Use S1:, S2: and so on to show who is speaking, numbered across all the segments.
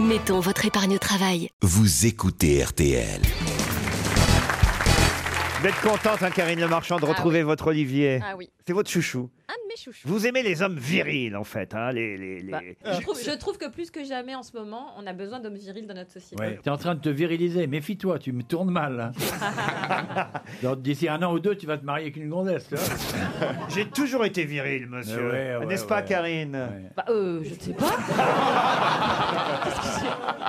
S1: Mettons votre épargne au travail.
S2: Vous écoutez RTL.
S3: Vous êtes contente, hein, Karine Le Marchand, de
S4: Ah
S3: retrouver votre Olivier.
S4: Ah oui,
S3: C'est votre chouchou.
S4: un de mes chouchous.
S3: Vous Ah. aimez les hommes virils, en fait. Hein, les, les- les-
S4: Bah, Je trouve, je trouve que plus que jamais en ce moment, on a besoin d'hommes virils dans notre société.
S3: Ouais.
S5: T'es en train de te viriliser, méfie-toi, tu me tournes mal. là. Dans- D'ici un an ou deux, tu vas te marier avec une gondesse. tu vois.
S3: J'ai toujours été viril, monsieur.
S5: Ouais, ouais,
S3: N'est-ce pas,
S5: ouais.
S3: Karine
S4: Bah, euh, je ne sais pas.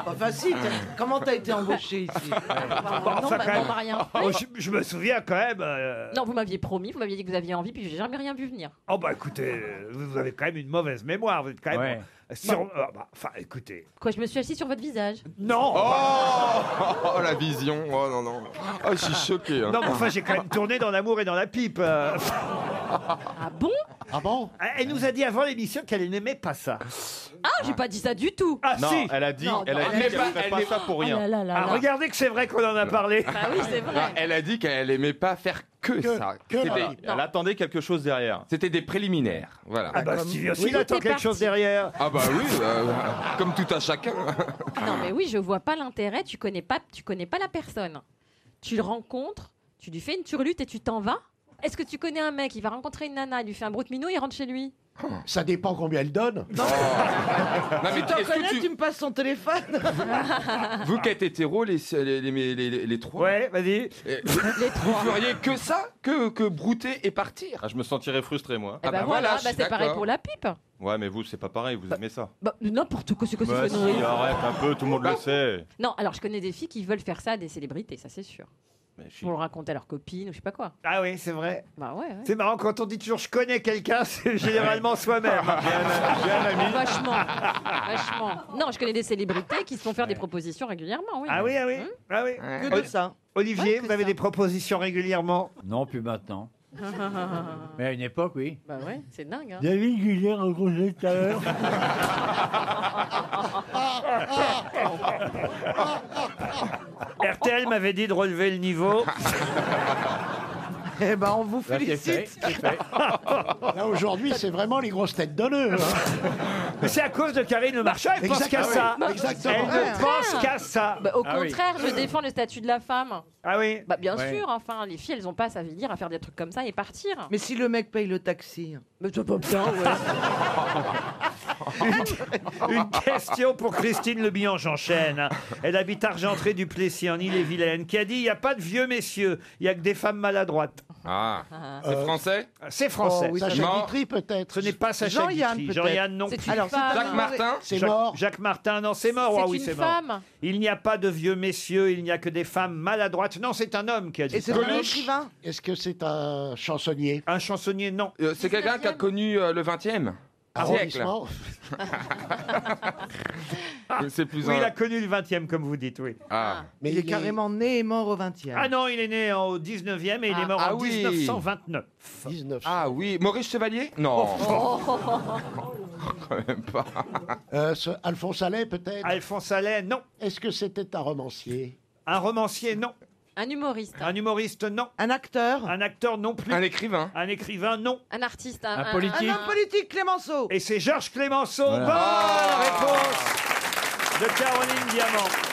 S6: Pas facile. t'as- Comment t'as été embauché ici
S3: Bon,
S4: non,
S3: ça,
S4: bah,
S3: quand
S4: non,
S3: même.
S4: bah, rien.
S3: Oh, je, je me souviens quand même. euh,
S4: Non, vous m'aviez promis, vous m'aviez dit que vous aviez envie, puis j'ai jamais rien vu venir.
S3: Oh, bah écoutez, euh, vous avez quand même une mauvaise mémoire. Vous êtes quand même. sur- euh, bah, Enfin, écoutez.
S4: Quoi, je me suis assis sur votre visage. Ah,
S3: Non
S7: Oh la vision, oh non non. Ah je suis choqué. hein.
S3: Non, mais enfin, j'ai quand même tourné dans l'amour et dans la pipe. euh.
S4: Ah bon
S6: Ah bon
S3: Elle nous a dit avant l'émission qu'elle n'aimait pas ça.
S4: Ah, j'ai pas dit ça du tout.
S3: Oh. Ah, si
S8: elle a dit,
S4: Non,
S8: elle a
S4: non,
S8: dit
S4: elle
S8: qu'elle ne ferait pas ça pour rien.
S4: Ah là là là
S3: Ah,
S4: là.
S3: regardez que c'est vrai qu'on en a parlé.
S4: Bah oui, c'est
S7: Non,
S4: vrai.
S7: Ah. elle a dit qu'elle aimait pas faire que, ça. C'était-
S8: Elle, elle attendait quelque chose derrière.
S7: C'était des préliminaires, voilà.
S3: Ah bah Stevie aussi,
S4: Oui,
S3: il attend
S4: tout est
S3: quelque
S4: parti.
S3: chose derrière.
S7: Ah bah oui, euh, comme tout à chacun.
S4: Non, mais oui, je vois pas l'intérêt. Tu connais pas, tu connais pas la personne. Tu le rencontres, tu lui fais une turlute et tu t'en vas. Est-ce que tu connais un mec, il va rencontrer une nana, il lui fait un brout minou, il rentre chez lui Eh
S6: Ça dépend combien elle donne.
S7: Non, mais
S6: T'en
S7: est-ce que
S6: connais,
S7: tu-
S6: tu me passes son téléphone
S7: Vous qui êtes hétéro, les, les, les, les- les- les trois,
S3: Ouais, vas-y.
S7: eh, vous, vous feriez que ça Que, que brouter et partir
S8: Ah, je me sentirais frustré, moi.
S7: Ah
S4: Eh
S7: bah
S4: ben
S7: voilà,
S4: voilà,
S7: je
S4: bah
S7: suis
S4: c'est pareil
S7: d'accord.
S4: pour la pipe.
S8: Ouais, mais vous, c'est pas pareil, vous aimez ça.
S4: Bah, n'importe quoi, c'est quoi
S8: Bah
S4: cette connerie
S7: hein.
S8: si, arrête un peu, tout le monde
S7: Bah.
S8: le sait.
S4: Non, alors je connais des filles qui veulent faire ça à des célébrités, ça c'est sûr.
S8: Mais je suis-
S4: Pour le raconter à leurs copines ou je sais pas quoi.
S3: Ah oui, c'est vrai.
S4: Bah ouais, ouais.
S3: C'est marrant, quand on dit toujours je connais quelqu'un, c'est généralement soi-même.
S8: J'ai un- j'ai un ami.
S4: Vachement,
S3: Ah.
S4: vachement. Non, je connais des célébrités qui se font faire des propositions régulièrement, oui.
S3: Ah oui, ah oui,
S4: Hein
S3: ah oui.
S6: Que de ça.
S3: Olivier,
S4: Ouais, que
S3: vous avez
S4: ça.
S3: des propositions régulièrement
S5: Non, plus maintenant. Mais à une époque, oui.
S4: Bah ouais, c'est dingue. hein.
S5: David Guillet rencontré tout à l'heure.
S6: Ah.
S3: RTL m'avait dit de relever le niveau.
S6: Eh ben, on vous
S5: Là, Bah, c'est fait,
S6: félicite.
S5: c'est fait.
S6: Là, aujourd'hui, c'est vraiment les grosses têtes donneuses.
S3: Mais c'est à cause de Karine Le Marchand, elle pense qu'à ça.
S6: Exactement. Ah
S3: Elle
S6: Exactement.
S3: ne pense qu'à ça.
S4: Bah, au
S5: Ah oui.
S4: contraire, je défends le statut de la femme.
S3: Ah oui.
S4: Bah bien
S5: Ouais.
S4: sûr, enfin, les filles, elles ont pas à s'avilir, à faire des trucs comme ça et partir.
S6: Mais si le mec paye le taxi
S4: Mais toi, pas bien, ouais.
S3: Une question pour Christine Le Bihan, j'enchaîne. Elle habite Argentré du Plessis en Ille-et-Vilaine, qui a dit il n'y a pas de vieux messieurs, il n'y a que des femmes maladroites. Euh,
S7: Ah, c'est français
S3: C'est français.
S6: Oh, oui, Sacha
S7: Non.
S6: Guitry, peut-être.
S3: Ce n'est pas Sacha
S6: Jean-Yann,
S3: Guitry.
S6: peut-être.
S3: Jean-Yann non.
S4: C'est
S3: plus.
S4: une
S6: Alors, c'est
S4: femme.
S7: Jacques Martin
S6: C'est
S3: Jacques-
S6: mort.
S3: Jacques Martin, non, c'est mort. Ah oui,
S4: une
S3: c'est mort.
S4: femme.
S3: Il n'y a pas de vieux messieurs, il n'y a que des femmes maladroites. Non, c'est un homme qui a dit
S6: Et c'est
S3: ça.
S6: un
S7: Coluche
S6: écrivain Est-ce que c'est un chansonnier
S3: Un chansonnier, non. Ah,
S7: Euh, C'est quelqu'un qui a connu euh, le 20e siècle.
S6: Arrondissement
S7: C'est plus
S3: Oui,
S7: un-
S3: il a connu le 20e, comme vous dites, oui.
S7: Ah.
S6: Mais il, est carrément né et mort au 20e.
S3: Ah non, il est né en- au 19e et il est
S4: Ah,
S3: mort
S7: ah
S3: en
S7: oui.
S3: 1929.
S6: 19.
S7: Ah oui, Maurice Chevalier
S3: Oh,
S7: Non,
S6: Euh, ce Alphonse Allais, peut-être
S3: Alphonse Allais, non.
S6: Est-ce que c'était un romancier
S3: Un romancier, non.
S4: Un humoriste,
S3: Un humoriste, non.
S6: Un acteur
S3: Un acteur, non plus.
S7: un écrivain.
S3: Un écrivain, non.
S4: un artiste, hein. un, un-
S5: politique.
S4: un-
S6: politique, Clémenceau
S3: Et c'est Georges Clémenceau.
S5: Voilà.
S3: Bonne réponse Ah. de Caroline Diamant.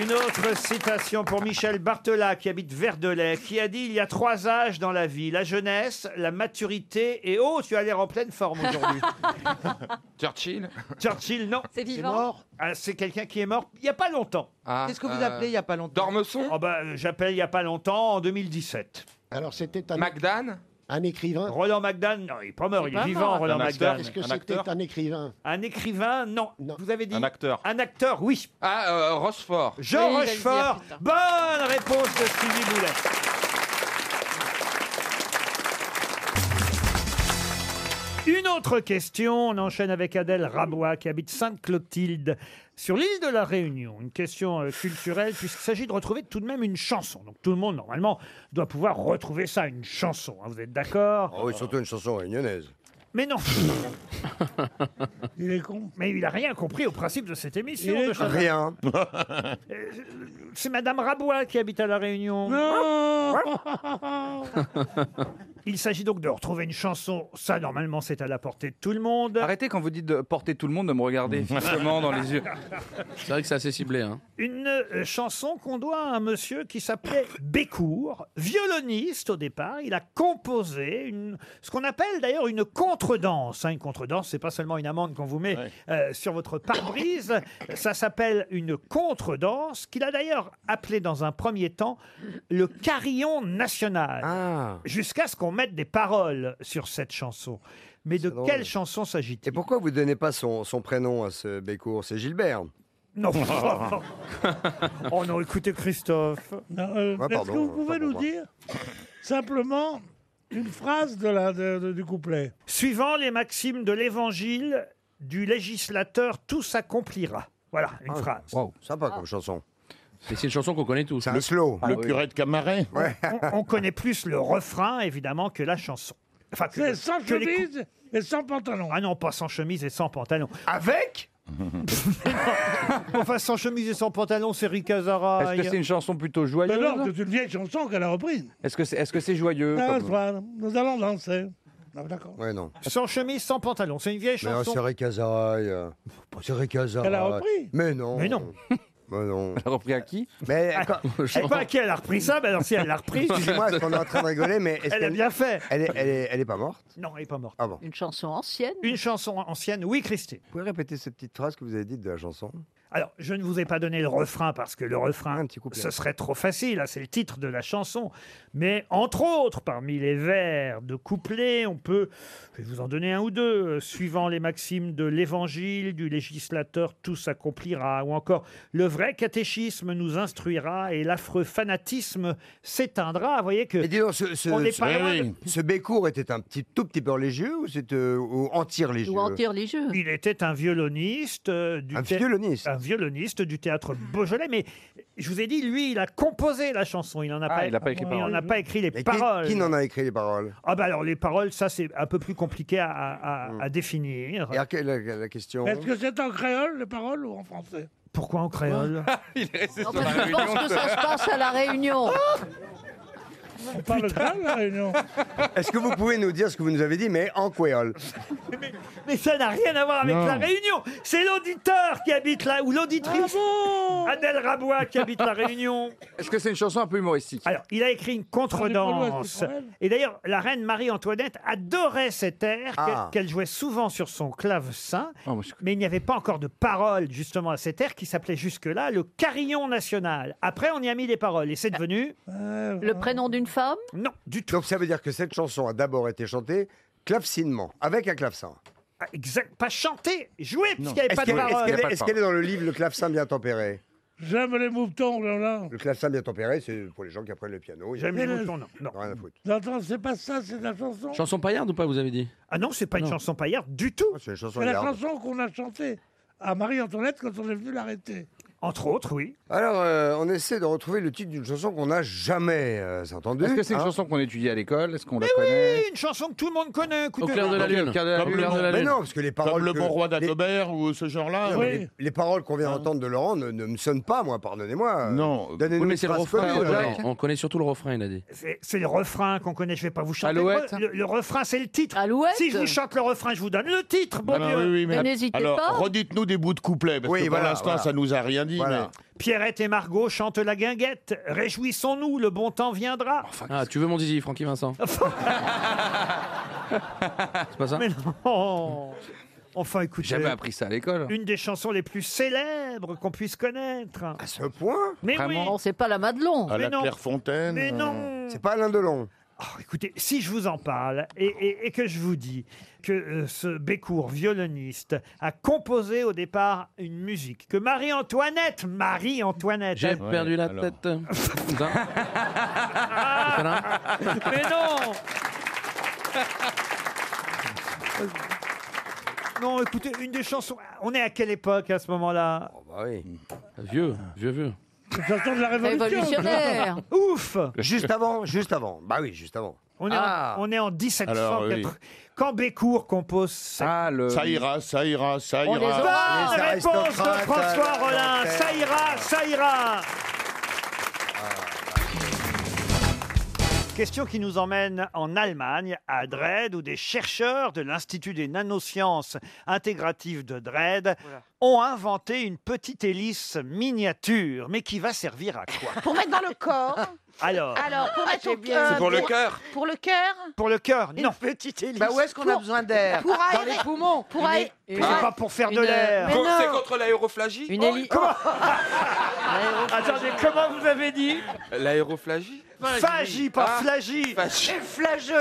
S3: Une autre citation pour Michel Barthelat, qui habite Verdelais, qui a dit Il y a trois âges dans la vie la jeunesse, la maturité et oh, tu as l'air en pleine forme aujourd'hui.
S7: Churchill.
S3: Churchill, non.
S4: c'est
S6: C'est
S4: vivant.
S6: mort
S3: Ah, c'est quelqu'un qui est mort il n'y a pas longtemps.
S7: Ah,
S9: Qu'est-ce que vous
S7: euh,
S9: appelez il n'y a pas longtemps
S7: Dormeson
S3: Oh bah, euh, j'appelle il n'y a pas longtemps, en 2017.
S6: Alors c'était un,
S7: Magdan
S6: un écrivain
S3: Roland McDan, non, il n'est pas mort,
S4: C'est
S3: il est
S4: pas
S3: vivant,
S4: mort.
S8: Un
S3: Roland
S8: acteur.
S3: McDan.
S6: Est-ce que
S8: Un acteur
S6: c'était un écrivain
S3: Un écrivain, non.
S6: Non.
S3: Vous avez dit
S8: Un acteur.
S3: Un acteur, oui.
S7: Ah, euh, Rochefort.
S3: Jean
S4: Oui, j'allais
S3: Rochefort.
S4: dire, putain.
S3: Bonne réponse de Stevie Boulet. Une autre question, on enchaîne avec Adèle Rabois qui habite Sainte-Clotilde Sur l'île de la Réunion, une question euh, culturelle, puisqu'il s'agit de retrouver tout de même une chanson. Donc tout le monde, normalement, doit pouvoir retrouver ça, une chanson. hein, vous êtes d'accord
S9: Ah oui, surtout une chanson réunionnaise.
S3: Mais non Il est con. Mais il a rien compris au principe de cette émission. de Chabat.
S9: Rien.
S3: C'est Madame Rabois qui habite à La Réunion. Il s'agit donc de retrouver une chanson. Ça, normalement, c'est à la portée de tout le monde.
S10: Arrêtez quand vous dites de porter tout le monde de me regarder fixement dans les yeux. C'est vrai que c'est assez ciblé. Hein.
S3: Une euh, chanson qu'on doit à un monsieur qui s'appelait Bécourt, violoniste au départ. Il a composé une, ce qu'on appelle d'ailleurs une contredanse. hein. Une contredanse, c'est pas seulement une amende qu'on vous met euh, sur votre pare-brise. Ça s'appelle une contredanse qu'il a d'ailleurs appelé dans un premier temps le carillon national. Jusqu'à ce qu'on mette des paroles sur cette chanson. Mais de
S9: drôle.
S3: quelle chanson s'agit-il
S9: Et pourquoi vous donnez pas son, son prénom à ce Bécourt C'est Gilbert.
S3: Non. oh non, écoutez Christophe.
S11: Non, euh,
S9: Ouais,
S11: Est-ce
S9: pardon,
S11: que vous
S9: euh,
S11: pouvez
S9: pardon,
S11: nous
S9: moi.
S11: dire simplement une phrase de la, de- de- du couplet
S3: Suivant les maximes de l'évangile du législateur, tout s'accomplira. Voilà une phrase.
S9: Wow. Ah, Sympa comme chanson.
S10: Mais c'est une chanson qu'on connaît tous.
S9: C'est un slow.
S10: Le curé de Camaret
S3: On, on connaît plus le refrain, évidemment, que la chanson. Enfin, que,
S11: C'est sans
S3: que les cou-
S11: chemise et sans pantalon.
S3: Ah non, pas sans chemise et sans pantalon.
S9: Avec
S3: Enfin, sans chemise et sans pantalon, c'est Ricazara.
S10: Est-ce que c'est une chanson plutôt
S11: Mais
S10: joyeuse
S11: alors, Ben c'est une vieille chanson qu'elle a reprise.
S10: Est-ce que c'est est-ce que c'est joyeux
S11: Ah,
S10: comme-
S11: Fran, nous allons danser. Ah, d'accord.
S9: Ouais, non.
S3: Sans chemise, sans pantalon. C'est une vieille
S9: Mais
S10: euh,
S9: non,
S3: chanson.
S9: c'est Récazaï. euh. C'est Récazaï.
S11: Elle a repris.
S9: Mais non.
S3: Mais non.
S9: Mais non.
S10: Elle a repris à qui
S9: Mais quand-
S3: Je sais pas à qui elle a repris ça, mais alors si elle l'a repris,
S9: excusez-moi, est-ce qu'on est en train de rigoler, mais est-ce
S3: elle a
S9: qu'elle-
S3: bien fait.
S9: elle, est, elle, est, elle est pas morte
S3: Non, elle est pas morte.
S9: Ah bon.
S12: Une chanson ancienne
S3: Une chanson ancienne, oui, Christine.
S9: Vous pouvez répéter cette petite phrase que vous avez dite de la chanson
S3: Alors, je ne vous ai pas donné le refrain parce que le refrain,
S9: Un petit couplet.
S3: ce serait trop facile. hein, c'est le titre de la chanson. Mais entre autres, parmi les vers de couplet, on peut, je vais vous en donner un ou deux, euh, suivant les maximes de l'Évangile, du législateur, tout s'accomplira, ou encore le vrai catéchisme nous instruira et l'affreux fanatisme s'éteindra. Vous voyez que
S9: Et dis donc, ce, ce,
S3: on n'est
S9: ce-
S3: pas loin de-
S9: ce Bécourt était un petit, tout petit peu religieux ou, c'est, euh, ou anti-religieux
S12: ou en tire les jeux.
S3: Il était un violoniste euh, du
S9: Un
S3: thé-
S9: violoniste.
S3: un violoniste du théâtre Beaujolais. Mais je vous ai dit, lui, il a composé la chanson. Il n'en a,
S10: Ah,
S3: pas,
S10: il a pas écrit
S3: il en
S10: paroles.
S3: a pas écrit les
S9: Mais qui-
S3: paroles.
S9: qui n'en a écrit les paroles
S3: Ah bah alors les paroles, ça c'est un peu plus compliqué à, à- à- à définir.
S9: Mm. Et à quelle la, la question
S11: Est-ce que c'est en créole, les paroles, ou en français
S3: Pourquoi en créole
S10: Il est resté
S12: Non,
S10: sur la
S12: parce que je pense
S10: réunion.
S12: que ça se passe à La Réunion.
S11: Ah On parle créole, la Réunion.
S9: Est-ce que vous pouvez nous dire ce que vous nous avez dit, mais en créole
S3: mais, mais ça n'a rien à voir avec
S8: Non.
S3: la Réunion. C'est l'auditeur qui habite là, ou l'auditrice. Adèle Rabois qui habite la Réunion.
S10: Est-ce que c'est une chanson un peu humoristique
S3: Alors, il a écrit une contredanse. Et d'ailleurs, la reine Marie-Antoinette adorait cet air qu'elle-
S9: Ah.
S3: qu'elle jouait souvent sur son clavecin.
S10: Oh, moi, je-
S3: Mais il n'y avait pas encore de paroles justement à cet air qui s'appelait jusque-là le carillon national. Après, on y a mis des paroles et c'est devenu
S12: Le prénom d'une femme
S3: non du tout.
S9: Donc ça veut dire que cette chanson a d'abord été chantée clavecinement, avec un clavecin.
S3: Ah, Exact, pas chanté, joué parce qu'il n'y avait
S9: Est-ce
S3: pas de
S9: qu'elle est-ce
S3: paroles.
S9: qu'elle est,
S10: pas de
S9: est-ce qu'elle est dans le livre Le clavecin bien tempéré
S11: J'aime les moutons, là, là.
S9: Le clavecin bien tempéré, c'est pour les gens qui apprennent le piano. Ils
S3: J'aime les
S11: Quelle-
S3: moutons, non. non.
S9: n'ont rien à foutre.
S11: J'entends, c'est pas ça, c'est de la chanson.
S10: Chanson paillarde ou pas, vous avez dit
S3: Ah non, c'est pas une
S10: Non.
S3: chanson paillarde du tout.
S9: Oh, C'est une chanson
S11: C'est la
S9: garde.
S11: chanson qu'on a chantée à Marie-Antoinette quand on est venu l'arrêter.
S3: Entre autres, oui.
S9: Alors, euh, on essaie de retrouver le titre d'une chanson qu'on n'a jamais euh, entendue.
S10: Est-ce que c'est une
S9: hein.
S10: chanson qu'on étudie à l'école Est-ce qu'on la
S3: Et
S10: connaît
S3: Eh une chanson que tout le monde connaît.
S10: Au
S3: écoutez.
S10: clair de la lune.
S8: Au clair de la lune.
S10: Au clair de la
S9: Mais
S10: lune.
S9: non, parce que les paroles.
S8: Comme le
S9: que-
S8: bon roi
S9: les,
S8: d'Adobert ou ce genre-là
S9: non,
S11: Oui.
S9: mais les- les paroles qu'on vient d'entendre de Laurent ne, ne me sonnent pas, moi, pardonnez-moi.
S8: Non.
S10: Oui,
S9: Donnez-nous
S10: mais
S9: une
S10: Ah, c'est le
S9: phrase
S10: refrain.
S9: connue,
S10: on
S9: alors.
S10: connaît- on connaît surtout le refrain, il a dit.
S3: C'est c'est le refrain qu'on connaît, je vais pas vous chanter. le-
S10: Alouette
S3: Le, le refrain, c'est le titre.
S12: Alouette
S3: Si je vous chante le refrain, je vous donne le titre,
S6: bah
S3: bon
S8: Ah non,
S3: Dieu.
S8: oui, oui,
S12: Mais n'hésitez
S8: Alors,
S12: pas.
S8: redites-nous des bouts de couplet, parce
S9: Oui,
S8: que
S9: voilà,
S8: pour l'instant,
S9: voilà.
S8: ça nous a rien dit.
S9: Voilà.
S3: Pierrette et Margot chantent la guinguette. Réjouissons-nous, le bon temps viendra.
S10: Ah, tu veux mon zizi, Francky Vincent C'est pas ça
S3: Mais non. Enfin, écoutez.
S10: J'avais appris ça à l'école.
S3: Une des chansons les plus célèbres qu'on puisse connaître.
S9: À ce point
S3: Mais
S10: Vraiment
S3: oui.
S12: Non, c'est pas la Madelon.
S8: mais... À
S3: Mais
S8: la
S3: non.
S8: Clairefontaine.
S3: Mais
S8: euh,
S3: non.
S9: C'est pas Alain Delon.
S3: Oh, écoutez, si je vous en parle et, et- et que je vous dis que euh, ce Bécourt, violoniste, a composé au départ une musique que Marie-Antoinette, Marie-Antoinette,
S10: J'ai perdu la
S8: alors.
S10: tête. Putain. C'est là
S3: mais non Non, écoutez, une des chansons. On est à quelle époque à ce moment-là
S9: Bah oui.
S13: Vieux, vieux, vieux.
S6: J'attends de la révolution.
S9: Révolutionnaire.
S3: Ouf
S9: Juste avant, juste avant. Bah oui, juste avant.
S3: On est,
S9: Ah.
S3: en, on est en 1780.
S9: Alors, oui.
S3: Quand Bécourt compose Euh, ça.
S14: Ça ira, ça ira, ça
S3: On les
S14: ira.
S3: aura. Bonne réponse de François Rollin. Ça ira, ça ira.
S15: Ah.
S3: Question qui nous emmène en Allemagne, à Dresde, où des chercheurs de l'Institut des nanosciences intégratives de Dresde ont inventé une petite hélice miniature, mais qui va servir à quoi
S16: Pour mettre dans le corps.
S3: Alors,
S16: Alors, pour mettre au-
S3: C'est pour le cœur.
S16: Pour le cœur.
S3: pour le cœur, non.
S16: petite hélice.
S15: Bah, où est-ce qu'on a besoin d'air
S16: Pour
S15: Dans
S16: aérer-
S15: les poumons.
S16: Pour
S15: Une-
S16: aérer-
S15: une-
S3: C'est pas pour faire de
S15: une-
S3: l'air.
S15: Mais
S3: Con-
S15: non.
S3: c'est
S7: contre l'aéroflagie
S15: Une hélice.
S3: Attendez, comment vous avez dit
S7: L'aéroflagie
S3: Phagie,
S7: Ah.
S16: Ah,
S3: pas flagie.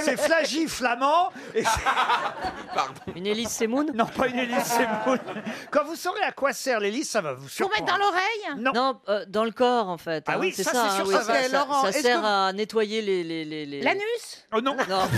S3: C'est flagie flamand. Et
S16: Ah.
S3: c'est-
S15: Une hélice Semoun
S3: Non, pas une hélice Semoun. Quand vous saurez à quoi sert l'hélice, ça va vous
S16: Pour
S3: surprendre.
S16: mettre dans l'oreille
S15: Non, euh, dans le corps en fait.
S3: Ah
S15: hein,
S3: oui,
S15: c'est
S3: ça,
S15: ça,
S3: c'est
S15: hein,
S3: sûr,
S15: oui,
S3: ça va.
S15: sert-
S3: Laurent,
S15: ça
S3: est-ce
S15: sert
S3: que-
S15: à nettoyer les. les, les, les-
S16: L'anus
S3: Oh non
S15: Non.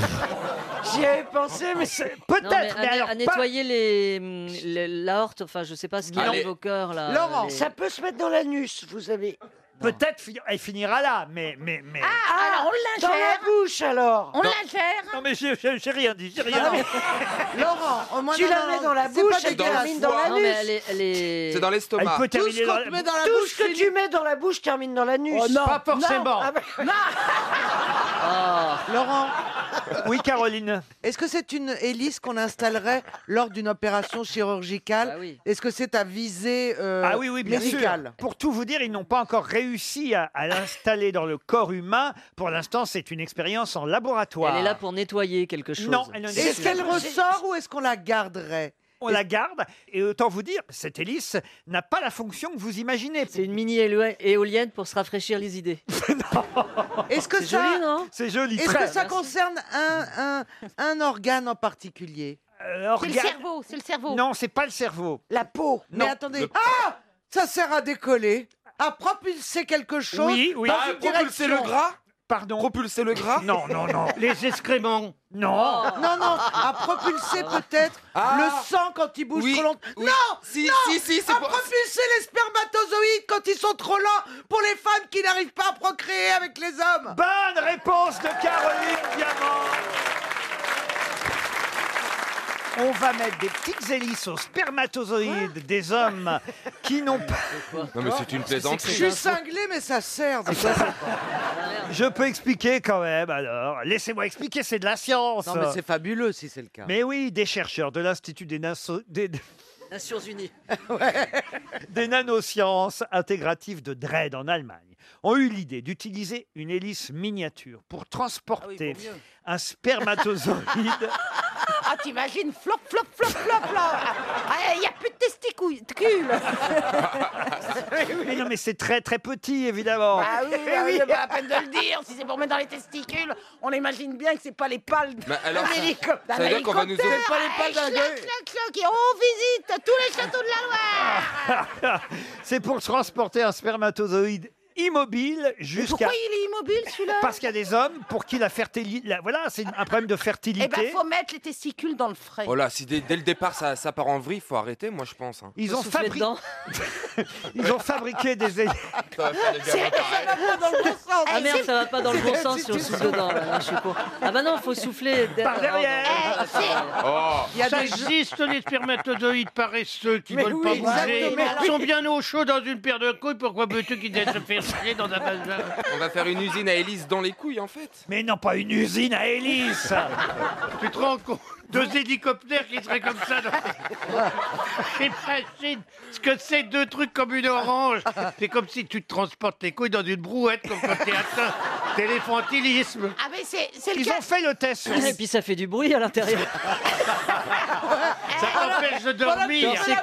S16: J'y avais pensé, mais c'est.
S15: Non, mais à,
S16: Peut-être, mais,
S15: à
S16: alors. pas-
S15: nettoyer les, hum, les- l'aorte, enfin je sais pas ce qui
S16: Ah,
S15: arrive
S16: les-
S15: au cœur là.
S16: Laurent,
S15: les-
S16: ça peut se mettre dans l'anus, vous savez.
S3: Peut-être fi- elle finira là, mais mais mais.
S16: Ah, alors on
S15: dans
S16: l'ingère.
S15: la bouche,
S16: alors. On
S3: Non.
S16: l'ingère.
S3: Non mais j'ai- j'ai j'ai rien dit, j'ai rien dit.
S16: Laurent, au moins
S15: Tu la mets dans la bouche et tu termines dans l'anus.
S7: C'est dans l'estomac.
S3: Elle peut
S16: Ah, Tout
S3: terminer
S16: ce
S3: dans
S16: qu'on
S3: la
S16: te met
S3: bouche.
S16: dans la
S3: Tout
S16: bouche,
S3: ce que
S16: tu mets dans la bouche termine dans l'anus. Ah,
S3: Oh non. Pas forcément.
S16: Non. Ah.
S15: Laurent,
S3: Oui, Caroline.
S15: est-ce que c'est une hélice qu'on installerait lors d'une opération chirurgicale
S16: Bah
S15: Est-ce que c'est à visée
S16: euh,
S15: euh,
S3: Ah oui, oui, bien sûr. Pour tout vous dire, ils n'ont pas encore réussi à, à l'installer dans le corps humain. Pour l'instant, c'est une expérience en laboratoire.
S15: Elle est là pour nettoyer quelque chose.
S3: Non, elle ne
S15: Est-ce
S3: nettoie
S15: qu'elle
S3: pas.
S15: ressort ou est-ce qu'on la garderait
S3: On la garde. Et autant vous dire, cette hélice n'a pas la fonction que vous imaginez.
S15: C'est une mini éolienne pour se rafraîchir les idées. Est-ce que
S3: C'est
S15: ça
S3: joli, C'est joli.
S15: Est-ce
S3: très.
S15: que ça concerne un, un, un organe en particulier
S3: Euh, organe-
S15: c'est le cerveau.
S3: Non, c'est pas le cerveau.
S15: La peau. Mais
S3: Non.
S15: attendez.
S3: Le-
S15: Ah Ça sert à décoller, à propulser quelque chose.
S3: Oui, oui.
S15: Dans
S3: Ah,
S15: une
S7: propulser
S15: direction.
S7: le gras
S3: Pardon.
S7: Propulser le gras
S3: Non, non, non.
S17: Les excréments.
S3: Non.
S15: Non, non, à propulser peut-être
S17: Ah.
S15: le sang quand il bouge
S17: Oui,
S15: trop longtemps.
S17: oui.
S15: Non,
S17: Si,
S15: non,
S17: si, si, c'est
S15: à
S17: pour-
S15: propulser les spermatozoïdes quand ils sont trop lents pour les femmes qui n'arrivent pas à procréer avec les hommes.
S3: Bonne réponse de Caroline Diamant. On va mettre des petites hélices aux spermatozoïdes des hommes qui n'ont pas.
S7: Non, mais c'est une
S15: Je
S7: plaisanterie.
S15: suis cinglé, mais ça sert.
S3: Ah,
S15: C'est quoi, ça
S3: Je peux expliquer quand même, alors. Laissez-moi expliquer, c'est de la science.
S15: Non, mais c'est fabuleux si c'est le cas.
S3: Mais oui, des chercheurs de l'Institut des, Nasso- des-
S15: Nations Unies.
S3: des nanosciences intégratives de Dresde en Allemagne ont eu l'idée d'utiliser une hélice miniature pour
S15: Ah
S3: transporter
S16: pour mieux.
S3: un spermatozoïde.
S16: Ah, t'imagines, flop, flop, flop, flop, là. Il n'y a plus de testicules. Ah
S3: mais Eh non, mais c'est très très petit, évidemment. Eh
S16: Ah oui, bah oui, c'est pas la peine de le dire. Si c'est pour mettre dans les testicules, on imagine bien que c'est pas les pales
S7: Mais alors,
S16: d'un
S7: ça-
S16: hélico-
S7: ça
S16: d'un
S7: veut dire qu'on va nous-
S16: hélicoptère.
S7: C'est pas les pales
S16: Eh,
S7: d'un
S16: chlac,
S7: gueux.
S16: chlac, chlac, et on visite tous les châteaux de la Loire.
S3: c'est pour transporter un spermatozoïde immobile jusqu'à.
S16: Pourquoi il est immobile, celui-là
S3: Parce qu'il y a des hommes pour qui la fertilité. Voilà, c'est un problème de fertilité.
S16: Eh ben, faut mettre les testicules dans le frais.
S7: Oh là, si dès, dès le départ ça, ça part en vrille, faut arrêter, moi je pense. hein.
S3: Ils ont, fabri- Ils ont fabriqué des hélices.
S7: Ça va faire des gamins pareils.
S15: dans le bon sens. Ah merde, ça va pas dans le bon
S7: C'est-
S15: sens si on souffle dedans. là, là, je suis con. Ah bah non, faut souffler Ah, bah,
S3: Par derrière.
S15: Il y a
S6: ça
S15: des-
S6: existe, les spermatozoïdes paresseux qui
S15: Mais
S6: veulent
S15: oui,
S6: pas bouger.
S15: exactement.
S6: Ils sont bien au chaud dans une paire de couilles, pourquoi veux-tu qu'ils aient se faire chier dans un
S7: On va faire une usine à hélice dans les couilles en fait.
S3: Mais non, pas une usine à hélice
S6: Tu te rends compte Deux hélicoptères qui seraient comme ça. Dans... Imagine ce que c'est, deux trucs comme une orange. C'est comme si tu te transportes les couilles dans une brouette, comme quand t'es atteint d'éléphantilisme.
S16: Ah, mais c'est c'est le
S3: Ils
S16: cas.
S3: ont fait le test. sur-
S15: Et Ah, puis ça fait du bruit à l'intérieur.
S6: Ça t'empêche de dormir.
S15: C'est-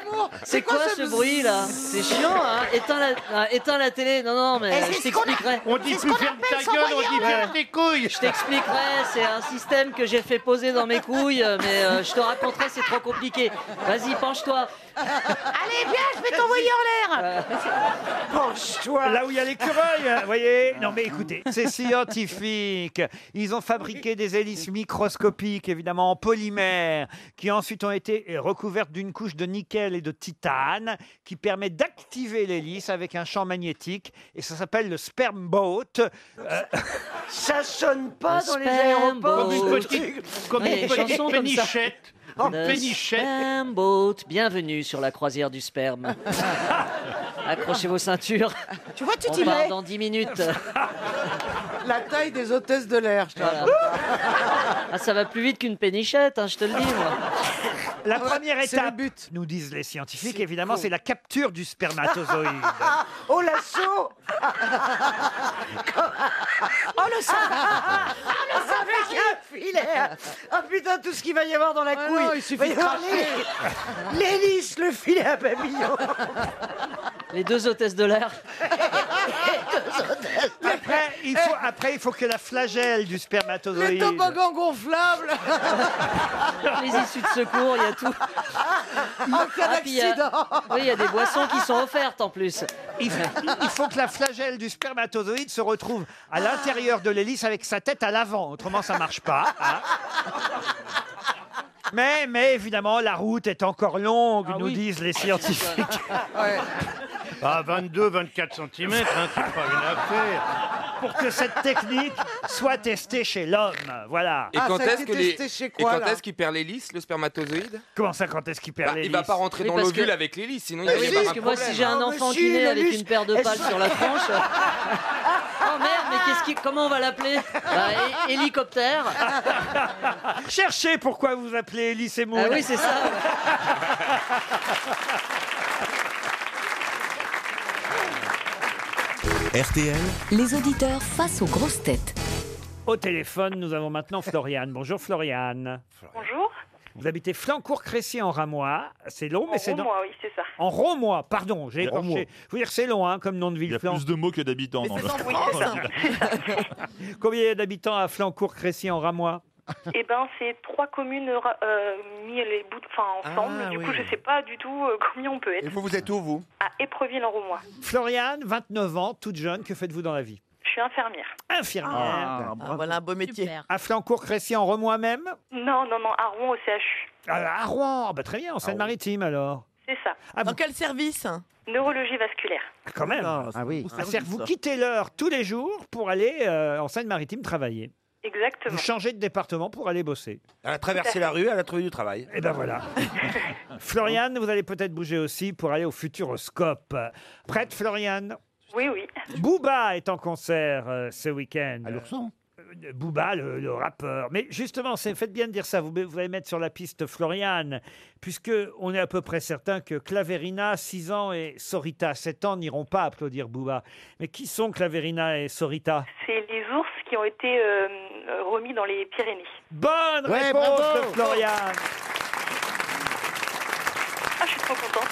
S15: C'est quoi ce bruit là C'est chiant, hein éteins la, ah, éteins la télé. Non, non, mais
S6: Eh, c'est
S15: je
S6: ce qu'on a-
S15: t'expliquerai.
S6: on dit c'est ce plus qu'on ferme ta appelle gueule, on s'envoyer dit en ferme l'air. tes couilles.
S15: Je t'expliquerai, c'est un système que j'ai fait poser dans mes couilles, euh, mais euh, je te raconterai, c'est trop compliqué. Vas-y, penche-toi. Euh,
S18: Allez, viens, je vais t'envoyer en l'air
S3: Penche-toi Là où il y a l'écureuil, hein, vous voyez Non mais écoutez, c'est scientifique. Ils ont fabriqué des hélices microscopiques, évidemment, en polymère, qui ensuite ont été recouvertes d'une couche de nickel et de titane, qui permet d'activer l'hélice avec un champ magnétique, et ça s'appelle le sperm boat. Euh, ça sonne
S11: pas dans les aéroports. Comme une petite- comme une petite pénichette. Une
S15: Le
S11: pénichette.
S15: Spamboat, bienvenue sur la croisière du sperme. Accrochez vos ceintures.
S16: Tu vois, tu
S15: On
S16: t'y
S15: part
S16: mets.
S15: dans 10 minutes.
S16: La taille des hôtesses de l'air, je te
S15: Voilà.
S16: raconte.
S15: Ah, ça va plus vite qu'une pénichette, hein, je te le dis. moi.
S3: La première
S15: c'est le
S3: étape, nous disent les scientifiques, évidemment, c'est la capture du spermatozoïde.
S18: Oh l'assaut Oh le sang Oh le sang
S16: filet Oh putain, tout ce qu'il va y avoir dans la couille
S18: Oh, non, il suffit
S16: Va y
S18: de
S16: avoir
S18: cracher.
S16: l'hé- L'hélice, le filet à papillon
S15: Les deux hôtesses de l'air.
S3: Après, il faut, après, il faut que la flagelle du
S16: Le
S3: spermatozoïde.
S16: toboggan gonflable
S15: Les issues de secours, il y a tout.
S16: En cas
S15: Ah, puis il y a-
S16: d'accident
S15: Oui, il y a des boissons qui sont offertes en plus.
S3: Il faut, il faut que la flagelle du spermatozoïde se retrouve à l'intérieur de l'hélice avec sa tête à l'avant. Autrement, ça marche pas. hein. Mais, mais évidemment, la route est encore longue, nous disent les scientifiques.
S11: Ah, 22, 24 cm,
S8: hein,
S11: c'est pas une affaire.
S3: Pour que cette technique soit testée chez l'homme, Ah, voilà.
S7: Et quand est-ce que les- et quand est-ce qu'il perd l'hélice, le spermatozoïde
S3: Comment ça, quand est-ce qu'il perd
S7: Bah,
S3: l'hélice
S7: Il va pas rentrer
S3: Oui,
S7: dans
S3: parce
S7: l'ovule
S3: que-
S7: avec l'hélice, sinon
S3: Mais
S7: il va y
S3: si,
S7: avoir
S3: parce
S7: un
S3: que moi, si
S7: problème.
S15: J'ai
S16: Oh,
S15: un enfant qui naît avec une paire de
S7: Est-ce-
S15: pales sur la tronche. euh, Oh merde, mais qu'est-ce qui... comment on va l'appeler Bah, hé- Hélicoptère.
S3: Cherchez pourquoi vous appelez Elie Semour.
S15: Ah oui, c'est ça.
S2: RTL,
S1: Les auditeurs face aux grosses têtes.
S3: Au téléphone, nous avons maintenant Floriane. Bonjour Floriane.
S19: Bonjour.
S3: Vous habitez Flancourt-Crécy en Ramois. C'est long, mais c'est
S19: En
S3: dans-
S19: moi, oui, c'est ça.
S3: En Romois, pardon, j'ai
S19: Romois.
S3: écorché. Je veux dire, c'est long hein, comme nom de ville. Il y a plus
S20: de mots que d'habitants.
S19: dans le-
S3: Ah,
S19: Oui, c'est ça.
S3: Combien il y a d'habitants à Flancourt-Crécy en Ramois
S19: Eh ben, c'est trois communes ra- euh, mis les bouts, enfin ensemble.
S3: Ah,
S19: du
S3: oui.
S19: coup, je sais pas du tout euh, combien on peut être.
S3: vous êtes où, vous
S19: À Épreville en Roumois.
S3: Floriane, 29 ans, toute jeune, que faites-vous dans la vie
S19: Je suis infirmière.
S3: Infirmière.
S19: Ah,
S3: voilà un beau métier. À Flancourt-Crécy en Romois même
S19: Non, non, non, à Rouen au CHU.
S3: Ah, À Rouen, Ah, bah, très bien, en Seine-Maritime alors.
S19: C'est ça.
S3: Dans
S19: quel service Neurologie vasculaire.
S3: Ah, Quand même. Ah oui.
S19: service,
S3: vous
S19: ça.
S3: quittez l'heure tous les jours pour aller euh, en Seine-Maritime travailler.
S19: Exactement.
S3: Vous changez de département pour aller bosser.
S9: Elle a traversé la rue, elle a trouvé du travail.
S3: Et ben voilà. Floriane, vous allez peut-être bouger aussi pour aller au Futuroscope. Prête, Floriane
S19: Oui, oui.
S3: Booba est en concert euh, ce week-end. À l'ourson Booba, le, le rappeur. Mais justement, c'est faites bien de dire ça. Vous, vous allez mettre sur la piste Floriane, puisque on est à peu près certain que Claverina, 6 ans, et Sorita, 7 ans, n'iront pas applaudir Booba. Mais qui sont Claverina et Sorita
S19: C'est les ours qui ont été euh, euh, remis dans les Pyrénées.
S3: Bonne
S19: Ouais,
S3: réponse
S19: bravo.
S3: de Floriane.
S19: Ah, je suis trop contente.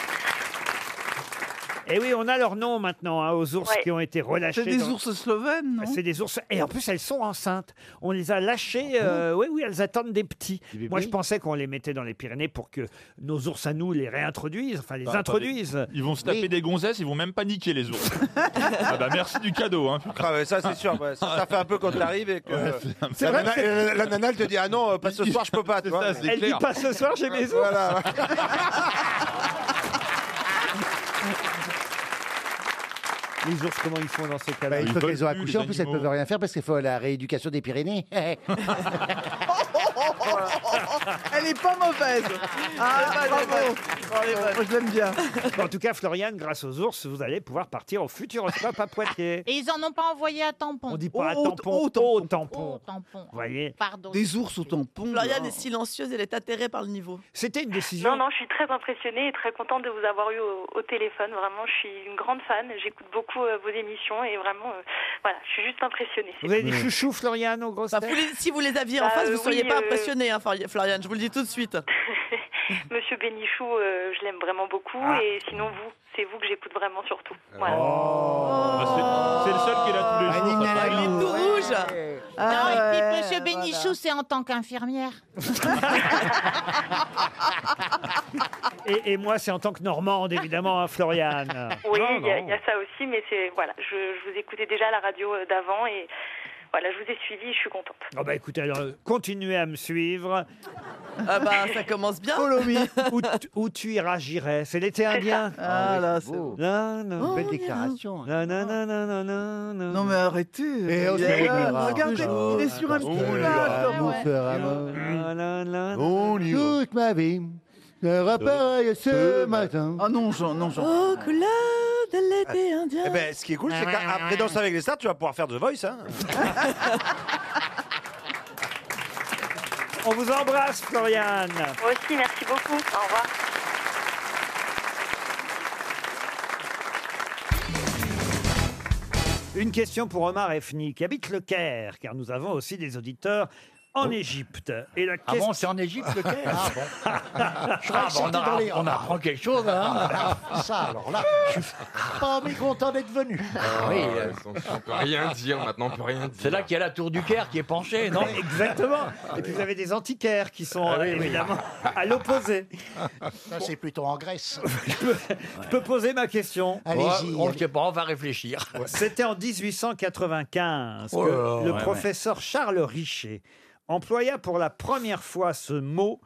S3: Et Eh oui, on a leur nom maintenant hein, aux ours
S19: Ouais.
S3: qui ont été relâchés.
S16: C'est des
S3: ours slovènes, non C'est des ours. Et en plus, elles sont enceintes. On les a lâchées. euh, oui, oui, elles attendent des petits. Moi, je pensais qu'on les mettait dans les Pyrénées pour que nos ours à nous les réintroduisent, enfin les
S20: Bah, attendez.
S3: introduisent.
S20: Ils vont se taper des gonzesses, ils vont même paniquer les ours. ah bah merci du cadeau. Hein,
S8: Ah ouais, ça c'est sûr, ouais. ça, ça fait un peu quand t'arrives et que
S20: C'est
S8: la,
S20: vrai
S8: nana,
S20: que c'est-
S8: la- la nana elle te dit ah non euh, pas ce soir je peux pas. tu vois.
S20: ça, c'est Elle dit, clair. pas ce soir, j'ai mes ours.
S8: Voilà.
S3: Les ours, comment ils font dans ces cas-là
S21: Une fois Bah, qu'elles ont accouché, en plus, elles ne peuvent rien faire parce qu'il faut la rééducation des Pyrénées.
S16: Elle est pas mauvaise
S3: bah,
S16: Ah, bravo
S3: je l'aime bien. Oh, En tout cas, Floriane, grâce aux ours, vous allez pouvoir partir au Futuroscope à Poitiers.
S22: Et ils en ont pas envoyé à tampon.
S3: On dit pas à tampon, au tampon. Vous voyez
S22: Pardon.
S3: ours au tampon.
S23: Floriane est silencieuse, elle est atterrée par le niveau.
S3: C'était une décision.
S19: Non, non, je suis très impressionnée et très contente de vous avoir eu au, au téléphone. Vraiment, je suis une grande fan. J'écoute beaucoup euh, vos émissions et vraiment, euh, voilà, je suis juste impressionnée.
S3: Vous
S21: Mmh.
S3: avez des chouchous, Floriane, au gros
S23: Bah, vous les- si vous les aviez en
S19: Bah,
S23: face,
S19: euh,
S23: vous seriez
S19: oui,
S23: pas
S19: euh,
S23: impressionné, hein, Flori- Floriane, je vous le dis tout de suite.
S19: Monsieur Bénichou, euh, je l'aime vraiment beaucoup.
S3: Ah.
S19: Et sinon, vous, c'est vous que j'écoute vraiment surtout.
S3: Oh.
S19: Voilà.
S20: Bah, C'est le seul qui l'a
S3: Ah,
S20: tous les jours. ça paraît.
S22: non,
S24: Ah
S22: et
S24: ouais,
S22: puis Monsieur Bénichou, c'est en tant qu'infirmière.
S3: Et, et moi, c'est en tant que Normande, évidemment, hein, Floriane.
S19: Oui, il y, a- il y a ça aussi, mais c'est voilà, je, je vous écoutais déjà à la radio euh, d'avant et voilà, je vous ai suivi, je suis contente.
S3: Oh bah écoutez, alors euh, continuez à me suivre.
S22: Ah bah ça commence bien.
S3: Où, tu- où tu iras, j'irai. C'est l'été indien.
S22: Ah,
S3: oui,
S22: là,
S3: c'est
S22: c'est
S3: beau.
S22: beau.
S3: Non, non.
S22: Oh, Belle
S21: déclaration.
S3: Non,
S5: hein.
S3: non, non, non, non, non, non. Eh,
S22: Non, mais arrêtez.
S21: Eh, on se
S22: il est là,
S21: réunira
S22: regardez,
S21: toujours.
S22: il est sur un petit
S21: On
S22: nuage,
S21: ira
S22: là,
S21: vous
S22: ouais.
S21: faire amour. Toute ma vie sera
S23: De-
S16: Euh,
S21: pareille ce
S23: de-
S21: matin.
S23: Ah non, Jean, non, Jean.
S22: Oh, couleur de
S16: Ah,
S22: l'été indien.
S8: Eh ben, ce qui est cool, c'est qu'après Danse avec les stars, tu vas pouvoir faire The Voice. Hein.
S3: On vous embrasse, Floriane.
S19: Moi aussi, merci beaucoup. Au revoir.
S3: Une question pour Omar Efni, qui habite le Caire, car nous avons aussi des auditeurs
S8: Oh.
S3: en Égypte. Et la
S5: Ah bon, c'est en Égypte le Caire Ah bon.
S3: bah,
S5: Je crois que
S8: Ah,
S5: c'était dans les- on Ah, apprend quelque chose.
S3: Ah,
S5: Hein
S21: Ça, alors là, je suis pas mécontent Ah d'être venu.
S7: Ah, ouais, on, on peut rien dire maintenant, on peut rien dire.
S5: C'est là qu'il y a la tour du Caire qui est penchée, non
S3: Exactement.
S21: Ah
S3: Et puis vous avez des antiquaires qui sont
S5: Ah oui,
S3: euh,
S5: oui.
S3: évidemment à l'opposé.
S21: Ça, c'est plutôt en Grèce.
S3: Je peux poser ma question.
S21: Allez-y,
S5: On ne sait pas, on va réfléchir.
S3: C'était en 1895 que
S5: Oh là là,
S3: le
S5: ouais,
S3: professeur Charles Richer employa pour la première fois ce mot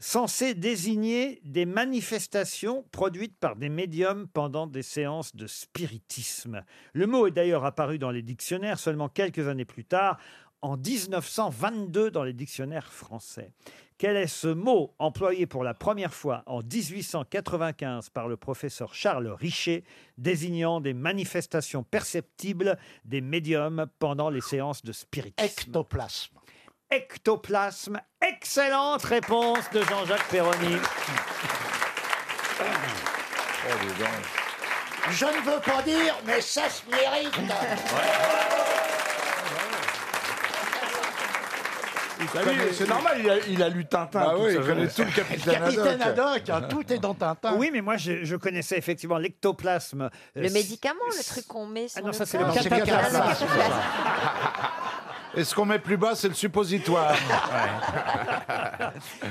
S3: censé désigner des manifestations produites par des médiums pendant des séances de spiritisme. Le mot est d'ailleurs apparu dans les dictionnaires seulement quelques années plus tard, en 1922 dans les dictionnaires français. Quel est ce mot employé pour la première fois en 1895 par le professeur Charles Richer, désignant des manifestations perceptibles des médiums pendant les séances de spiritisme Ectoplasme. Ectoplasme. Excellente réponse de Jean-Jacques Perroni.
S2: Oh,
S21: Je ne veux pas dire, mais ça se mérite.
S20: Ah oui, C'est normal, il a, il a lu Tintin.
S3: Bah
S20: tout
S3: oui,
S20: ça,
S3: il connaît
S20: tout le capitaine.
S21: Capitaine Haddock, hein, tout est dans Tintin.
S3: Oui, mais moi, je, je connaissais effectivement l'ectoplasme. Euh,
S25: Le
S3: c-
S25: médicament, le truc qu'on met sur
S3: Ah non,
S25: le
S3: ça, c'est
S25: corps.
S3: le cataplasme.
S25: Ah, le cataplasme.
S26: Et ce qu'on met plus bas, c'est le suppositoire.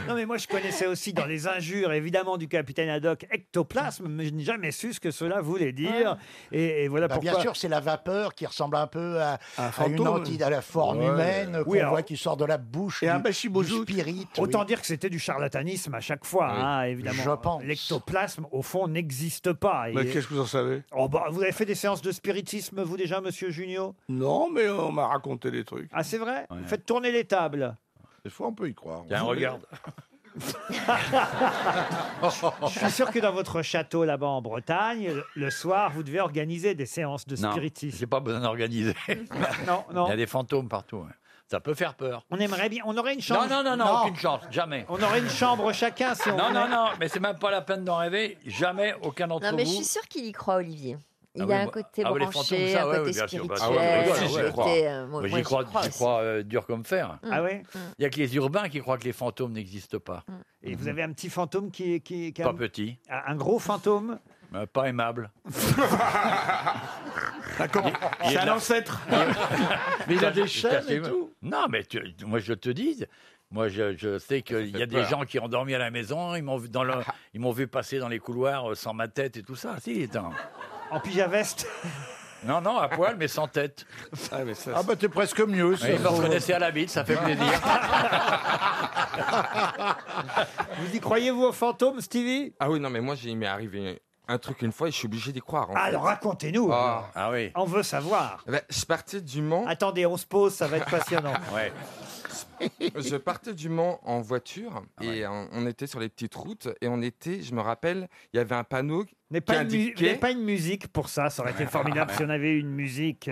S3: Non, mais moi, je connaissais aussi dans les injures, évidemment, du capitaine Haddock, ectoplasme, mais je n'ai jamais su ce que cela voulait dire. Et, et voilà
S21: Bah,
S3: pourquoi.
S21: bien sûr, c'est la vapeur qui ressemble un peu à, à
S3: fantôme.
S21: une entité, à la forme
S3: Ouais.
S21: humaine qu'on
S3: Oui, alors-
S21: voit qui sort de la bouche du, du spirit.
S3: Autant
S21: oui.
S3: dire que c'était du charlatanisme à chaque fois,
S21: Oui.
S3: hein, évidemment.
S21: Je pense.
S3: L'ectoplasme, au fond, n'existe pas.
S26: Mais
S3: Et-
S26: Bah, qu'est-ce que vous en savez
S3: Oh, bah, vous avez fait des séances de spiritisme, vous déjà, monsieur Junio
S26: Non, mais on m'a raconté des trucs.
S3: Ah, c'est vrai Vous Faites tourner les tables.
S26: Des fois, on peut y croire.
S3: Tiens, Ben, regarde. Je suis sûr que dans votre château là-bas en Bretagne, le- le soir, vous devez organiser des séances de
S5: Non,
S3: spiritisme.
S5: j'ai pas besoin d'organiser.
S3: non, non.
S5: Il y a des fantômes partout. ouais. Ça peut faire peur.
S3: On aimerait bien, on aurait une chambre.
S5: Non, non, non, non, aucune chance, jamais.
S3: On aurait une chambre chacun si on
S5: Non, non,
S3: voulait.
S5: non, mais c'est même pas la peine d'en rêver. Jamais aucun d'entre
S25: Non,
S5: vous.
S25: mais je suis sûre qu'il y croit, Olivier. Il y
S5: Ah
S25: a
S5: oui,
S25: un
S5: moi-
S25: côté
S5: ah oui, les fantômes,
S25: branché, un
S5: ça, ouais,
S25: côté
S5: oui, bien sûr.
S25: spirituel.
S5: Bah, ah ouais, mais
S25: un
S5: si, j'y
S25: côté,
S5: crois.
S25: euh, moi- moi,
S5: Mais
S25: Mm.
S5: j'y crois, j'y
S25: aussi.
S5: crois, euh, dur comme fer.
S3: Ah ouais
S5: Il y a que les urbains qui croient que les fantômes n'existent pas.
S25: Mm.
S5: Mm-hmm.
S3: Et vous avez un petit fantôme qui est. Qui, qui a-
S5: Pas petit.
S3: Un un gros fantôme
S5: Mais pas aimable.
S26: C'est un
S5: ancêtre.
S26: Mais il a des chaînes et tout.
S5: Non, mais tu- moi je te dis, moi je, je sais qu'il y a des
S26: peur.
S5: gens qui ont dormi à la maison, ils m'ont vu, dans le- ils m'ont vu passer dans les couloirs euh, sans ma tête et tout ça. Si, attends.
S3: En pyjaveste
S5: Non, non, à poil, mais sans tête. Ah,
S26: Ah bah t'es presque mieux. ça.
S5: ils me reconnaissaient à la bite, ça fait plaisir.
S3: Vous y croyez-vous aux fantômes, Stevie
S7: Ah oui, non, mais moi, j'ai- il m'est arrivé un truc une fois et je suis obligé d'y croire. en fait.
S3: Alors racontez-nous.
S7: Ah.
S5: oui.
S3: On veut savoir.
S7: Eh ben, je partais du Mans.
S3: Attendez, on se pose, ça va être passionnant.
S5: ouais.
S7: Je partais du Mans en voiture
S5: Ah
S7: et on, on était sur les petites routes et on était, je me rappelle, il y avait un panneau
S3: Mais
S7: qui
S3: pas, une mu-
S7: indiquait...
S3: mais pas une musique pour ça, ça aurait été formidable si on avait eu une musique.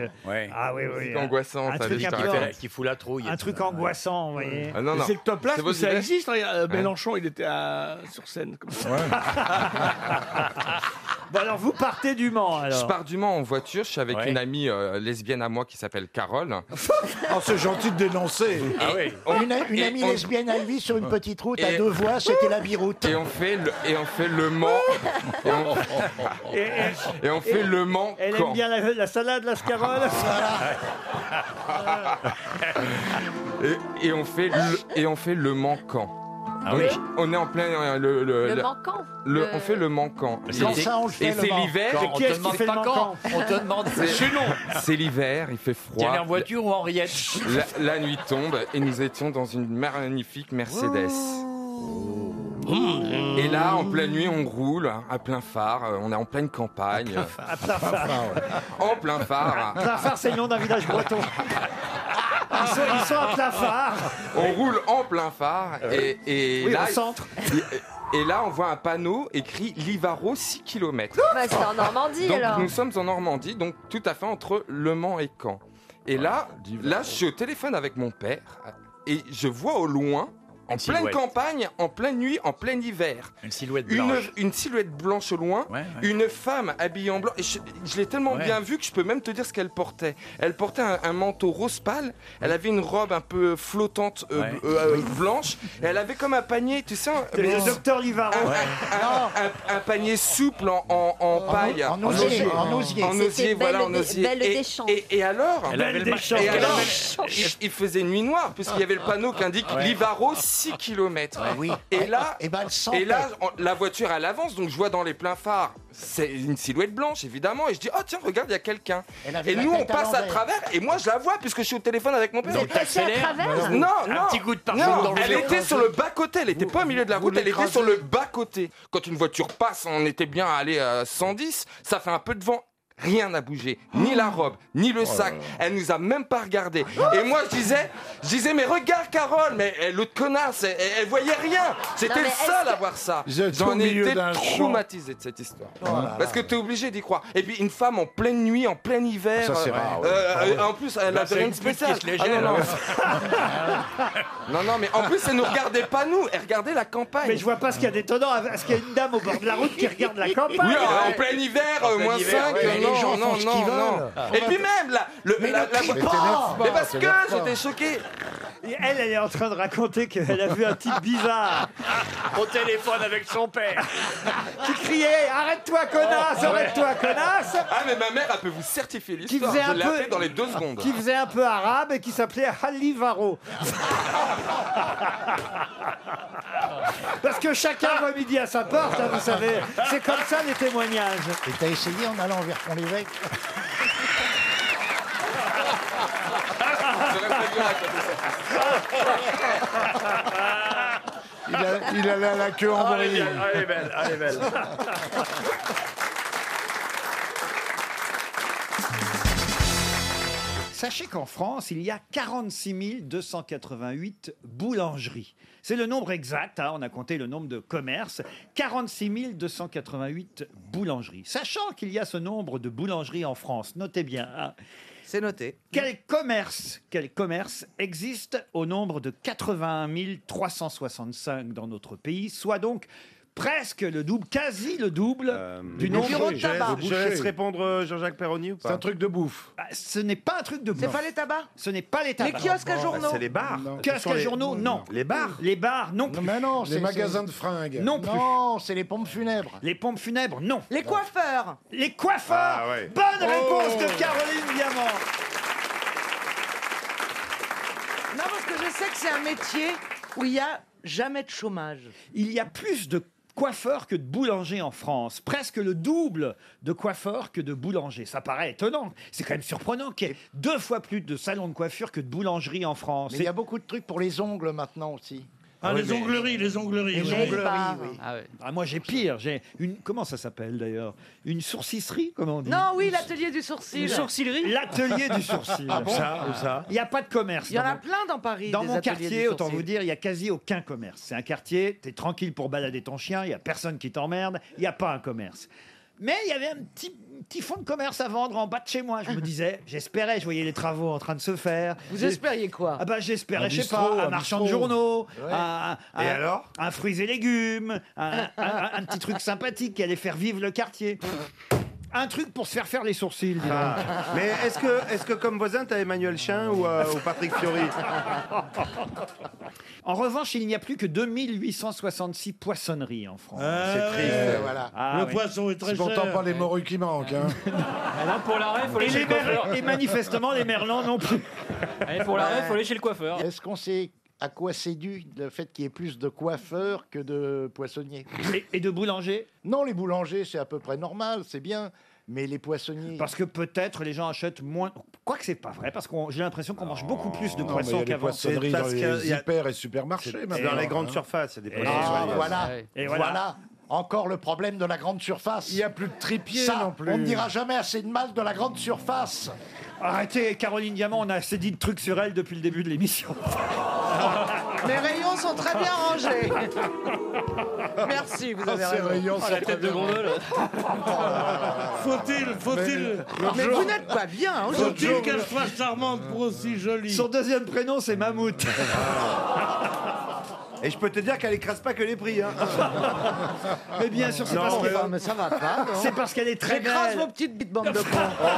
S3: Ah oui, oui.
S7: Musique angoissante,
S3: Un
S7: ça,
S3: truc,
S7: les
S3: un peu-
S7: caractères.
S5: Qui fout la trouille.
S3: un truc angoissant, vous voyez.
S7: Ah non, non.
S27: C'est le top place,
S7: C'est votre
S27: ça
S7: idée
S6: hein,
S26: Hein
S6: euh,
S27: existe. regarde, euh,
S7: Ouais.
S27: Mélenchon, il était à- sur scène. Comme ça.
S3: Bon, Bah, alors vous partez du Mans, alors.
S7: Je pars du Mans en voiture, je suis avec une amie euh, lesbienne à moi qui s'appelle Carole.
S26: Oh, c'est gentil de dénoncer.
S28: Ah
S21: Une, une amie lesbienne à lui sur une petite route à
S7: Et-
S21: deux voies, c'était la biroute.
S7: Et on fait le, et on fait le Mans. Et on, et on fait le Mans.
S3: Elle
S7: Caen.
S3: aime bien la, la salade, la scarole.
S7: Et, et on fait le, et on fait le manquant.
S28: Ah
S7: on,
S28: oui.
S7: est- on est en plein euh, le,
S28: Le
S7: la-
S28: manquant.
S7: le-
S28: Le-
S7: on fait le manquant.
S28: Mais c'est- Quand ça, on le fait,
S7: Et
S28: le
S7: c'est
S28: manquant.
S7: l'hiver.
S28: Quand on Qui te est-ce qui demande fait le pas manquant quand, on te demande- Chez nous.
S7: C'est l'hiver, il fait froid.
S5: T'es allé en voiture
S7: ou en rillette la, la nuit tombe et nous étions dans une magnifique Mercedes.
S3: Oh.
S7: Et là, en pleine nuit, on roule à plein phare. euh, On est en pleine campagne.
S3: À plein phare.
S7: En plein phare.
S3: Plein phare, c'est le nom d'un village breton. Ils sont, ils sont à plein phare.
S7: On roule en plein phare et, et
S3: Euh, Oui,
S7: là,
S3: au centre.
S7: Et, et là, on voit un panneau écrit Livaro 6 km.
S25: Bah, c'est en Normandie,
S7: donc,
S25: alors.
S7: Nous sommes en Normandie, donc tout à fait entre Le Mans et Caen. Et là,
S28: Ah,
S7: là, je suis au téléphone avec mon père et je vois au loin, en pleine
S28: silhouette.
S7: campagne, en pleine nuit, en plein hiver,
S28: Une silhouette
S7: une,
S28: blanche.
S7: une silhouette blanche au loin, une femme habillée en blanc. Et je je l'ai tellement
S28: Ouais.
S7: bien vue que je peux même te dire ce qu'elle portait. Elle portait un, un manteau rose pâle, elle avait une robe un peu flottante euh,
S28: Ouais.
S7: euh, euh, blanche, et elle avait comme un panier, tu sais, un-
S3: C'est le docteur
S7: un,
S3: Livaro.
S7: un- un- un panier souple en, en- en paille.
S28: en osier. En osier.
S7: En
S25: C'était
S7: osier, voilà,
S25: Belle
S7: en
S25: des-
S7: osier.
S25: Belle
S7: et,
S25: des Champs.
S7: et- et alors
S28: Elle avait le ma-
S7: Et
S28: elle avait-
S7: alors, il, il faisait nuit noire, puisqu'il y avait le panneau qui indique
S28: Ouais. Ah
S7: Livaro 6 km. Et là,
S28: Eh ben, elle sent
S7: et là,
S28: qu'elle-
S7: on- la voiture, elle avance, donc je vois dans les pleins phares, c'est une silhouette blanche, évidemment, et je dis, oh tiens, regarde, il y a quelqu'un.
S28: Elle avait
S7: Et
S28: la
S7: nous, on
S28: tête à
S7: passe à
S28: l'envers.
S7: travers, et moi, je la vois, puisque je suis au téléphone avec mon père.
S28: Donc, Vous êtes passé à t'accélères travers
S7: Non, non.
S28: Un petit coup de pare-choc
S7: Non,
S28: dans le
S7: Elle
S28: vélo.
S7: était sur le bas-côté, elle n'était pas au milieu de la route, elle était
S28: l'écrasez.
S7: sur le bas-côté. Quand une voiture passe, on était bien allé à 110, ça fait un peu de vent. Rien n'a bougé, ni la robe, ni
S26: Oh
S7: le sac. Elle nous a même pas regardé. Et moi, je disais, je disais, mais regarde Carole, mais eh, l'autre connasse, elle, elle voyait rien.
S25: Non,
S7: C'était
S25: mais
S7: le
S25: est-ce
S7: seul
S25: que-
S7: à voir ça.
S26: Vous êtes au
S7: J'en ai
S26: milieu
S7: été
S26: d'un champ.
S7: traumatisé de cette histoire.
S26: Oh là là.
S7: Parce que t'es obligé d'y croire. Et puis une femme en pleine nuit, en plein hiver.
S26: Ça, c'est
S7: euh,
S26: rare, ouais.
S7: euh,
S26: Ah ouais.
S7: En plus, elle
S26: Là,
S7: a
S26: c'est
S7: rien
S26: une
S7: de
S26: pute qui se
S7: spécial.
S26: les
S7: Ah non,
S26: gèle,
S7: non.
S26: ouais.
S7: Non, non, mais en plus, elle ne regardait pas nous, elle regardait la campagne.
S3: Mais je vois pas ce qu'il y a d'étonnant. Est-ce qu'il y a une dame au bord de la route qui regarde la campagne
S7: Oui, en plein hiver,
S3: En
S7: euh,
S3: plein
S7: moins
S3: hiver,
S7: 5,
S3: ouais. Mais
S7: non,
S3: les gens
S7: non,
S3: font ce
S7: non,
S3: qu'ils
S7: non.
S3: veulent.
S7: Et puis même, la, le,
S3: Mais
S7: la,
S3: ne
S7: la-
S3: crie
S7: Mais
S3: pas.
S7: t'énerve
S3: Mais
S7: Mais parce que
S3: t'énerve pas.
S7: j'étais choqué
S3: Et elle, elle est en train de raconter qu'elle a vu un type bizarre
S28: Au téléphone avec son père.
S3: qui criait Arrête-toi, connasse Arrête-toi, connasse
S7: Ah, mais ma mère, elle peut vous certifier
S3: qui
S7: l'histoire.
S3: faisait,
S7: Je
S3: un
S7: l'ai appelée
S3: peu,
S7: dans les deux secondes.
S3: qui faisait un peu arabe et qui s'appelait Halivaro. Parce que chacun voit midi à sa porte, hein, vous savez. C'est comme ça les témoignages.
S21: Et t'as essayé en allant vers Pont-l'Évêque
S26: Il, a- il allait à la queue en
S6: Ah,
S28: elle, est
S26: vrille.
S28: bien, elle est belle, elle est belle.
S3: Sachez qu'en France, il y a 46 288 boulangeries. C'est le nombre exact, hein, on a compté le nombre de commerces. 46 288 boulangeries. Sachant qu'il y a ce nombre de boulangeries en France, notez bien. hein.
S16: C'est noté.
S3: Quel commerce, quel commerce existe au nombre de 81 365 dans notre pays, soit donc presque le double, quasi le double du nombre
S8: Je, je laisse répondre euh, Jean-Jacques Perroni ou pas
S3: de bouffe. Bah, ce n'est pas un truc de bouffe.
S16: C'est pas les tabacs
S3: Ce n'est pas les tabacs.
S16: Les kiosques à
S3: Bon,
S16: journaux
S3: bah, c'est les bars. Kiosques à journaux, non. Les bars Les bars, non. plus.
S21: Non, c'est- c'est-
S3: Non plus.
S21: Non, c'est les pompes funèbres.
S3: Les pompes funèbres, non.
S16: Les coiffeurs
S3: Les coiffeurs
S21: Ah, ouais.
S3: Bonne
S21: Oh.
S3: réponse de Caroline Diamant
S16: Non, parce que je sais que c'est un métier où il n'y a jamais de chômage.
S3: Il y a plus de coiffeurs que de boulangers en France. Presque le double de coiffeurs que de boulangers. Ça paraît étonnant. C'est quand même surprenant qu'il y ait deux fois plus de salons de coiffure que de boulangeries en France.
S21: Mais il y a beaucoup de trucs pour les ongles maintenant aussi.
S3: Ah, les
S21: ongleries, les ongleries.
S3: oui.
S21: ongleries, oui.
S3: Ah, moi, j'ai pire. J'ai une. Comment ça s'appelle d'ailleurs Une sourcisserie, comment on dit
S16: Non, oui, l'atelier du sourcil.
S3: L'atelier du sourcil.
S16: Ah bon
S3: Il n'y a pas de commerce.
S16: Il y en
S3: dans
S16: a
S3: mon-
S16: plein dans Paris.
S3: Dans
S16: des
S3: mon
S16: ateliers
S3: quartier,
S16: du
S3: autant
S16: sourcil.
S3: vous dire, il n'y a quasi aucun commerce. C'est un quartier, tu es tranquille pour balader ton chien, il n'y a personne qui t'emmerde, il n'y a pas un commerce. Mais il y avait un petit, petit fonds de commerce à vendre en bas de chez moi. Je me disais, j'espérais, je voyais les travaux en train de se faire.
S4: Vous espériez quoi
S3: Ah bah j'espérais,
S4: Un
S3: je sais
S4: bistrot,
S3: pas, un,
S4: un
S3: marchand de
S4: bistrot.
S3: journaux,
S4: Ouais.
S3: un, un-
S4: Et
S3: un-
S4: alors
S3: un fruits et légumes, un, un- un- un petit truc sympathique qui allait faire vivre le quartier. Un truc pour se faire faire les sourcils. dis donc.
S8: Ah.
S26: Ah.
S8: Mais est-ce que, est que comme voisin, t'as Emmanuel Chien ou, euh, ou Patrick Fiori
S3: En revanche, il n'y a plus que 2866 poissonneries en France. Ah
S26: C'est triste, Ah ouais. voilà.
S6: Ah,
S26: Le poisson est très C'est pourtant cher. pas les
S3: morus qui manquent.
S26: hein.
S3: pour l'arrêt,
S26: faut
S3: et,
S26: aller chez
S3: les
S26: le coiffeur.
S3: mer- et manifestement, les merlans non plus.
S26: Ouais. Est-ce qu'on sait à quoi c'est dû le fait qu'il y ait plus de coiffeurs que de poissonniers
S3: et, de boulangers
S26: Non, les boulangers, c'est à peu près normal, c'est bien. Mais les poissonniers.
S3: Parce que peut-être les gens achètent moins. Quoi que c'est pas vrai, parce que j'ai l'impression qu'on mange beaucoup plus de
S26: Non, mais il y
S3: poissons
S26: a des
S3: qu'avant.
S26: poissonneries dans les hyper et
S8: C'est-
S26: supermarchés.
S8: c'est dans les grandes surfaces, il y a des
S26: poissons.
S8: poissonneries.
S26: Ah, voilà.
S8: Ouais.
S3: Et
S26: voilà.
S8: voilà.
S26: Encore le problème de la grande surface. Il n'y a plus de trépied
S3: non plus.
S26: On ne dira jamais assez de mal de la grande surface.
S3: Arrêtez, Caroline Diamant, on a assez dit de trucs sur elle depuis le début de l'émission.
S16: Mes rayons sont très bien rangés.
S26: Ah,
S16: Merci, vous avez
S6: Ah,
S16: raison.
S5: bah.
S6: Faut-il, Ah, faut-il.
S3: Mais vous n'êtes pas bien, hein, aujourd'hui.
S6: Faut-il qu'elle soit charmante pour aussi jolie
S3: Son deuxième prénom, c'est Mammouth.
S8: Et je peux te dire qu'elle écrase pas que les prix. Hein.
S3: mais bien sûr, c'est
S8: Non,
S3: parce
S8: mais-
S3: qu'elle-
S8: mais ça va pas, non
S3: C'est parce qu'elle est très belle.
S16: J'écrase vos petites bites, bande de cons.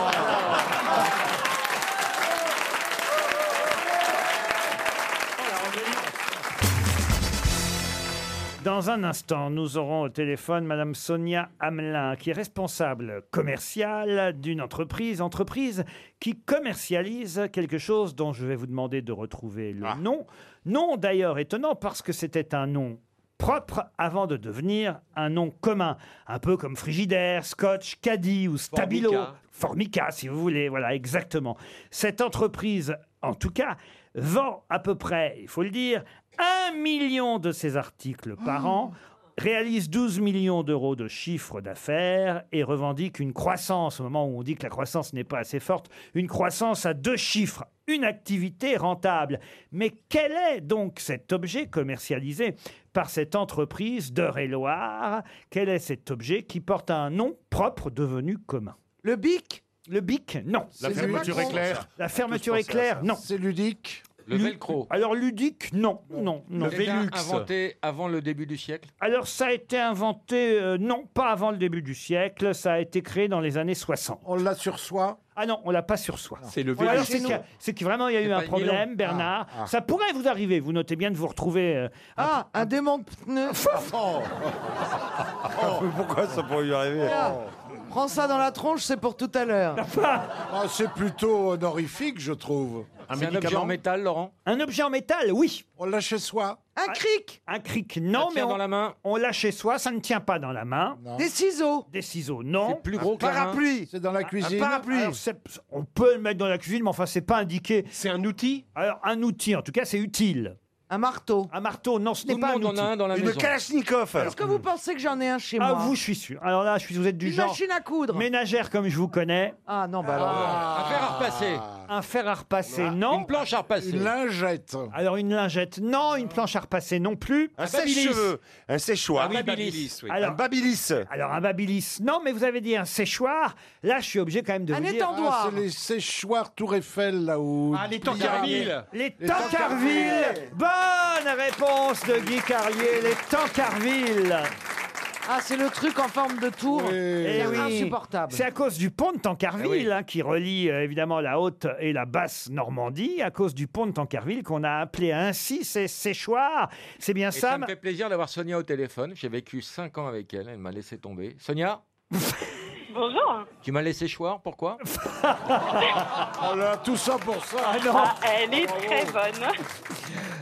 S3: Dans un instant, nous aurons au téléphone Madame Sonia Hamelin, qui est responsable commerciale d'une entreprise, entreprise qui commercialise quelque chose dont je vais vous demander de retrouver le nom. Nom d'ailleurs étonnant parce que c'était un nom propre avant de devenir un nom commun, un peu comme Frigidaire, Scotch, Caddy ou Stabilo.
S12: Formica.
S3: Formica, si vous voulez, voilà, exactement. Cette entreprise, en tout cas, vend à peu près, il faut le dire, un million de ses articles par an, réalise 12 millions d'euros de chiffre d'affaires et revendique une croissance, au moment où on dit que la croissance n'est pas assez forte, une croissance à deux chiffres, une activité rentable. Mais quel est donc cet objet commercialisé par cette entreprise d'Eure-et-Loire Quel est cet objet qui porte un nom propre devenu commun Le BIC Le BIC, non.
S26: La C'est fermeture pas con, éclair. ça.
S3: La
S26: Tous
S3: fermeture
S26: pensaient à
S3: éclair,
S26: ça.
S3: non. C'est ludique
S12: Le velcro.
S3: Alors ludique, non, non, non. Eh
S12: C'est bien inventé avant le début du siècle.
S3: Alors ça a été inventé, euh, non, pas avant le début du siècle, ça a été créé dans les années 60. On l'a sur soi Ah non, on l'a pas sur soi.
S12: C'est le
S3: Ou alors,
S12: vélo.
S3: C'est que, c'est que vraiment il y a
S12: C'est
S3: eu
S12: pas
S3: un
S12: le
S3: problème,
S12: nylon.
S3: Bernard.
S12: Ah, ah.
S3: Ça pourrait vous arriver, vous notez bien de vous retrouver... euh,
S16: Ah, un démon de pneu.
S26: Ah,
S8: Pourquoi ça pourrait lui arriver
S16: Oh. Prends ça dans la tronche, c'est pour tout à l'heure.
S26: Ah, c'est plutôt honorifique, je trouve.
S12: C'est un objet en métal, Laurent
S3: Un objet en métal, oui.
S26: On l'a chez soi.
S16: Un cric
S3: Un cric, non, mais
S12: tient
S3: on,
S12: dans la main.
S3: on l'a chez soi, ça ne tient pas dans la main.
S16: Des ciseaux
S3: Des ciseaux, non.
S12: C'est plus gros Un que la main. parapluie.
S26: C'est dans la cuisine.
S3: Alors, c'est- on peut le mettre dans la cuisine, mais enfin, c'est pas indiqué. C'est un outil Alors, un outil, en tout cas, c'est utile.
S16: Un marteau
S3: Un marteau, non, ce n'est pas un outil.
S16: Est-ce que vous pensez que j'en ai un chez
S3: Ah,
S16: moi
S3: vous, je suis sûr. Alors là, je suis, vous êtes du
S16: Une
S3: genre.
S16: machine à coudre.
S3: Ménagère comme je vous connais.
S16: Ah non, bah alors. Ah.
S12: Un fer à repasser.
S3: Un fer à repasser, non. Une
S12: planche à repasser. Une
S3: lingette. Alors une lingette, non. Une planche à repasser, non plus.
S8: Un sèche-cheveux, un séchoir.
S3: Un babilis. Alors-
S8: un babilis.
S3: Alors un babilis, non. Mais vous avez dit un séchoir. Là, je suis obligé quand même de vous dire.
S26: Ah, c'est les séchoirs Tour Eiffel, là où.
S16: Ah,
S12: Ah,
S3: les
S26: Tancarville.
S3: Les
S26: Les Tancarville.
S3: Tancarville. Bonne réponse de Guy Carlier. Les Tancarville.
S16: Ah, c'est le truc en forme de tour.
S3: Eh
S16: C'est
S3: oui.
S16: insupportable.
S3: C'est à cause du pont de Tancarville hein, qui relie euh, évidemment la haute et la basse Normandie. À cause du pont de Tancarville qu'on a appelé ainsi ces séchoirs. C'est bien
S12: Et
S3: ça.
S12: ça me
S3: ma-
S12: fait plaisir d'avoir Sonia au téléphone. J'ai vécu 5 ans avec elle, elle m'a laissé tomber. Sonia
S19: Bonjour.
S12: tu m'as laissé choir, pourquoi
S26: Oh là, tout ça pour ça.
S19: Ah, elle est très
S6: Oh.
S19: bonne.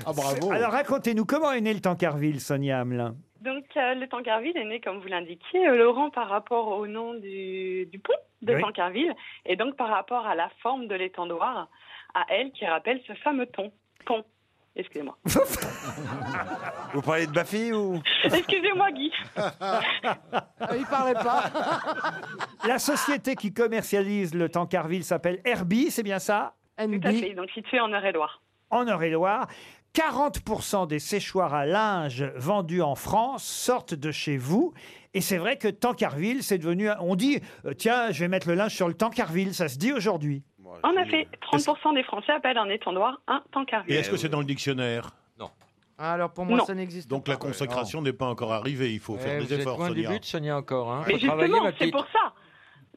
S26: Ah, bravo.
S3: Alors racontez-nous comment est né le Tancarville, Sonia Hamelin.
S19: Donc, euh, le Tancarville est né, comme vous l'indiquiez, euh, Laurent, par rapport au nom du, du pont de
S3: Oui.
S19: Tancarville, et donc par rapport à la forme de l'étendoir, à elle qui rappelle ce fameux ton. Pont. Excusez-moi.
S8: Vous parlez de Baffy ou
S19: Excusez-moi, Guy.
S16: Il parlait pas.
S3: La société qui commercialise le Tancarville s'appelle Herbie, c'est bien ça
S19: Tout à fait, donc situé en Eure-et-Loire.
S3: en Eure-et-Loire. 40% des séchoirs à linge vendus en France sortent de chez vous. Et c'est vrai que Tancarville, c'est devenu. On dit, euh, tiens, je vais mettre le linge sur le Tancarville. Ça se dit aujourd'hui.
S8: En effet, 30% des Français appellent un étendoir un
S5: Et
S8: tancarville.
S5: est-ce que c'est dans le dictionnaire Non.
S8: Alors pour moi, Non. ça n'existe
S5: Donc la consécration n'est pas encore arrivée. Il faut faire
S7: Eh,
S5: des
S7: vous êtes
S5: efforts,
S7: loin du
S5: Sonia.
S7: but, Sonia, encore. Hein.
S8: Mais
S7: Faut travailler,
S8: justement,
S7: ma
S8: c'est
S7: petite.
S8: pour ça.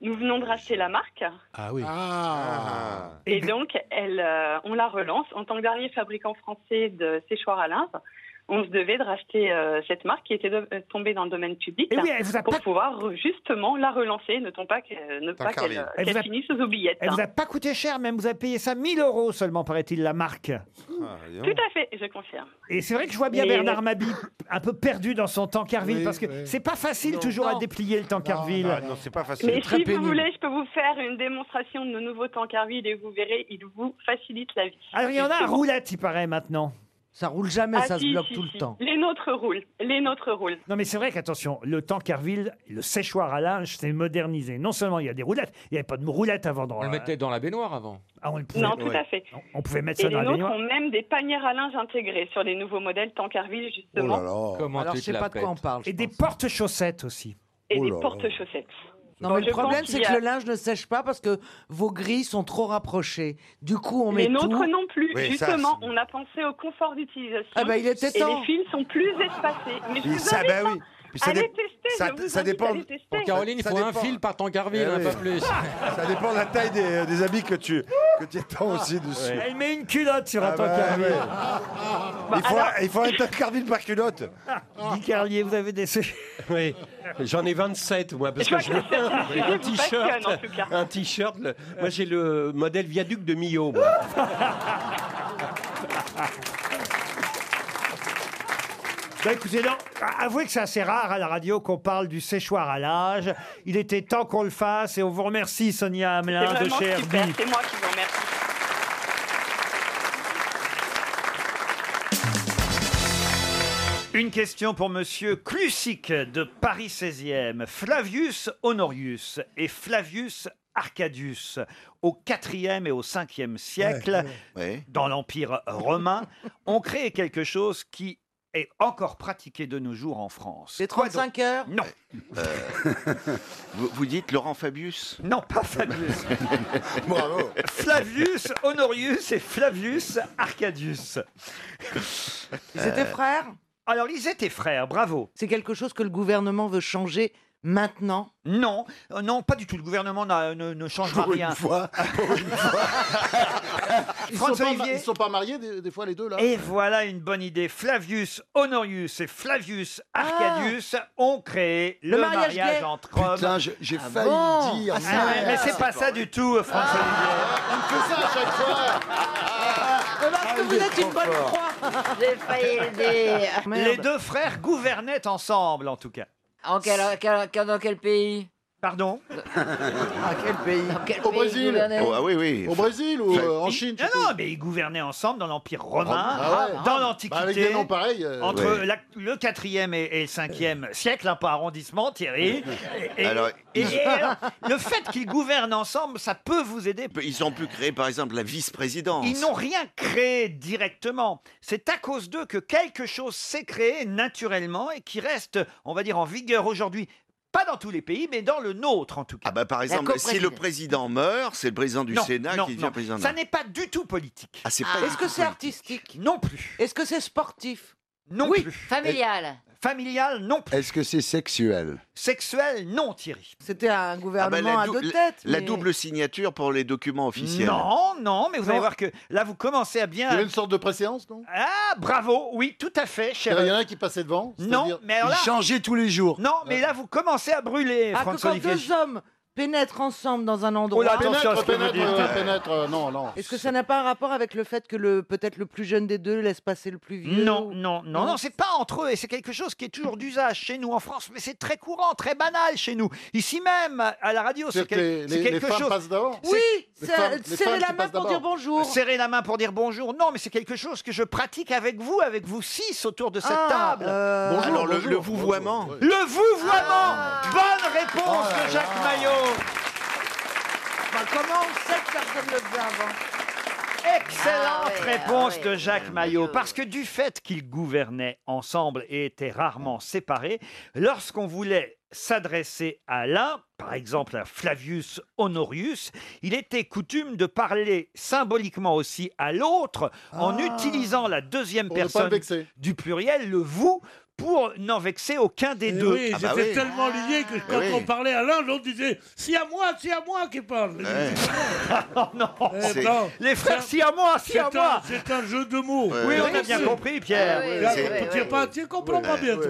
S8: Nous venons de racheter la marque
S5: Ah oui.
S2: Ah.
S8: et donc elle, euh, on la relance. En tant que dernier fabricant français de séchoirs à linge, on se devait de racheter euh, cette marque qui était de- euh, tombée dans le domaine public
S3: Et Eh oui, elle vous a
S8: pour
S3: pas-
S8: pouvoir euh, justement la relancer, ne tombe pas que- ne pas
S3: Tancarville.
S8: qu'elle euh,
S3: Elle vous
S8: qu'elle
S3: a-
S8: finisse aux oubliettes.
S3: Elle vous a
S8: hein.
S3: pas coûté cher, même vous avez payé ça 1000 euros seulement, paraît-il, la marque.
S8: Tout à fait, je confirme.
S3: Et c'est vrai que je vois bien
S8: Et-
S3: Bernard Mabi un peu perdu dans son Tancarville,
S8: Oui,
S3: parce que
S8: oui.
S3: c'est pas facile
S8: Non.
S3: toujours
S8: Non.
S3: à déplier le Tancarville.
S8: Non, non,
S5: c'est pas
S8: Mais si vous voulez, je peux vous faire une démonstration de nos nouveaux Tancarville et vous verrez, il vous facilite la vie.
S3: Alors Ah, il y en a à
S8: Justement.
S3: roulette, il paraît maintenant. Ça roule jamais,
S8: Ah, si, si, si. Les nôtres roulent, les nôtres roulent.
S3: Non mais c'est vrai qu'attention, le Tancarville, le séchoir à linge, c'est modernisé. Non seulement il y a des roulettes, il n'y avait pas de roulette avant dans
S7: On le
S3: la-
S7: mettait dans la baignoire avant.
S3: Ah, on le pouvait-
S8: Non, tout à fait.
S3: On pouvait mettre
S8: Et
S3: ça
S8: les
S3: dans la
S8: nôtres
S3: baignoire.
S8: ont même des panières à linge intégrées sur les nouveaux modèles Tancarville, justement.
S7: Comment tu te la pètes
S3: Et des porte-chaussettes aussi.
S8: Et
S3: Oh
S8: des
S3: là là.
S8: porte-chaussettes.
S16: Non,
S8: Donc,
S16: mais
S8: je
S16: le problème,
S8: pense
S16: c'est
S8: qu'il y
S16: que
S8: a-
S16: le linge ne sèche pas parce que vos grilles sont trop rapprochées. Du coup, on
S8: Les
S16: met tout.
S8: nôtres non plus. Justement, on a pensé au confort d'utilisation.
S16: Ah bah, il était
S8: Et
S16: temps.
S8: les fils sont plus espacés. Mais je
S16: Oui,
S8: vous
S16: ça,
S8: invite,
S16: bah
S8: hein.
S16: oui.
S7: Puis ça
S8: allez
S7: dé-
S8: tester,
S7: ça-
S8: je vous
S7: ça
S8: invite à
S7: dépend-
S8: les tester.
S7: Pour Caroline, il
S8: Ça
S7: faut un
S8: dépend.
S7: fil par Tancarville,
S6: Eh
S7: hein,
S6: oui.
S7: pas plus.
S6: Ça dépend de la taille des, des habits que tu que tu étends
S16: Ah.
S6: aussi dessus.
S3: Elle met une culotte sur un Bah,
S6: Ah bah,
S3: Tancarville.
S6: Il faut, un- il faut un Tancarville par culotte.
S3: Ah. Guy Carlier, vous avez des...
S23: Oui, j'en ai 27 moi parce
S3: Je
S23: que
S3: vois
S23: je
S3: que c'est un sujet
S23: un
S3: qui vous passionne, en
S23: t-shirt,
S3: tout cas.
S23: un t-shirt. le- Moi j'ai le modèle viaduc de Millau. moi.
S3: Bah, écoutez, non, a- avouez que c'est assez rare à la radio qu'on parle du séchoir à l'âge. Il était temps qu'on le fasse et on vous remercie Sonia
S8: C'est
S3: Hamelin de
S8: vraiment
S3: chez
S8: super.
S3: Herbie.
S8: C'est moi qui vous remercie.
S3: Une question pour Monsieur Clusic de Paris 16e. Flavius Honorius et Flavius Arcadius, au 4e et au 5e siècle, dans l'Empire romain, ont créé quelque chose qui est encore pratiqué de nos jours en France. Les
S16: 35 heures
S3: Non.
S6: Euh.
S28: vous, vous dites Laurent Fabius
S3: Non, pas Fabius.
S28: Bravo.
S3: Flavius Honorius et Flavius Arcadius.
S16: Ils étaient frères
S3: Euh, Alors, ils étaient frères, bravo.
S16: C'est quelque chose que le gouvernement veut changer maintenant
S3: Non, euh, non, pas du tout. Le gouvernement n'a- ne, ne changera
S16: Pour une
S3: rien.
S16: fois,
S1: Ah, Ils
S3: Franz
S1: sont, pas, ma-
S3: Olivier.
S1: ils sont pas mariés des, des fois les deux là.
S3: Euh, Et voilà une bonne idée. Flavius Honorius et Flavius Arcadius ont créé Ah. le,
S1: Le mariage
S3: mariage,
S1: gay.
S3: entre hommes.
S6: Putain, j'ai- j'ai
S3: Ah
S6: failli
S3: bon
S6: dire
S3: Ah,
S6: ça.
S3: ouais, mais c'est Ah, pas ça du tout, François
S1: Il me fait ça à chaque fois.
S8: Remarque
S3: que vous êtes une bonne croix.
S8: J'ai failli aider.
S29: Ah,
S3: Les deux frères gouvernaient ensemble, en tout cas.
S8: En quel, quel- quel- dans quel pays
S3: Pardon
S29: Euh,
S8: À
S1: Ah, quel pays
S8: quel
S1: Au
S8: pays
S1: Brésil.
S8: gouvernait
S28: Oh, ah oui, oui.
S1: Au Brésil ou euh, en Chine
S3: Non, non, mais ils gouvernaient ensemble dans l'Empire romain,
S1: Ah ouais.
S3: dans
S1: Bah, avec des
S3: l'Antiquité,
S1: noms pareils, euh,
S3: entre
S1: ouais.
S3: la- le 4e et, et le 5e siècle, hein, par arrondissement, Thierry. Et, et-
S28: Alors,
S3: et-
S28: ils-
S3: et alors, le fait qu'ils gouvernent ensemble, ça peut vous aider.
S28: Ils ont pu créer, par exemple, la vice-présidence.
S3: Ils n'ont rien créé directement. C'est à cause d'eux que quelque chose s'est créé naturellement et qui reste, on va dire, en vigueur aujourd'hui. Pas dans tous les pays, mais dans le nôtre en tout cas.
S28: Ah bah, par exemple, si le président meurt, c'est le président du Sénat qui devient président.
S3: Ça n'est pas du tout politique.
S28: Ah, c'est pas du
S16: Est-ce que
S28: tout
S16: c'est artistique
S3: Non plus.
S16: Est-ce que c'est sportif
S3: Non plus. Euh,
S16: Familial
S3: Familial, non plus.
S6: Est-ce que c'est sexuel
S3: Sexuel, non, Thierry.
S16: C'était un
S28: Ah bah,
S16: gouvernement
S28: dou-
S16: à deux têtes.
S28: la
S16: mais-
S28: double signature pour les documents officiels.
S3: Non, non, mais vous allez
S28: Non.
S3: voir que là, vous commencez à bien.
S28: Il y a
S1: une sorte de préséance, non
S3: Ah, bravo, oui, tout à fait, cher.
S1: Il y en a un qui passait devant.
S3: Non, mais alors là.
S6: tous les jours.
S3: Non, mais là, vous commencez à brûler,
S16: Ah, que
S3: François
S16: quand
S3: Olivier.
S16: deux hommes pénètrent ensemble dans un endroit.
S3: Oh là, attention à ce que vous
S1: pénètre,
S3: dites.
S1: euh, pénètre, euh, non, non.
S16: Est-ce que ça n'a pas un rapport avec le fait que le peut-être le plus jeune des deux laisse passer le plus vieux
S3: Non, non, non, non, c'est pas entre eux et c'est quelque chose qui est toujours d'usage chez nous en France, mais c'est très courant, très banal chez nous. Ici même, à la radio, c'est
S1: C'est-à-dire que
S3: quel-
S1: les-
S3: c'est
S1: les- les
S3: quelque
S1: femmes
S3: chose.
S1: passent d'abord
S3: C'est-
S1: Oui, Les c'est- femmes- les serrer femmes la qui main passent pour d'abord. dire bonjour.
S3: Serrer la main pour dire bonjour. Non, mais c'est quelque chose que je pratique avec vous, avec vous six autour de cette
S8: Ah,
S3: table.
S8: euh, Bonjour,
S28: Alors, le- bonjour, le vouvoiement. bonjour,
S3: Le vouvoiement.
S16: Ah.
S3: Bonne réponse de Jacques Maillot.
S16: Bah, comment on sait que personne ne le faisait avant
S3: Excellente réponse de Jacques Maillot. Parce que du fait qu'ils gouvernaient ensemble et étaient rarement séparés, lorsqu'on voulait s'adresser à l'un, par exemple à Flavius Honorius, il était coutume de parler symboliquement aussi à l'autre en utilisant la deuxième
S1: Ah. Pour ne pas
S3: personne
S1: le vexer.
S3: du pluriel, le vous, pour n'en vexer aucun des
S6: Et
S3: deux.
S6: Eh
S3: Ah bah
S6: oui, ils étaient tellement liés que quand
S3: Eh oui.
S6: on parlait à l'un, l'autre disait C'est à moi, c'est à moi qui parle.
S3: oh non C'est-
S6: euh,
S3: Les frères, si à moi, si à moi.
S6: Eh ben, C'est un jeu de mots.
S3: Oui, on a bien compris, Pierre.
S6: Ah,
S3: Oui,
S6: là,
S3: oui, oui,
S6: tu
S3: oui.
S6: pas- tu comprends pas bien, toi.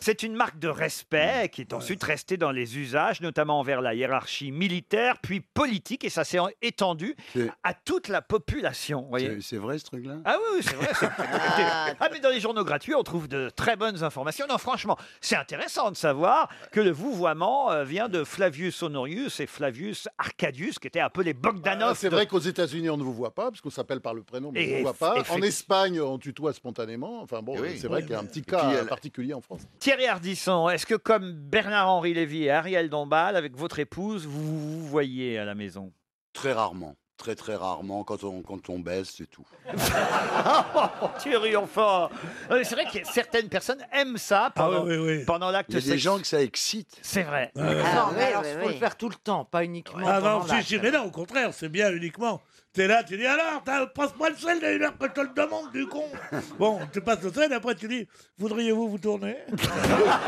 S3: C'est une marque de respect qui est ensuite restée dans les usages, notamment envers la hiérarchie militaire, puis politique, et ça s'est en- étendu à toute la population. vous voyez.
S2: C'est vrai ce truc-là
S3: Ah oui, oui, c'est vrai. c'est- Écoutez, ah. mais dans les journaux gratuits, on trouve de très bonnes informations. Non, franchement, c'est intéressant de savoir que le vouvoiement euh, vient de Flavius Honorius et Flavius Arcadius, qui étaient appelés Bogdanov.
S1: Ah, c'est
S3: de-
S1: vrai qu'aux États-Unis, on ne vous voit pas, parce qu'on s'appelle par le prénom, mais on
S3: Et
S1: ne vous voit pas. En
S3: effectivement.
S1: Espagne, on tutoie spontanément. Enfin bon,
S3: oui.
S1: c'est vrai
S3: Oui,
S1: qu'il y a un
S3: oui.
S1: petit
S3: Et
S1: cas
S3: puis, elle-
S1: particulier en France.
S3: Thierry Ardisson, est-ce que comme Bernard-Henri Lévy et Ariel Dombal, avec votre épouse, vous vous voyez à la maison
S2: Très rarement. Très très rarement. Quand on, quand on baisse, c'est tout.
S3: Thierry, enfin Euh, C'est vrai que certaines personnes aiment
S2: Ah
S3: ça pendant, pendant l'acte
S2: Il y a des
S3: sex-
S2: gens que ça excite.
S3: C'est vrai.
S16: non, mais
S3: ouais,
S16: Ah, alors,
S3: ouais,
S16: faut
S3: ouais.
S16: le faire tout le temps, pas uniquement.
S6: Ah
S16: pendant
S6: non, si,
S16: l'acte.
S6: si, mais non, au contraire, c'est bien uniquement. T'es là, tu dis alors, t'as- passe-moi le sel d'une heure que je te le demande, du con. bon, tu passes le sel, après tu dis, voudriez-vous vous tourner
S3: Ah bah,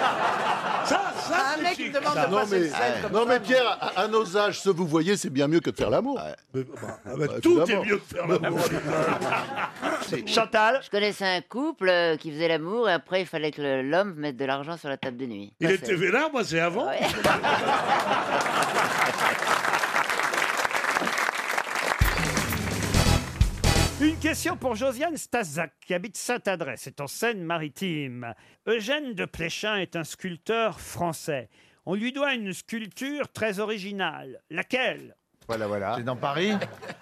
S6: Ça, ça,
S16: Un mec qui demande
S1: Ah,
S16: de
S1: non,
S16: passer
S1: mais,
S16: le sel comme
S1: non,
S16: ça.
S1: mais Pierre, à, à nos âges, ce vous voyez, c'est bien mieux que de faire l'amour. bah,
S6: Ah bah, tout est mieux que faire l'amour.
S3: Chantal
S1: Je connaissais un couple euh, qui faisait l'amour et après il fallait que le- l'homme mette de l'argent sur la table de nuit.
S6: Il
S1: Ça,
S6: était
S1: c'est-
S6: vénard, moi c'est avant.
S3: Une question pour Josiane Stazac, qui habite Saint-Adresse, c'est en Seine-Maritime. Eugène de Pléchin est un sculpteur français. On lui doit une sculpture très originale. Laquelle
S2: Voilà, voilà.
S3: C'est dans Paris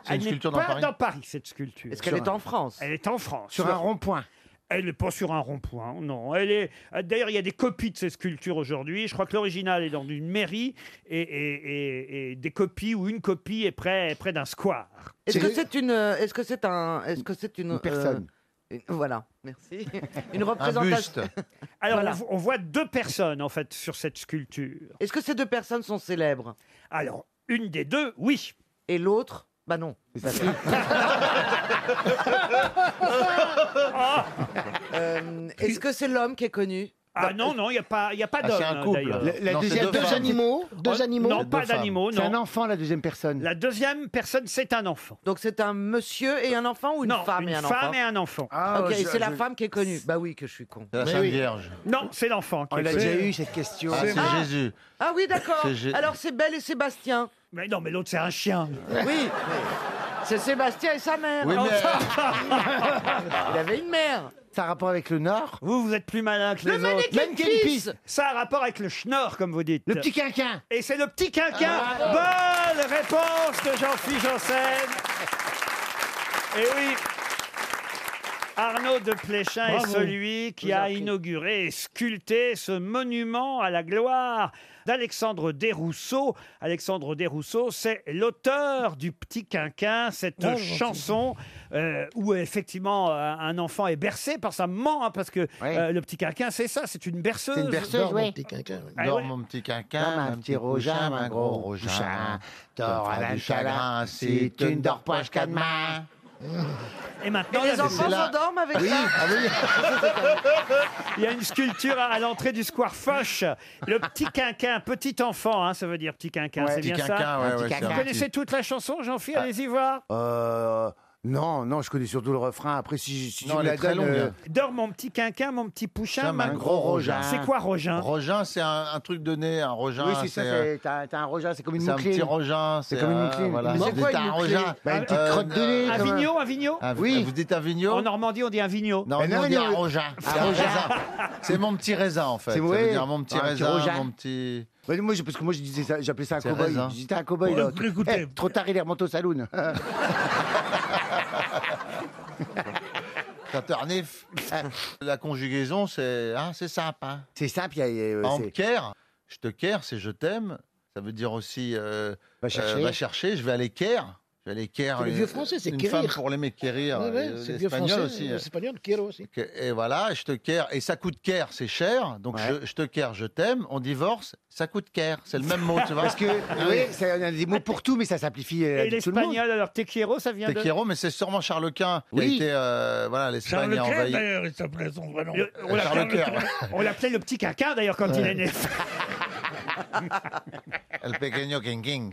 S2: C'est une sculpture dans Paris
S3: dans Paris, cette sculpture.
S2: Est-ce qu'elle Sur est un- en
S3: France Elle est en France.
S2: Sur un
S3: rond-point elle n'est pas sur un rond-point, non. Elle est. D'ailleurs, il y a des copies de ces sculptures aujourd'hui. Je crois que l'original est dans une mairie et, et- et- et des copies ou une copie est près, près d'un square.
S16: Est-ce que c'est une. euh, Est-ce que c'est un. Est-ce que c'est une. euh,
S3: personne.
S16: une- voilà, merci. Une représentation.
S3: Alors,
S16: Voilà.
S3: on vo- on, voit deux personnes, en fait, sur cette sculpture.
S16: Est-ce que ces deux personnes sont célèbres
S3: Alors, une des deux, oui.
S16: Et l'autre, bah non. Euh, Est-ce que c'est l'homme qui est connu
S3: Ah non, non, il n'y a pas, il y a pas
S16: Ah,
S3: d'homme.
S16: c'est un couple.
S3: d'ailleurs.
S16: La- la Non, c'est deuxième- deux deux femmes. animaux, deux
S3: Oh,
S16: animaux.
S3: Non,
S16: Deux
S3: pas
S16: femmes.
S3: d'animaux,
S16: C'est
S3: non.
S16: un
S3: enfant, la deuxième personne. La deuxième personne, c'est un enfant.
S16: Donc c'est un monsieur et un enfant ou une
S3: Non,
S16: femme
S3: une
S16: et un enfant
S3: femme et un enfant. Ah,
S16: ok,
S3: je-
S16: et c'est la
S3: je-
S16: femme qui est connue. Bah oui, que je suis con.
S2: la
S3: Mais
S2: Sainte
S3: oui.
S2: Vierge.
S3: Non, c'est l'enfant. qui
S2: On
S3: est
S2: l'a
S3: connu.
S2: déjà eu, cette question. Ah, c'est
S16: Ah.
S2: Jésus.
S16: Ah oui, d'accord.
S3: C'est Jé-
S16: Alors c'est Belle et Sébastien.
S3: Mais non, mais l'autre, c'est un chien.
S16: Oui. C'est Sébastien et sa mère.
S3: Oui, mais-
S16: Il avait une mère.
S3: Ça a rapport avec le Nord Vous, vous êtes plus malin que
S16: Le
S3: les autres.
S16: mannequin Mannequin pisse. pisse.
S3: Ça a rapport avec le schnorr, comme vous dites.
S16: Le petit
S3: quinquin Et c'est le petit quinquin
S16: Ah, bravo.
S3: Bonne réponse de Jean-Philippe Janssen Et oui Arnaud de Pléchin est
S9: Bravo.
S3: celui qui a inauguré et sculpté ce monument à la gloire d'Alexandre Desrousseaux. Alexandre Desrousseaux, c'est l'auteur du Petit Quinquin, cette
S9: Ah, gentil.
S3: chanson euh, où effectivement euh, un enfant est bercé par sa maman, hein, parce que euh, le Petit Quinquin, c'est ça, c'est une berceuse.
S2: Dors, mon petit quinquin.
S3: Ah,
S2: Dors,
S3: ouais.
S2: mon petit quinquin. Un petit rougin, un gros rougin. Dors à la chagrin si tu ne dors pas jusqu'à demain.
S3: Et maintenant,
S16: Et
S3: il y a
S16: les
S3: des-
S16: enfants s'endorment avec
S3: Oui,
S16: ça.
S3: ah Il y a une sculpture à à l'entrée du square Foch. Le petit quinquin, petit enfant, hein, ça veut dire petit quinquin,
S2: Ouais,
S3: c'est
S2: petit
S3: bien
S2: quinquin,
S3: ça.
S2: ouais, ouais, c'est
S3: Vous
S2: un Ah.
S3: connaissez
S2: petit-
S3: toute la chanson, Jean-Philippe Allez-y voir.
S2: Euh. Non, non, je connais surtout le refrain. Après, si, si
S3: Non,
S2: tu me
S3: elle est
S2: la
S3: très
S2: donnes,
S3: longue.
S2: euh,
S3: Dors mon petit quinquin, mon petit pouchin,
S2: Chum,
S3: ma
S2: un gros rogin.
S3: C'est quoi rogin
S2: Rogin, c'est un, un truc de nez, un rogin.
S26: Oui, c'est ça,
S2: euh,
S26: c'est- t'as t'as un rogin, c'est comme une
S2: c'est un
S26: moucline.
S2: petit rogin.
S26: C'est comme une moucline.
S2: Voilà,
S26: Mais c'est
S2: vous
S26: quoi
S2: dites
S26: une
S2: un Euh,
S26: moucline
S2: rogin.
S26: Bah, une petite crotte de nez, comme un-
S3: Euh, Avignon, Avignon
S2: Oui. Vous dites Avignon
S3: En Normandie, on dit Avignon.
S2: Non, on dit un rogin. C'est un raisin. C'est mon petit raisin, en fait.
S26: Ah, C'est
S2: Ça
S26: ouais.
S2: veut dire mon petit
S26: Un petit
S2: raisin,
S26: rogin.
S2: mon petit...
S26: Ouais, moi, je- parce que moi, je disais ça- j'appelais ça un
S2: C'est
S26: cow-boy.
S2: raisin.
S26: J'étais un cow-boy.
S2: Ouais,
S26: là.
S2: mais écoutez.
S26: Eh, trop tard, il est remonté au saloon.
S2: Taternif. La conjugaison, c'est hein, c'est simple. Hein.
S26: c'est simple. il y a- euh,
S2: En
S26: c'est-
S2: care, je te care, c'est je t'aime. Ça veut dire aussi... euh,
S26: Va chercher.
S2: va chercher, je vais aller care. les Kerr,
S16: C'est le
S2: les-
S16: vieux français, c'est
S2: une
S16: Kérir.
S2: femme pour les mecs Kérir,
S16: Ouais, ouais,
S1: euh,
S2: les-
S16: c'est
S2: les
S16: vieux
S2: Espagnols
S16: français,
S2: aussi.
S1: hein.
S16: les Espagnols, Kéro aussi.
S2: Donc, Et voilà, je te care. Et ça coûte care, c'est cher. Donc je, je te care, je t'aime. On divorce, ça coûte care. C'est le même mot, tu vois.
S30: Parce que,
S2: Ah
S30: oui, ça, on a des mots pour tout, mais ça simplifie. euh,
S2: Et
S30: tout le monde.
S2: l'espagnol,
S3: alors Tequiero, ça vient
S2: Te quiero, mais c'est sûrement Charles Quint qui a
S30: Oui.
S2: été, euh, voilà,
S5: Bah,
S2: l'Espagne
S6: Charles
S2: a
S6: Quint,
S2: envahi.
S6: d'ailleurs, il s'appelait son vrai nom.
S2: Le- on l'appelait- Charles Quint, ouais.
S3: On l'appelait le petit caca d'ailleurs quand il est né.
S2: El pequeño King King.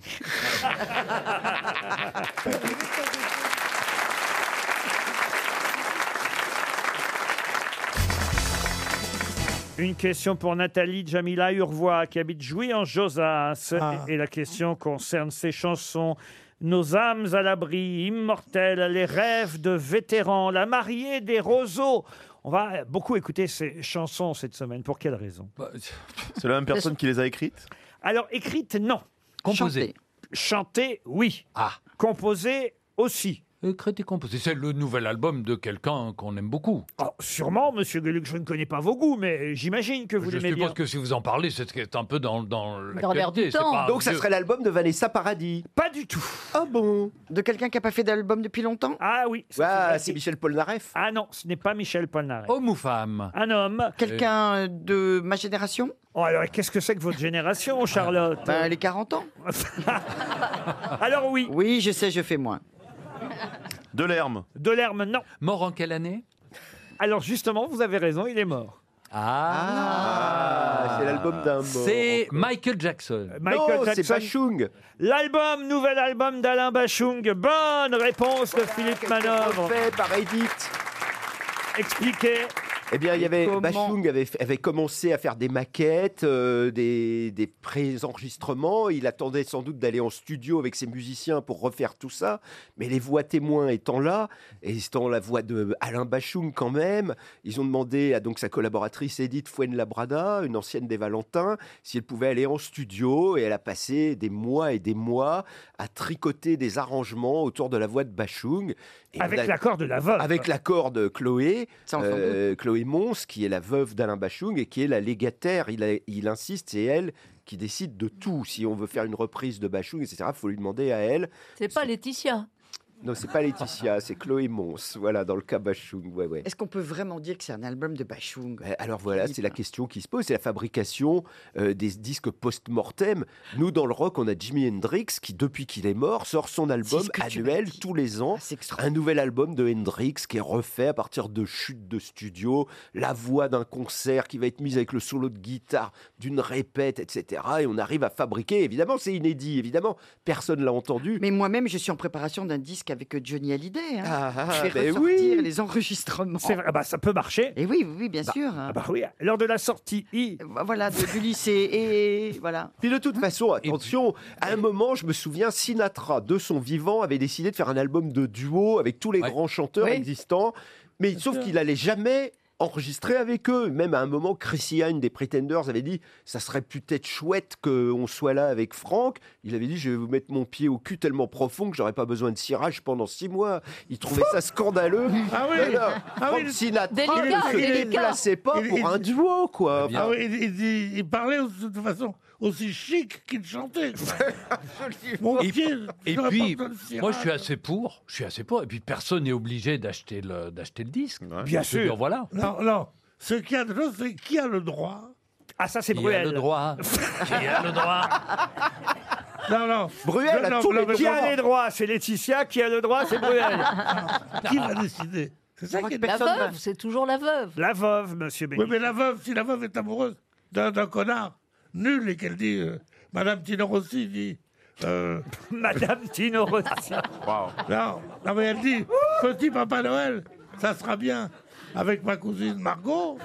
S3: Une question pour Nathalie Jamila Urvois qui habite Jouy en Josas. Et et la question concerne ses chansons. Nos âmes à l'abri, immortelles, les rêves de vétérans, la mariée des roseaux. On va beaucoup écouter ces chansons cette semaine. Pour quelle raison
S5: Bah,
S31: C'est la même personne qui les a écrites
S3: Alors, écrites, non.
S31: Composées.
S3: Chantées, oui. Ah. Composées aussi.
S5: Écrites et composées. C'est le nouvel album de quelqu'un qu'on aime beaucoup.
S3: Ah, Sûrement, monsieur Gueluc, je ne connais pas vos goûts, mais j'imagine que vous
S5: Je
S3: l'aimez
S5: suppose
S3: bien.
S5: que si vous en parlez, c'est ce qui est un peu dans, dans l'actualité, c'est pas un
S23: Donc ça
S5: vieux-
S23: serait l'album de Vanessa Paradis
S3: Pas du tout.
S23: Ah bon
S3: De quelqu'un qui n'a pas fait d'album depuis longtemps Ah oui.
S23: Ah, c'est Michel Polnareff.
S3: Ah non, ce n'est pas Michel Polnareff.
S5: Homme ou
S3: hein.
S5: femme
S3: Un homme.
S16: Euh.
S3: Euh,
S16: Quelqu'un de ma génération
S3: Oh, alors, qu'est-ce que c'est que votre génération, Charlotte
S16: ben, Les 40 ans.
S3: alors oui.
S16: Oui, je sais, je fais moins.
S5: De l'herme.
S3: De l'herme, non.
S5: Mort en quelle année
S3: Alors justement, vous avez raison, il est mort.
S5: Ah,
S23: c'est l'album d'un mort,
S5: C'est Michael Jackson.
S3: Euh,
S23: Non, c'est Bachung.
S3: L'album, nouvel album d'Alain Bachung. Bonne réponse de Philippe Manœuvre.
S23: Fait par Edith.
S3: Expliquez.
S23: Eh bien, il y avait
S3: Comment
S23: Bachung avait, fait- avait commencé à faire des maquettes, euh, des, des pré-enregistrements. Il attendait sans doute d'aller en studio avec ses musiciens pour refaire tout ça. Mais les voix témoins étant là, et étant la voix de Alain Bachung quand même, ils ont demandé à donc sa collaboratrice Edith Fuenlabrada, une ancienne des Valentins, si elle pouvait aller en studio. Et elle a passé des mois et des mois à tricoter des arrangements autour de la voix de Bachung. Et
S3: Avec
S23: on a-
S3: l'accord de la veuve.
S23: Avec l'accord de Chloé,
S3: on s'en doute.
S23: euh, Chloé Mons, qui est la veuve d'Alain Bachung et qui est la légataire. Il, a- il insiste, c'est elle qui décide de tout. Si on veut faire une reprise de Bachung, etc., il faut lui demander à elle.
S15: C'est pas Laetitia.
S23: Non, c'est pas Laetitia, c'est Chloé Mons, voilà, dans le cas Bachung. Ouais, ouais.
S16: Est-ce qu'on peut vraiment dire que c'est un album de Bachung
S23: Euh, Alors voilà, c'est la
S16: bah.
S23: question qui se pose, c'est la fabrication euh, des disques post-mortem. Nous, dans le rock, on a Jimi Hendrix qui, depuis qu'il est mort, sort son album annuel tous les
S16: Ah,
S23: ans. un nouvel album de Hendrix qui est refait à partir de chutes de studio, la voix d'un concert qui va être mise avec le solo de guitare, d'une répète, etc. Et on arrive à fabriquer. Évidemment, c'est inédit, évidemment. Personne l'a entendu.
S16: Mais moi-même, je suis en préparation d'un disque avec Johnny Hallyday. hein.
S23: Ah, ah,
S16: je vais
S23: ben
S16: ressortir
S23: oui.
S16: les enregistrements.
S3: C'est vrai, ah bah, ça peut marcher.
S16: Et oui, oui, oui, bien
S3: Bah,
S16: sûr.
S3: ah bah oui, lors de la sortie I.
S16: Bah, Voilà, de- du lycée et voilà.
S23: Puis de toute
S6: Ah.
S23: façon, attention, à un moment, je me souviens, Sinatra, de son vivant, avait décidé de faire un album de duo avec tous les grands chanteurs
S16: Oui.
S23: existants, mais sauf qu'il allait jamais enregistrer avec eux. Même à un moment, Chrissy Hine des Pretenders avait dit « ça serait peut-être chouette qu'on soit là avec Franck ». Il avait dit « je vais vous mettre mon pied au cul tellement profond que j'aurais pas besoin de cirage pendant six mois ». Il trouvait ça scandaleux.
S6: Ah oui.
S23: Voilà.
S6: Ah oui,
S23: Frank
S6: le-
S23: Sinatra
S6: Délicat,
S23: ne se
S6: délicat.
S23: déplaçait pas
S6: Il-
S23: pour
S6: il-
S23: un duo, quoi.
S6: Ah oui, il, il- il- il parlait de toute façon aussi chic qu'il chantait. Mon
S5: Et,
S6: pied,
S5: et
S6: j'aurais
S5: puis,
S6: pas besoin de cirage.
S5: moi, je suis assez pour. Je suis assez pour. Et puis, personne n'est obligé d'acheter le, d'acheter le disque.
S6: Bien
S5: Je veux
S6: sûr.
S5: dire, voilà.
S6: Non, non. Ce qu'il y a de chose, c'est qui a le droit
S3: Ah, ça, c'est
S5: Qui a Bruel. le droit Qui a le droit
S6: Non, non.
S3: Bruel
S6: Non,
S3: a
S6: non,
S3: tous
S6: non,
S3: les-
S6: mais
S3: Qui
S6: comment-
S3: a les droits C'est Laetitia. Qui a le droit C'est Bruel.
S6: Qui va décider C'est ça qui est
S15: La veuve, c'est toujours la veuve.
S3: La veuve, monsieur
S6: Oui, mais la veuve, si la veuve est amoureuse d'un d'un connard nul et qu'elle dit euh, Madame Tino Rossi dit. euh,
S3: Madame Tino Rossi.
S6: non, non, mais elle dit Petit Papa Noël, ça sera bien avec ma cousine Margot.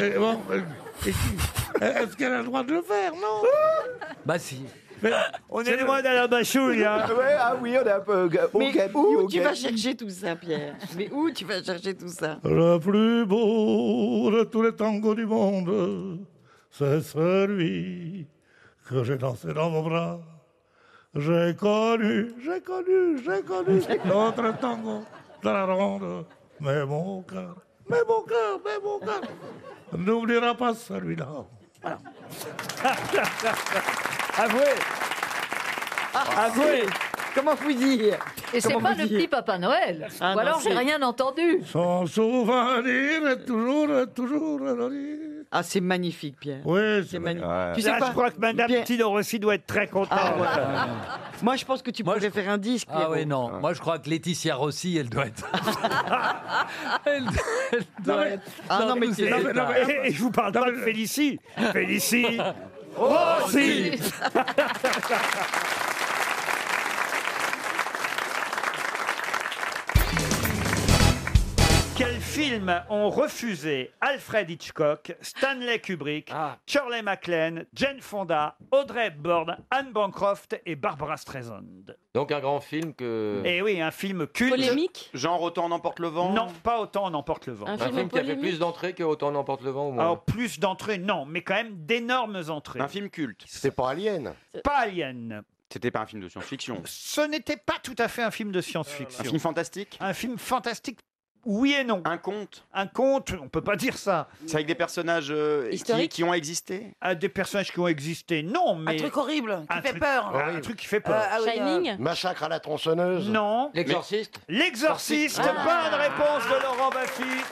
S6: Et bon, euh, et qui- euh, Est-ce qu'elle a le droit de le faire Non
S5: Bah si.
S3: On est loin d'Alain Bachouille. hein.
S23: Ouais, ah oui, on est un peu. ga- au
S16: Mais
S23: gabi,
S16: où
S23: au
S16: tu vas
S23: gabi.
S16: chercher tout ça, Pierre Mais où tu vas chercher tout ça
S6: Le plus beau de tous les tangos du monde, c'est celui que j'ai dansé dans vos bras. J'ai connu, j'ai connu, j'ai connu l'autre tango de la ronde, mais mon cœur, mais mon cœur, mais mon cœur n'oubliera pas celui-là.
S3: Avouez. Avouez.
S32: Comment vous dire
S15: Et c'est pas le petit Papa Noël.
S32: Ah,
S15: Ou
S32: non,
S15: alors j'ai
S32: c'est-
S15: rien entendu.
S6: Son souvenir, toujours, toujours.
S32: Ah, c'est magnifique, Pierre.
S6: Oui, c'est
S32: magnifique.
S3: Tu sais Ah, je crois que Madame
S32: Pierre-
S3: Tino aussi doit être très contente.
S32: Ah, Moi, je pense que tu pourrais faire un disque.
S33: Ah oui, non. Moi, je crois que Laetitia Rossi, elle doit être. elle, elle doit être.
S32: Ah non, mais
S33: vous
S32: c'est-
S33: êtes-
S32: non, mais- non, mais- Oh,
S3: Et je vous parle pas de Félicie. Félicie. Oh,
S32: Rossi.
S3: Rossi. Quels films ont refusé Alfred Hitchcock, Stanley Kubrick,
S32: Ah.
S3: Shirley MacLaine, Jane Fonda, Audrey Hepburn, Anne Bancroft et Barbara Streisand
S5: Donc un grand film que.
S3: Eh oui, un film culte.
S5: Polémique
S3: Genre Autant en emporte le vent Non, pas Autant en emporte le vent.
S5: Un, film, qui a fait plus d'entrées que Autant n'emporte le vent au moins.
S3: Alors plus d'entrées, non, mais quand même d'énormes entrées.
S16: Un film culte. C'était pas Alien.
S3: Pas Alien.
S16: C'était pas un film de science-fiction.
S3: Ce n'était pas tout à fait un film de science-fiction.
S16: Un film fantastique
S3: Un film fantastique, oui et non.
S16: Un conte
S3: Un conte, on peut pas dire ça.
S16: C'est avec des personnages euh, qui- qui,
S3: Historique
S16: ont existé
S3: À des personnages qui ont existé, non, mais...
S9: truc horrible, qui fait
S3: truc-
S9: peur.
S3: Un truc qui fait peur.
S9: Euh, ah oui, Shining euh,
S3: Massacre à la tronçonneuse Non.
S5: L'Exorciste
S3: L'exorciste,
S5: Ah.
S3: pas de réponse de Laurent Baffy.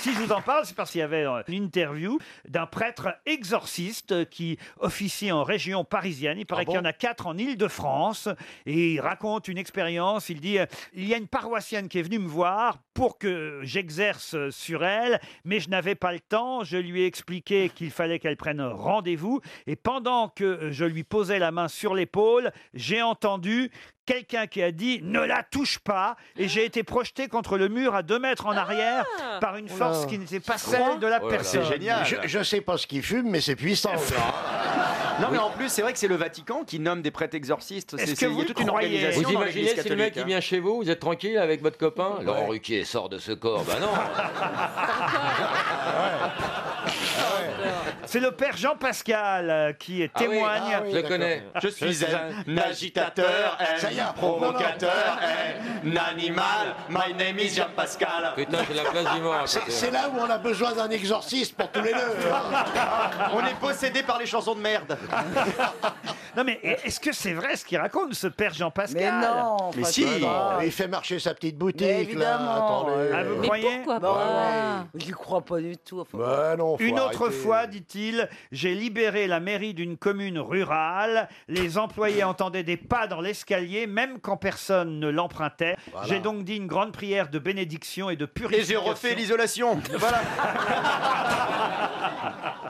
S3: Si je vous en parle, c'est parce qu'il y avait euh, une interview d'un prêtre exorciste euh, qui officie en région parisienne. Il paraît qu'il y en a quatre en Ile-de-France. Et il raconte une expérience. Il dit euh, Il y a une paroissienne qui est venue me voir pour que j'exerce euh, sur elle, mais je n'avais pas le temps. Je lui ai expliqué qu'il fallait qu'elle prenne rendez-vous. Et pendant que euh, je lui posais la main sur l'épaule, j'ai entendu quelqu'un qui a dit ne la touche pas et j'ai été projeté contre le mur à deux mètres en arrière par
S16: Oh
S3: une force qui n'était pas celle de la personne.
S23: Je, je sais pas ce qu'il fume, mais c'est puissant.
S16: Non, mais en plus, c'est vrai que c'est le Vatican qui nomme des prêtres exorcistes.
S3: Est-ce
S16: C'est-
S3: que
S16: c'est-
S3: vous
S16: il y a toute une
S3: croyez-
S16: organisation
S5: Vous
S16: dans
S5: imaginez
S16: l'Église
S5: si le mec
S16: catholique,
S5: il vient chez vous, vous êtes tranquille avec votre copain Laurent Ruquier sort de ce corps. Bah non
S3: C'est le père Jean Pascal euh, qui est témoigne.
S5: ah oui, Je le d'accord. connais.
S16: Je suis un agitateur,
S3: Ça y est.
S16: un provocateur, un animal. My name is Jean Pascal.
S5: Putain, j'ai la place du hein, mort à
S23: C'est
S5: côté.
S23: c'est là où on a besoin d'un exorciste pour tous les deux. hein.
S3: Ah.
S16: On est possédé par les chansons de merde.
S3: Non mais est-ce que c'est vrai ce qu'il raconte ce père Jean Pascal
S23: Mais non,
S16: Mais si.
S23: Il fait marcher sa petite
S9: Mais
S23: boutique, là.
S9: évidemment.
S23: Attendez.
S3: Ah, vous croyez
S9: pourquoi
S16: Bah
S9: pas Ah, J'y crois pas du tout. enfin.
S23: Bah non, faut
S3: Une autre
S23: arrêter.
S3: fois, dit-il, j'ai libéré la mairie d'une commune rurale. Les employés entendaient des pas dans l'escalier, même quand personne ne l'empruntait. J'ai donc dit une grande prière de bénédiction et de
S16: Et
S3: purification.
S16: j'ai refait l'isolation. Voilà.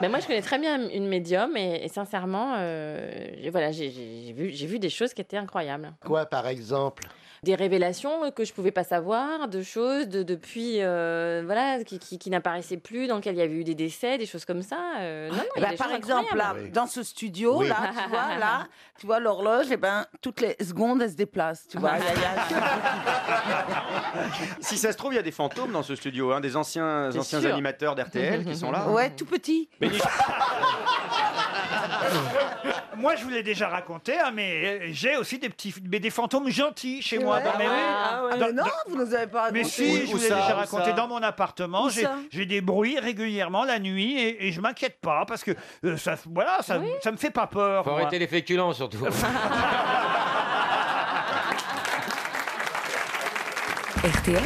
S4: Ben moi, je connais très bien une médium et, et sincèrement, euh, j'ai- voilà, j'ai- j'ai j'ai vu, j'ai vu des choses qui étaient incroyables.
S23: Quoi, par exemple
S4: Des révélations que je pouvais pas savoir, de choses de, depuis euh, voilà qui, qui- qui n'apparaissaient plus, dans lesquelles il y avait eu des décès, des choses comme ça. euh, non, non, il y a
S16: Ah,
S9: Bah,
S4: des
S9: par
S4: choses
S9: exemple, là,
S4: incroyables.
S9: dans ce studio,
S4: Oui.
S9: là, tu vois, là, tu vois l'horloge, et ben, toutes les secondes, elle se déplace, tu vois. Il y a- il y a-
S16: Si ça se trouve, il y a des fantômes dans ce studio, hein, des anciens,
S9: C'est
S16: anciens
S9: sûr.
S16: animateurs d'RTL qui sont là.
S4: Ah.
S9: Ouais, tout petit.
S3: Moi, je vous l'ai déjà raconté, hein, mais euh, j'ai aussi des petits, mais des fantômes gentils chez
S9: Ouais.
S3: moi. Bah, mais oui.
S9: Ah ouais.
S3: Dans-
S9: Mais non,
S3: dans-
S9: vous nous avez pas raconté.
S3: mais si, je vous l'ai déjà raconté dans mon appartement.
S9: Où
S3: J'ai
S9: ça
S3: j'ai des bruits régulièrement la nuit et, et je m'inquiète pas parce que euh, ça, voilà, ça, ça me fait pas peur.
S5: Faut
S3: moi.
S5: arrêter les féculents surtout.
S3: RTL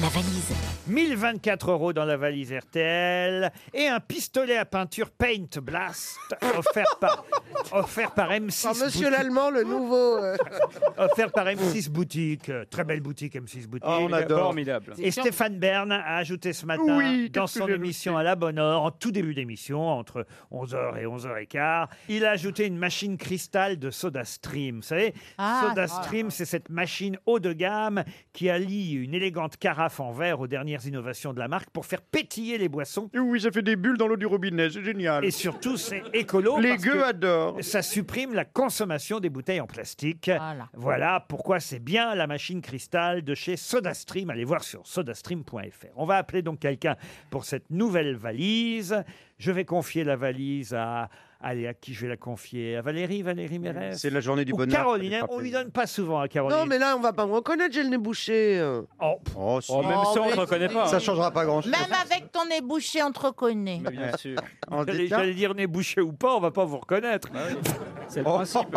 S3: La valise. 1024 euros dans la valise RTL et un pistolet à peinture Paint Blast offert par, offert par M6.
S34: Par Monsieur
S3: Boutique-
S34: l'Allemand, le nouveau. euh,
S3: offert par M6 Boutique. Euh, Très belle boutique, M6 Boutique.
S16: Ah, on adore. Formidable.
S3: Et Stéphane Bern a ajouté ce matin,
S16: Oui,
S3: dans
S16: qu'est-ce que
S3: son
S16: j'ai
S3: émission à la bonne heure, en tout début d'émission, entre 11h et 11h15, il a ajouté une machine cristal de SodaStream. Vous savez,
S35: Ah,
S3: SodaStream, c'est cette machine haut de gamme qui allie une élégante carafe en verre aux dernières innovations de la marque pour faire pétiller les boissons.
S36: Oui, ça fait des bulles dans l'eau du robinet, c'est génial.
S3: Et surtout, c'est écolo.
S36: Les
S3: parce
S36: gueux
S3: que
S36: adorent.
S3: Ça supprime la consommation des bouteilles en plastique. Voilà, pourquoi c'est bien la machine cristal de chez SodaStream. Allez voir sur sodastream.fr. On va appeler donc quelqu'un pour cette nouvelle valise. Je vais confier la valise à. à Allez, à qui je vais la confier À Valérie, Valérie Mérès
S21: C'est la journée du
S3: Ou
S21: bonheur.
S3: Caroline, hein? on lui donne pas souvent à Caroline.
S16: Non, mais là, on va pas me reconnaître, j'ai le nez bouché.
S3: Oh,
S21: si. Oh, même ça, on
S16: mais-
S21: te reconnaît pas, Ça hein. changera pas grand-chose.
S4: Même avec ton nez bouché, on te reconnaît.
S3: sûr.
S21: En
S3: J'allais
S21: détail.
S3: j'allais dire nez bouché ou pas, on va pas vous reconnaître.
S21: Bah
S3: C'est le principe.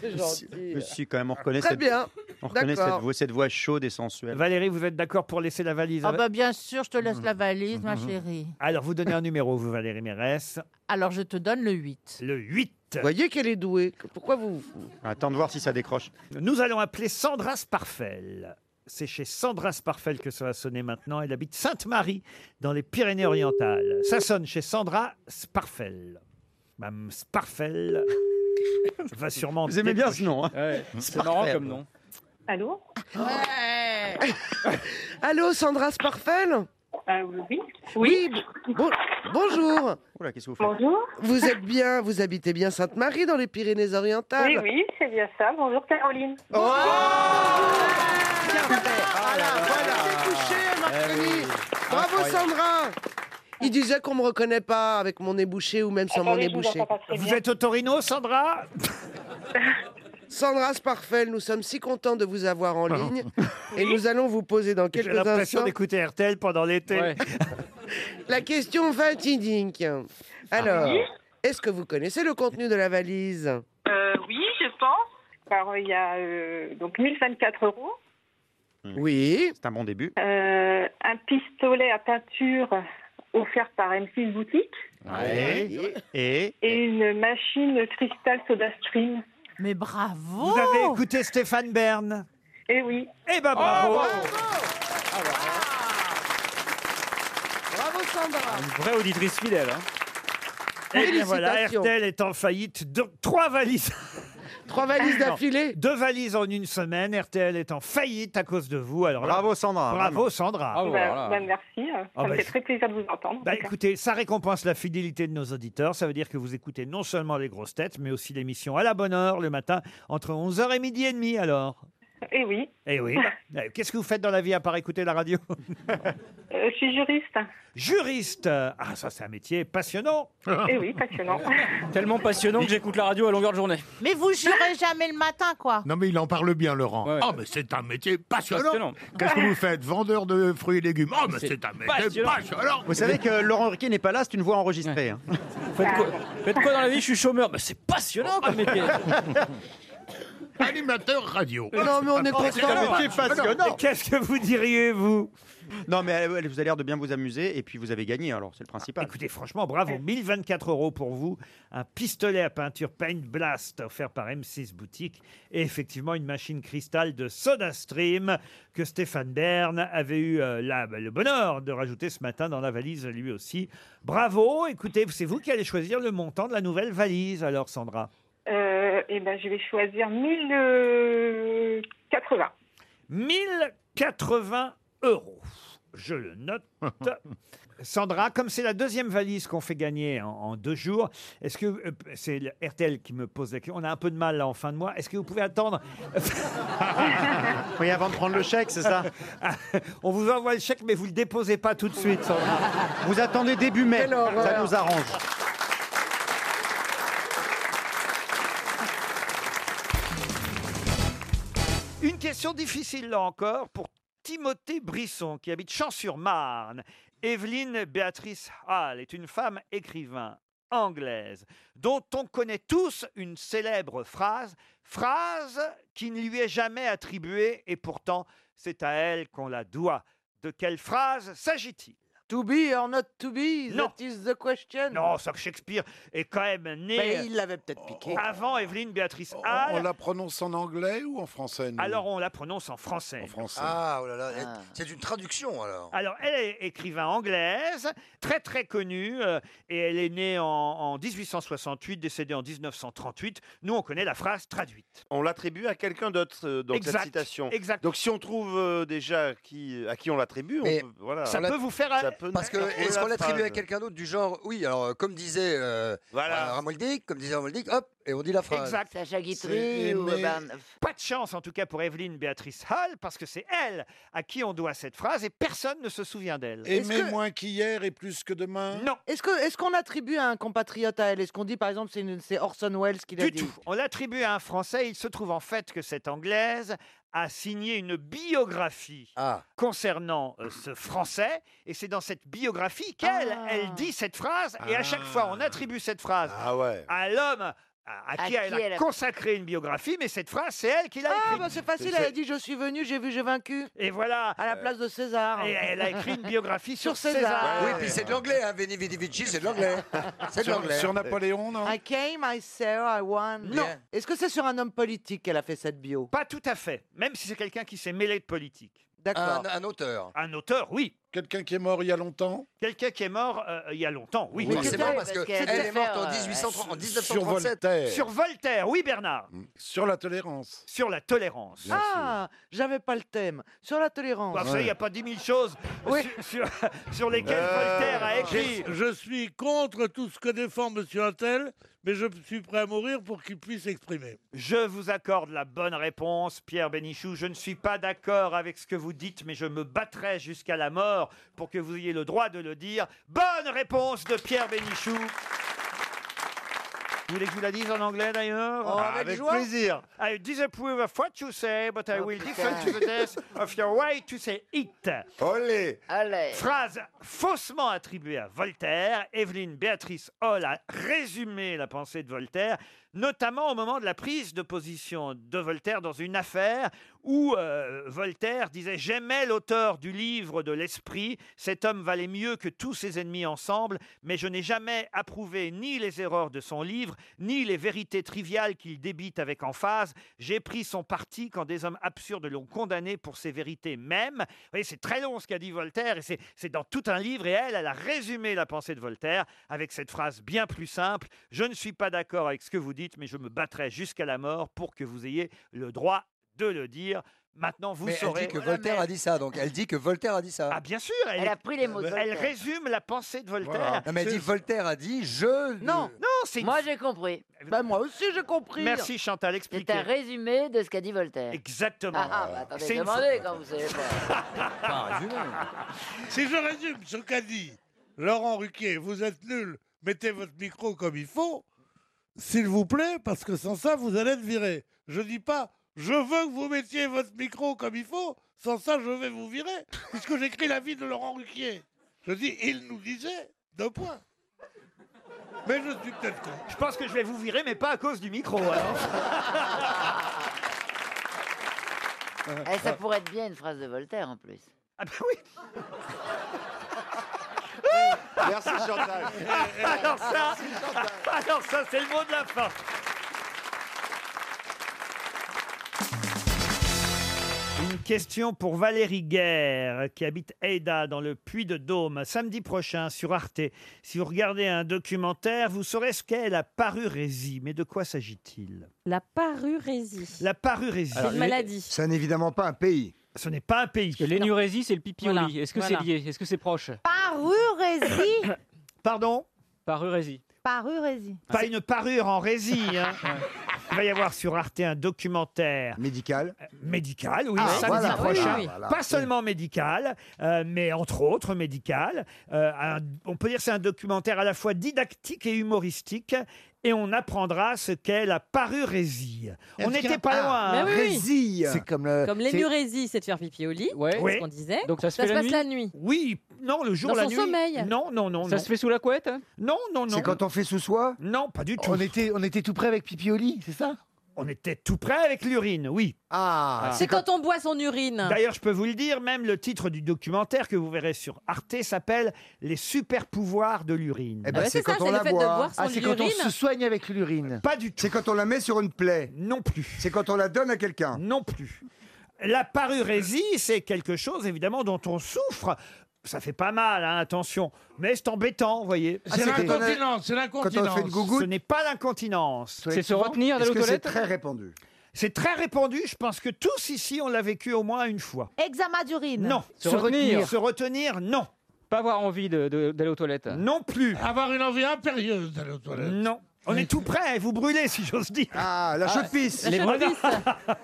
S21: Je suis quand même, on reconnaît,
S3: Très
S21: cette,
S3: bien.
S21: on reconnaît
S4: D'accord.
S21: cette voix, cette voix chaude et sensuelle.
S3: Valérie, vous êtes d'accord pour laisser la valise à
S4: Ah
S3: Va-
S4: bah bien sûr, je te laisse la valise, ma chérie.
S3: Alors, vous donnez un numéro, vous, Valérie Mérès.
S4: Alors je te donne le 8.
S3: Le 8.
S16: Vous voyez qu'elle est douée. Pourquoi vous.
S21: Attends de voir si ça décroche.
S3: Nous allons appeler Sandra Sparfel. C'est chez Sandra Sparfel que ça va sonner maintenant. Elle habite Sainte-Marie, dans les Pyrénées-Orientales. Ça sonne chez Sandra Sparfel. Mme Sparfel va sûrement.
S21: Vous aimez bien ce nom, hein
S3: C'est
S21: marrant comme nom.
S8: Allô
S16: Allô, Sandra Sparfel
S8: Oui.
S16: Oui. bon- bonjour.
S21: Oula, qu'est-ce que vous faites
S8: Bonjour.
S16: Vous êtes bien, vous habitez bien Sainte-Marie dans les Pyrénées-Orientales.
S8: Oui, oui, c'est bien ça. Bonjour Caroline.
S3: Oh,
S5: ¡Oh! Eh
S16: Marconi. Bravo Sandra. Il disait qu'on me reconnaît pas avec mon nez bouché ou même sans mon
S3: Attendez,
S16: nez
S3: Eh, je vous
S16: bouché.
S3: entends pas très Vous bien. êtes au Torino, Sandra
S16: Sandra Sparfel, nous sommes si contents de vous avoir en ligne et nous allons vous poser dans
S3: J'ai
S16: quelques
S3: l'impression
S16: instants
S3: d'écouter RTL pendant l'été.
S16: la question fatidique. Alors,
S22: Ah.
S16: est-ce que vous connaissez le contenu de la valise
S8: Euh, oui, je pense. Alors, il y a euh, donc 1024 euros,
S22: Hmm.
S16: Oui.
S21: C'est un bon début.
S8: euh, un pistolet à peinture offert par M6 Boutique
S21: Ouais. Et
S8: et une machine cristal soda stream. Mais bravo
S3: Vous avez écouté Stéphane Bern
S8: Eh oui. Oh,
S3: Eh ben bravo
S16: Ah,
S22: Ah,
S16: Ah, Bravo Sandra.
S3: Une vraie auditrice fidèle. hein. Et Eh bien voilà,
S16: Félicitations.
S3: RTL est en faillite. Deux- trois valises.
S16: Trois valises
S3: Non,
S16: d'affilée
S3: Deux valises en une semaine. RTL est en faillite à cause de vous. Alors là-
S21: Bravo, Sandra,
S3: Bravo
S21: vraiment.
S3: Sandra.
S8: Bah, bah, merci, ça
S3: Ah,
S8: me
S3: bah,
S8: fait
S3: je-
S8: très plaisir de vous entendre. en
S3: Bah
S8: tout cas.
S3: écoutez, ça récompense la fidélité de nos auditeurs. Ça veut dire que vous écoutez non seulement les grosses têtes, mais aussi l'émission à la bonne heure le matin entre 11h et midi et demi alors.
S8: Eh oui,
S3: Eh oui. Euh, Qu'est-ce que vous faites dans la vie à part écouter la radio
S8: Euh, je suis juriste.
S3: Juriste. Ah ça c'est un métier passionnant.
S8: Eh oui, passionnant.
S22: Tellement passionnant que j'écoute la radio à longueur de journée.
S4: Mais vous jurez jamais le matin, quoi.
S15: Non, mais il en parle bien, Laurent. Ah, mais c'est un métier passionnant.
S22: Passionnant.
S15: Qu'est-ce que vous faites Vendeur de fruits et légumes. Ah, mais
S22: C'est
S15: c'est un métier
S22: passionnant.
S15: passionnant.
S21: Vous savez que Laurent Ruquier n'est pas là, c'est une voix enregistrée. hein.
S22: Faites quoi, faites quoi dans la vie Je suis chômeur. Bah, c'est
S10: Oh.
S22: passionnant comme métier.
S15: Animateur radio.
S16: Non, mais on est
S21: C'est un métier passionnant.
S3: Ah Qu'est-ce que vous diriez, vous
S21: Non, mais elle- elle- vous avez l'air de bien vous amuser et puis vous avez gagné, alors c'est le principal.
S3: Écoutez, franchement, bravo. 1024 euros pour vous. Un pistolet à peinture Paint Blast offert par M6 Boutique. Et effectivement, une machine cristal de SodaStream que Stéphane Bern avait eu euh, la- le bonheur de rajouter ce matin dans la valise lui aussi. Bravo. Écoutez, c'est vous qui allez choisir le montant de la nouvelle valise, alors, Sandra.
S8: Euh, eh ben, je vais choisir 1080.
S3: 1080 euros. Je le note. Sandra, comme c'est la deuxième valise qu'on fait gagner en, en deux jours, est-ce que euh, c'est le RTL qui me pose la question On a un peu de mal là en fin de mois. Est-ce que vous pouvez attendre
S21: Oui, avant de prendre le chèque, c'est ça
S3: On vous envoie le chèque, mais vous le déposez pas tout de suite. Sandra.
S21: Vous attendez début mai,
S16: Quelle horreur.
S21: ça nous arrange.
S3: Une question difficile là encore pour Timothée Brisson qui habite Champs-sur-Marne. Evelyne Béatrice Hall est une femme écrivain anglaise dont on connaît tous une célèbre phrase, phrase qui ne lui est jamais attribuée et pourtant c'est à elle qu'on la doit. De quelle phrase s'agit-il
S16: To be or not to be,
S3: Non.
S16: that is the question.
S3: Non, ça que Shakespeare est quand même né euh,
S16: Mais il l'avait peut-être piqué. Oh,
S3: avant Evelyne Béatrice
S1: Ah,
S3: Hall.
S10: On la prononce en anglais ou en français nous
S3: Alors on la prononce en français.
S10: En français. Ah,
S3: oh là là,
S10: c'est une traduction alors.
S3: Alors, elle est écrivain anglaise, très très connue, euh, et elle est née en, en 1868, décédée en 1938. Nous, on connaît la phrase traduite.
S18: On l'attribue à quelqu'un d'autre euh, dans
S3: Exact,
S18: cette citation.
S3: exact.
S18: Donc si on trouve euh, déjà qui, à qui on l'attribue, on
S3: Mais
S18: peut, voilà.
S3: ça peut vous faire, euh,
S26: peut
S10: Parce que
S26: mettre
S10: est-ce
S26: la
S10: qu'on l'attribue à
S26: phrase.
S10: quelqu'un d'autre du genre Oui, alors euh, comme disait euh, euh, Ramoldic, comme disait Ramoldic, hop, et on dit la phrase.
S3: Exact.
S10: C'est aimé.
S29: ben,
S16: ben,
S3: Pas de chance en tout cas pour Evelyne Béatrice Hall, parce que c'est elle à qui on doit cette phrase et personne ne se souvient d'elle.
S16: Est-ce que-
S10: moins qu'hier et plus que demain
S3: Non.
S16: Est-ce que- est-ce qu'on attribue à un compatriote à elle Est-ce qu'on dit par exemple c'est une- c'est Orson Welles qui l'a
S3: Du
S16: dit
S3: tout. On l'attribue à un Français. Il se trouve en fait que cette Anglaise a signé une biographie concernant euh, ce Français. Et c'est dans cette biographie qu'elle
S16: Ah.
S3: elle dit cette phrase. Et à chaque fois, on attribue cette phrase à l'homme à, à qui, elle, a consacré une biographie. Mais cette phrase, c'est elle qui l'a
S16: Ah
S3: écrite.
S16: bah c'est facile, elle a dit je suis venu, j'ai vu, j'ai vaincu.
S3: Et voilà.
S16: À la place de César.
S3: Et elle a écrit une biographie sur,
S10: Oui, puis c'est de l'anglais, hein, Veni Vidi Vici, c'est de l'anglais. C'est de
S16: Sur-
S10: l'anglais.
S16: sur
S10: Napoléon,
S16: I came, I saw, I won.
S3: Non. Yeah.
S16: Est-ce que c'est sur un homme politique qu'elle a fait cette bio
S3: Pas tout à fait. Même si c'est quelqu'un qui s'est mêlé de politique.
S16: D'accord.
S10: Un auteur.
S3: Un auteur, oui.
S10: Quelqu'un qui est mort il y a longtemps
S3: Quelqu'un qui est mort euh, il y a longtemps, oui.
S10: Oui, forcément, parce que elle est morte
S16: euh,
S10: en 1830 en 1937.
S3: Sur Voltaire, oui Bernard.
S10: Sur la tolérance.
S3: Sur la tolérance.
S16: Ah, j'avais pas le thème. Sur la tolérance.
S3: Bah, vous savez, il n'y a pas 10 000 choses sur, sur- sur lesquelles Voltaire a écrit.
S6: Je, je suis contre tout ce que défend Monsieur Attel, mais je suis prêt à mourir pour qu'il puisse s'exprimer.
S3: Je vous accorde la bonne réponse, Pierre Bénichou. Je ne suis pas d'accord avec ce que vous dites, mais je me battrai jusqu'à la mort pour que vous ayez le droit de le dire. Bonne réponse de Pierre Bénichou. Vous voulez que je vous la dise en anglais d'ailleurs Ah,
S26: Oh, avec Avec joie. plaisir.
S3: I disapprove of what you say, but I
S26: Oh,
S3: will
S26: putain.
S3: defend to the death of your way to say it.
S10: Olé
S3: Phrase faussement attribuée à Voltaire, Evelyne Béatrice Hall a résumé la pensée de Voltaire, notamment au moment de la prise de position de Voltaire dans une affaire où euh, Voltaire disait ⁇ J'aimais l'auteur du livre de l'esprit, cet homme valait mieux que tous ses ennemis ensemble, mais je n'ai jamais approuvé ni les erreurs de son livre, ni les vérités triviales qu'il débite avec emphase. J'ai pris son parti quand des hommes absurdes l'ont condamné pour ses vérités mêmes. Vous voyez, c'est très long ce qu'a dit Voltaire, et c'est c'est dans tout un livre, et elle, elle a résumé la pensée de Voltaire avec cette phrase bien plus simple. Je ne suis pas d'accord avec ce que vous dites, mais je me battrai jusqu'à la mort pour que vous ayez le droit de le dire. Maintenant, vous
S10: mais
S3: saurez.
S10: elle dit que Voltaire a dit ça, donc elle dit que Voltaire a dit ça.
S3: Ah bien sûr, elle, Elle résume la pensée de Voltaire.
S10: Non, mais elle dit Voltaire a dit je.
S3: Non, non, c'est.
S29: Moi, j'ai compris.
S16: Bah, moi aussi, j'ai compris.
S3: Merci Chantal,
S29: C'est un
S3: expliquez.
S29: résumé de ce qu'a dit Voltaire.
S3: Exactement.
S29: Ah, ah bah, attendez,
S3: C'est une-
S29: demandez quand vous savez pas.
S6: Si je résume ce qu'a dit Laurent Ruquier, vous êtes nul, mettez votre micro comme il faut, s'il vous plaît, parce que sans ça, vous allez être viré. Je dis pas, je veux que vous mettiez votre micro comme il faut, sans ça, je vais vous virer, puisque j'écris la vie de Laurent Ruquier. Je dis, il nous disait, deux points. Mais je suis peut-être con.
S3: Je pense que je vais vous virer, mais pas à cause du micro. alors.
S29: Eh, ça pourrait être bien une phrase de Voltaire en plus.
S3: Ah bah oui
S29: Merci, Chantal.
S3: alors ça, alors ça c'est le mot de la fin. Une question pour Valérie Guerre, qui habite Eida dans le Puy de Dôme, samedi prochain sur Arte. Si vous regardez un documentaire, vous saurez ce qu'est la parurésie. Mais de quoi s'agit-il
S7: La parurésie.
S3: La parurésie.
S7: C'est une maladie.
S3: Ce n'est évidemment pas un pays. Ce n'est pas un pays.
S1: L'énurésie, c'est le pipi
S7: Voilà,
S1: au lit. Est-ce que
S7: voilà.
S1: c'est lié Est-ce que c'est proche
S4: Parurésie.
S3: Pardon
S1: Parurésie.
S4: Parurésie.
S3: Pas une parure en résille. hein. Il va y avoir sur Arte un documentaire. Médical Médical, oui,
S1: Ah,
S3: samedi
S1: voilà,
S3: prochain.
S1: oui, oui. Voilà,
S3: Pas
S1: oui.
S3: seulement médical, euh, mais entre autres médical. Euh, un- on peut dire que c'est un documentaire à la fois didactique et humoristique. Et on apprendra ce qu'est la parurésie.
S1: Est-ce
S3: On
S1: qu'il y a-
S3: n'était pas
S1: Ah,
S3: loin. hein.
S1: mais oui, oui. Résille.
S3: Euh, C'est comme
S1: Comme
S7: L'énurésie, c'est de faire pipi au lit, c'est
S3: Oui.
S7: ce qu'on disait.
S3: Donc ça se fait la
S7: passe
S3: nuit
S7: la nuit.
S3: Oui, non, le jour,
S7: Dans
S3: la
S7: son
S3: nuit.
S7: sommeil.
S3: Non, non, non.
S1: Ça se fait sous la couette hein
S3: Non, non, non.
S1: C'est quand
S3: on fait sous soi Non, pas du tout. On était, on était tout près avec pipi au lit, c'est ça On était tout près avec l'urine, oui. Ah,
S7: C'est quand on boit son urine.
S3: D'ailleurs, je peux vous le dire, même le titre du documentaire que vous verrez sur Arte s'appelle Les super pouvoirs de l'urine.
S7: Eh ben, Ah bah, c'est c'est quand ça, on c'est le la fait de boit. boire son
S2: Ah, c'est quand on
S7: urine.
S2: se soigne avec l'urine.
S3: Pas du tout.
S2: C'est quand on la met sur une plaie.
S3: Non plus.
S2: C'est quand on la donne à quelqu'un.
S3: Non plus. La parurésie, c'est quelque chose, évidemment, dont on souffre. Ça fait pas mal, hein, attention. Mais c'est embêtant, vous voyez.
S2: Ah,
S6: C'est l'incontinence, c'est l'incontinence.
S3: Ah, Ce n'est pas l'incontinence.
S2: C'est se retenir d'aller Est-ce aux que c'est toilettes très répandu
S3: C'est très répandu. Je pense que tous ici, on l'a vécu au moins une fois.
S4: Examen d'urine.
S3: Non. Se retenir. Se retenir, non.
S37: Pas avoir envie de- de- d'aller aux toilettes.
S3: Non plus.
S6: Avoir une envie impérieuse d'aller aux toilettes.
S3: Non. On est tout prêt, vous brûlez si j'ose dire.
S9: Ah, la chaude-pisse.
S3: Les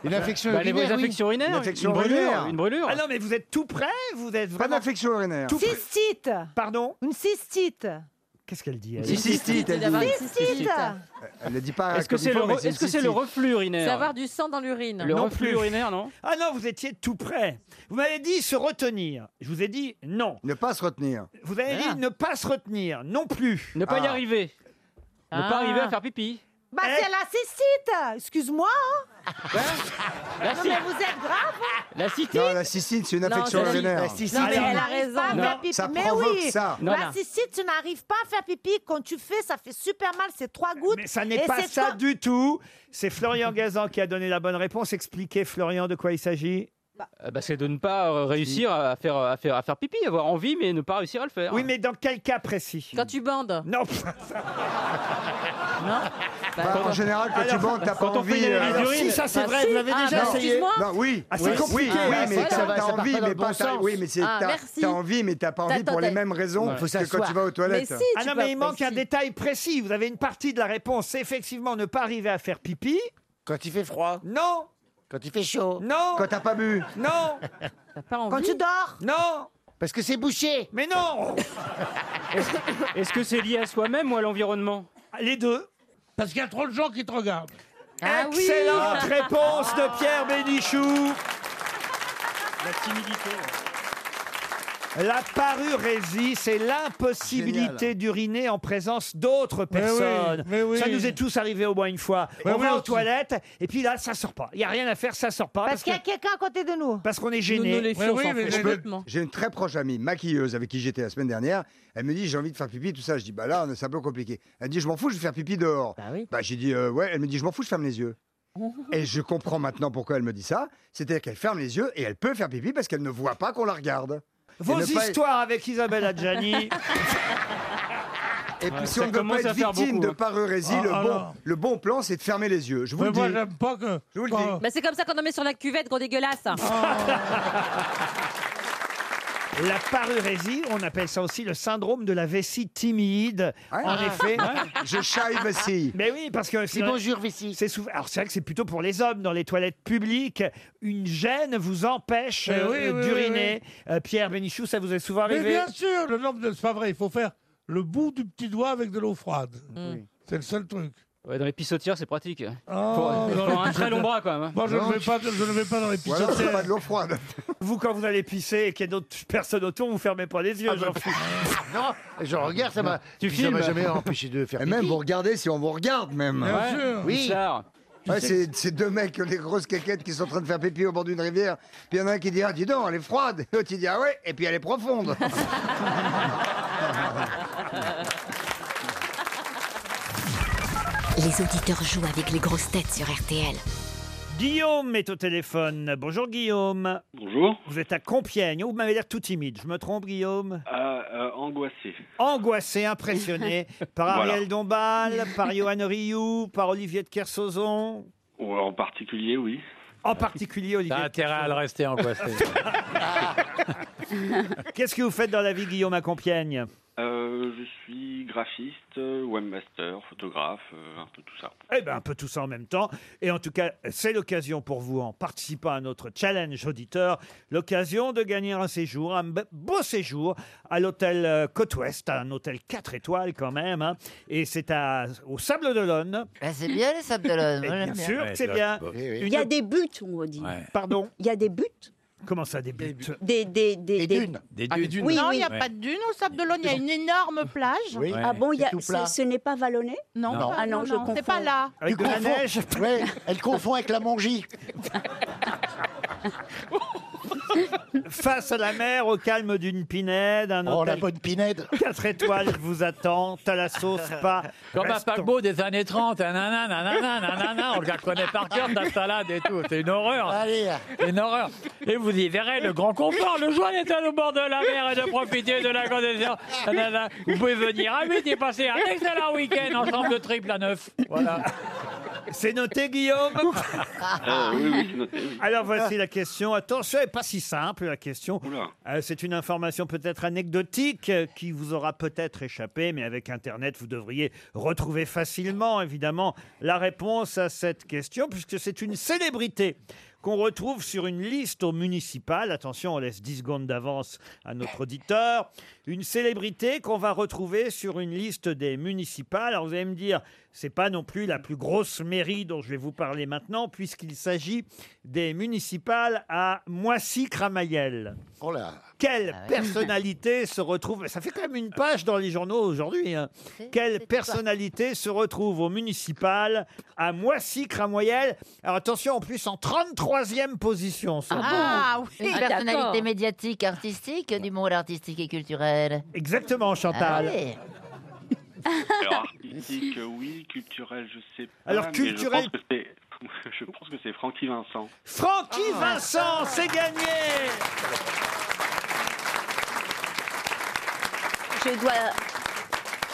S9: Une infection
S37: Bah, les
S9: urinaire, oui.
S37: infections urinaires,
S9: Une infection
S37: une brûlure,
S9: urinaire.
S37: une brûlure.
S3: Ah non, mais vous êtes tout prêt Eh, Vous êtes
S9: Pas
S3: vraiment
S9: d'infection urinaire.
S3: Tout-
S16: Cystite.
S3: Pardon
S16: Une cystite.
S3: Qu'est-ce qu'elle dit
S9: Une cystite, elle dit.
S16: Cystite.
S9: Elle ne dit pas.
S37: Est-ce que
S9: comme il
S37: c'est le,
S9: faut, mais
S37: re- est-ce que
S9: une
S37: c'est le
S9: cystite.
S37: reflux urinaire
S4: C'est avoir du sang dans l'urine.
S37: Le reflux urinaire, non
S3: Ah non, vous étiez tout près. Vous m'avez dit se retenir. Je vous ai dit non.
S9: Ne pas se retenir.
S3: Vous avez
S37: Ah.
S3: dit ne pas se retenir, non plus.
S37: Ne pas y arriver. Ne
S3: Ah.
S37: pas arriver à faire pipi.
S16: Bah,
S3: Eh
S16: c'est la cystite. Excuse-moi. hein.
S37: La
S16: non,
S37: cy-
S16: mais vous êtes grave. hein.
S37: La cystite
S9: Non, la cystine, c'est une
S16: Non,
S9: infection
S16: c'est la- Ben,
S9: urinaire.
S16: la cystite, Non, mais elle elle a raison. pas à faire pipi.
S9: Ça
S16: mais
S9: provoque
S16: oui.
S9: ça.
S16: la cystite, tu n'arrives pas à faire pipi. Quand tu fais, ça fait super mal. C'est trois gouttes.
S3: Mais ça n'est pas ça du tout. C'est Florian Gazan qui a donné la bonne réponse. Expliquez, Florian, de quoi il s'agit.
S37: Euh, bah, c'est de ne pas euh, réussir à faire, à, faire, à faire pipi, avoir envie, mais ne pas réussir à le faire.
S3: Oui, mais dans quel cas précis
S4: Quand tu bandes.
S3: Non.
S9: Bah, en général, quand tu bandes, t'as pas
S37: quand on fait
S9: envie.
S37: une
S9: euh,
S37: analyse
S9: alors
S37: d'urine-
S9: si,
S37: ça, c'est Ah, vrai, si. vous l'avez Ah, déjà bah, essayé. excuse-moi.
S9: Non, oui.
S37: Ah, c'est
S9: oui,
S37: compliqué.
S9: Oui, oui,
S37: Ah,
S9: mais
S37: voilà.
S9: ça,
S37: Ça va,
S9: t'as
S37: ça part
S9: envie,
S37: pas dans
S9: mais
S37: le
S9: pas
S37: bon
S9: t'as-
S37: sens.
S9: oui, mais c'est
S37: Ah,
S9: t'as
S37: merci.
S9: t'as envie, mais t'as pas envie
S3: T'as-
S9: pour
S3: t'as-
S9: les mêmes raisons
S3: Ouais. Faut
S9: que quand
S3: s'asseoir.
S9: tu vas aux toilettes.
S3: Mais si, Ah tu non, peux- mais il manque un détail précis. Vous avez une partie de la réponse. C'est effectivement ne pas arriver à faire pipi.
S38: Quand il fait froid.
S3: Non.
S38: Quand il fait chaud.
S3: Non.
S38: Quand t'as
S9: pas bu.
S3: Non.
S16: Quand tu dors.
S3: Non.
S38: Parce que c'est bouché.
S3: Mais non
S37: Est-ce que c'est lié à soi-même ou à l'environnement
S3: Les deux.
S6: Parce qu'il y a trop de gens qui te regardent.
S37: Ah
S3: Excellente réponse de Pierre Bénichou.
S37: La timidité.
S3: La parurésie, c'est l'impossibilité
S6: Génial.
S3: d'uriner en présence d'autres
S6: Mais oui,
S3: personnes.
S6: mais oui.
S3: Ça nous est tous arrivé au moins une fois.
S6: Mais
S3: On
S6: oui,
S3: va aux
S6: aussi.
S3: toilettes et puis là, ça sort pas. Il y a rien à faire, ça sort pas.
S16: Parce qu'il y a
S3: que-
S16: quelqu'un à côté de nous.
S3: parce qu'on est gêné.
S9: Je peux- J'ai une très proche amie, maquilleuse, avec qui j'étais la semaine dernière. Elle me dit j'ai envie de faire pipi, tout ça. Je dis bah là c'est un peu compliqué. Elle dit je m'en fous, je vais faire pipi dehors. Bah, j'ai dit Euh, ouais. Elle me dit je m'en fous, je ferme les yeux. Et je comprends maintenant pourquoi elle me dit ça. C'est-à-dire qu'elle ferme les yeux et elle peut faire pipi parce qu'elle ne voit pas qu'on la regarde. Et
S3: Vos
S9: ne pas-
S3: histoires avec Isabelle Adjani.
S9: Et puis
S3: Ouais,
S9: si
S3: Ah,
S9: on
S3: ça
S9: ne veut pas
S3: commence
S9: être
S3: à faire
S9: victime
S3: beaucoup,
S9: de
S3: hein.
S9: parurésie,
S3: Ah,
S9: le,
S3: ah,
S9: bon,
S3: non.
S9: le bon plan c'est de fermer les yeux. Je vous
S6: Mais
S9: le dis.
S6: moi, j'aime pas que.
S9: Je vous le dis.
S4: Bah, c'est comme ça qu'on en met sur la cuvette, gros dégueulasse.
S3: La parurésie, on appelle ça aussi le syndrome de la vessie timide. En
S9: Ah.
S3: effet.
S9: Ouais. Je chaille vessie.
S3: Mais oui, parce que c'est.
S38: bonjour
S3: vessie. C'est souvent. Alors c'est vrai que c'est plutôt pour les hommes dans les toilettes publiques. Une gêne vous empêche
S6: Mais
S3: euh,
S6: Eh oui, oui,
S3: d'uriner. Euh, Pierre Bénichou, ça vous est souvent
S6: Mais
S3: arrivé
S6: bien sûr, le nombre de. C'est pas vrai, il faut faire le bout du petit doigt avec de l'eau froide. C'est le seul truc.
S37: Ouais, dans les pissotières, c'est pratique.
S6: Oh,
S37: pour,
S6: dans
S37: pour
S6: les
S37: un très long
S38: Ah,
S37: bras, quand même. hein.
S6: Moi, je ne vais pas, je ne vais pas dans les
S9: Ou alors, c'est
S6: pissotières.
S9: pas de l'eau froide.
S3: Vous, quand vous allez pisser et qu'il y a d'autres personnes autour, vous fermez pas les yeux,
S6: Ah, bah,
S3: j'en fous.
S38: Non, je regarde, ça m'a.
S9: Tu
S38: puis ça m'a
S9: filmes.
S38: jamais empêché de faire
S9: Et
S38: pipi.
S9: même vous regardez si on vous regarde même.
S38: Bien Ouais. sûr. Oui. Richard. Tu
S9: Ouais,
S38: sais
S9: c'est c'est deux mecs qui ont des grosses caquettes qui sont en train de faire pipi au bord d'une rivière. Puis il y en a un qui dit Ah, dis donc, elle est froide. Et l'autre, il dit Ah ouais, et puis elle est profonde.
S29: Les auditeurs jouent avec les grosses têtes sur RTL.
S3: Guillaume est au téléphone. Bonjour Guillaume.
S7: Bonjour.
S3: Vous êtes à Compiègne. Vous m'avez l'air tout timide. Je me trompe, Guillaume
S7: Ah, euh, angoissé.
S3: Angoissé, impressionné par
S7: Voilà.
S3: Ariel Dombal, par Johan Rioux, par Olivier de Kersauzon,
S7: Ou en particulier, oui.
S3: en particulier Olivier.
S5: T'as intérêt à le rester angoissé.
S3: Qu'est-ce que vous faites dans la vie, Guillaume, à Compiègne
S7: Euh, je suis graphiste, euh, webmaster, photographe, euh, un peu tout ça.
S3: Eh bien, un peu tout ça en même temps. Et en tout cas, c'est l'occasion pour vous, en participant à notre challenge auditeur, l'occasion de gagner un séjour, un be- beau séjour à l'hôtel euh, Côte-Ouest, un hôtel 4 étoiles quand même. hein. Et c'est à- au Sable d'Olonne.
S39: Ah, C'est bien les sables d'Olonne.
S3: Eh
S39: moi,
S3: bien
S39: j'aime
S3: sûr que c'est bien.
S39: oui.
S20: Il y a
S3: Une-
S20: des buts, on dit.
S3: Pardon
S20: Il y a des buts.
S3: Comment ça, des buts
S20: Des, des, des, des-
S5: Des
S20: Ah,
S5: dunes.
S20: Oui,
S16: non, il
S20: oui.
S16: n'y a pas de dune au Sable d'Olonne. Il y a une énorme plage.
S5: Oui. Ouais.
S20: Ah bon, il y a,
S5: C'est tout plat.
S20: ce, ce n'est pas vallonné
S16: Non,
S5: Non.
S20: Ah non, je
S16: c'est
S20: comprends.
S16: pas là.
S38: Tu confonds- Ouais, elle confond avec la mongie.
S3: Face à la mer, au calme d'une pinède, un
S38: Oh, la
S3: hôtel
S38: bonne pinède.
S3: 4 étoiles vous attend, à la sauce, pas.
S5: Comme un paquebot des années 30, hein, nanana, nanana, nanana, on la connaît par cœur, ta salade et tout. C'est une horreur. C'est une horreur. Et vous y verrez le grand confort. Le joint est au bord de la mer et de profiter de la condition. Nanana. Vous pouvez venir à 8 et passer un excellent week-end ensemble de triple à 9. Voilà.
S3: C'est noté, Guillaume
S19: Ah, oui, oui, c'est noté. oui.
S3: Alors voici la question. Attention, elle n'est pas si simple la question. Euh, c'est une information peut-être anecdotique euh, qui vous aura peut-être échappé, mais avec Internet, vous devriez retrouver facilement, évidemment, la réponse à cette question, puisque c'est une célébrité qu'on retrouve sur une liste au municipal. Attention, on laisse 10 secondes d'avance à notre auditeur. Une célébrité qu'on va retrouver sur une liste des municipales. Alors vous allez me dire, c'est pas non plus la plus grosse mairie dont je vais vous parler maintenant, puisqu'il s'agit des municipales à Moissy-Cramayel.
S26: Oh là
S3: Quelle
S26: Ah ouais.
S3: personnalité se retrouve Ça fait quand même une page dans les journaux aujourd'hui. hein. Quelle personnalité se retrouve au municipal à Moissy-Cramayel Alors attention, en plus en 33e position. ce
S29: Ah,
S3: monde.
S29: Une personnalité médiatique, artistique, du monde artistique et culturel.
S3: Exactement, Chantal.
S29: Ah ouais.
S19: Alors, artistique, euh, oui, culturel, je sais pas.
S3: Alors,
S19: mais
S3: culturel-
S19: Je pense que c'est, je pense que c'est Francky Vincent.
S3: Francky
S29: Oh,
S3: Vincent, c'est gagné
S20: Je dois.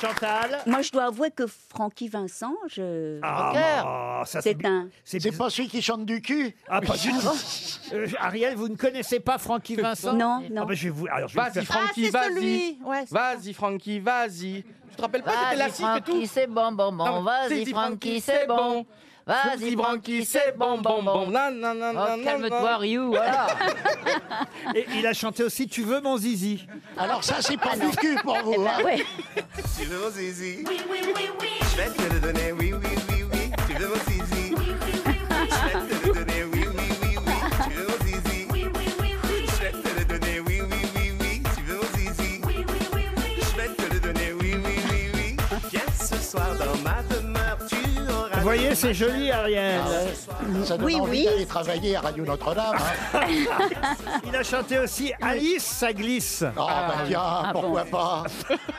S3: Chantal
S20: Moi, je dois avouer que Francky Vincent, je.
S3: Ah, ça,
S20: c'est un.
S3: C'est
S26: pas celui qui chante du cul
S3: Ah, pas du tout. Euh, Ariel, vous ne connaissez pas Francky Vincent
S20: Non,
S3: Ah, ben, je vais vous. Alors, je vais vous
S1: Vas-y,
S3: faire-
S29: Ah,
S1: Francky, vas-y. Vas-y, Francky, vas-y. Tu te
S7: Ah,
S1: rappelles pas, c'était la
S29: Vas-y,
S1: fille et
S29: Francky,
S1: tout
S29: c'est bon, bon, bon.
S1: Non,
S29: Vas-y,
S1: vas-y,
S29: Francky, c'est bon. Vas-y, Francky, c'est bon, bon, bon. Oh, calme-toi, Ryu, voilà.
S3: Et il a chanté aussi Tu veux mon zizi
S26: Alors ça, c'est
S29: Ah,
S26: pas du cul pour
S29: Eh
S26: vous.
S29: ben,
S26: hein.
S28: Tu veux mon zizi Oui, oui, oui, oui. Je vais te le donner, oui, oui, oui, oui. Tu veux mon zizi Oui, oui, oui, oui. Je vais te le donner, oui, oui, oui, oui. Tu veux mon zizi Oui, oui, oui, oui. Je vais te le donner, oui, oui, oui, oui. Tu veux mon zizi Oui, oui, oui, oui. Je vais te le donner, oui, oui, oui, oui. Viens ce soir dans ma demeure, tu auras...
S3: Vous voyez, c'est joli, Ariel.
S26: Ah, Ça donne envie d'aller travailler à Radio Notre-Dame. hein.
S3: Il a chanté aussi Alice, ça glisse.
S26: Ah, bah tiens, pourquoi pas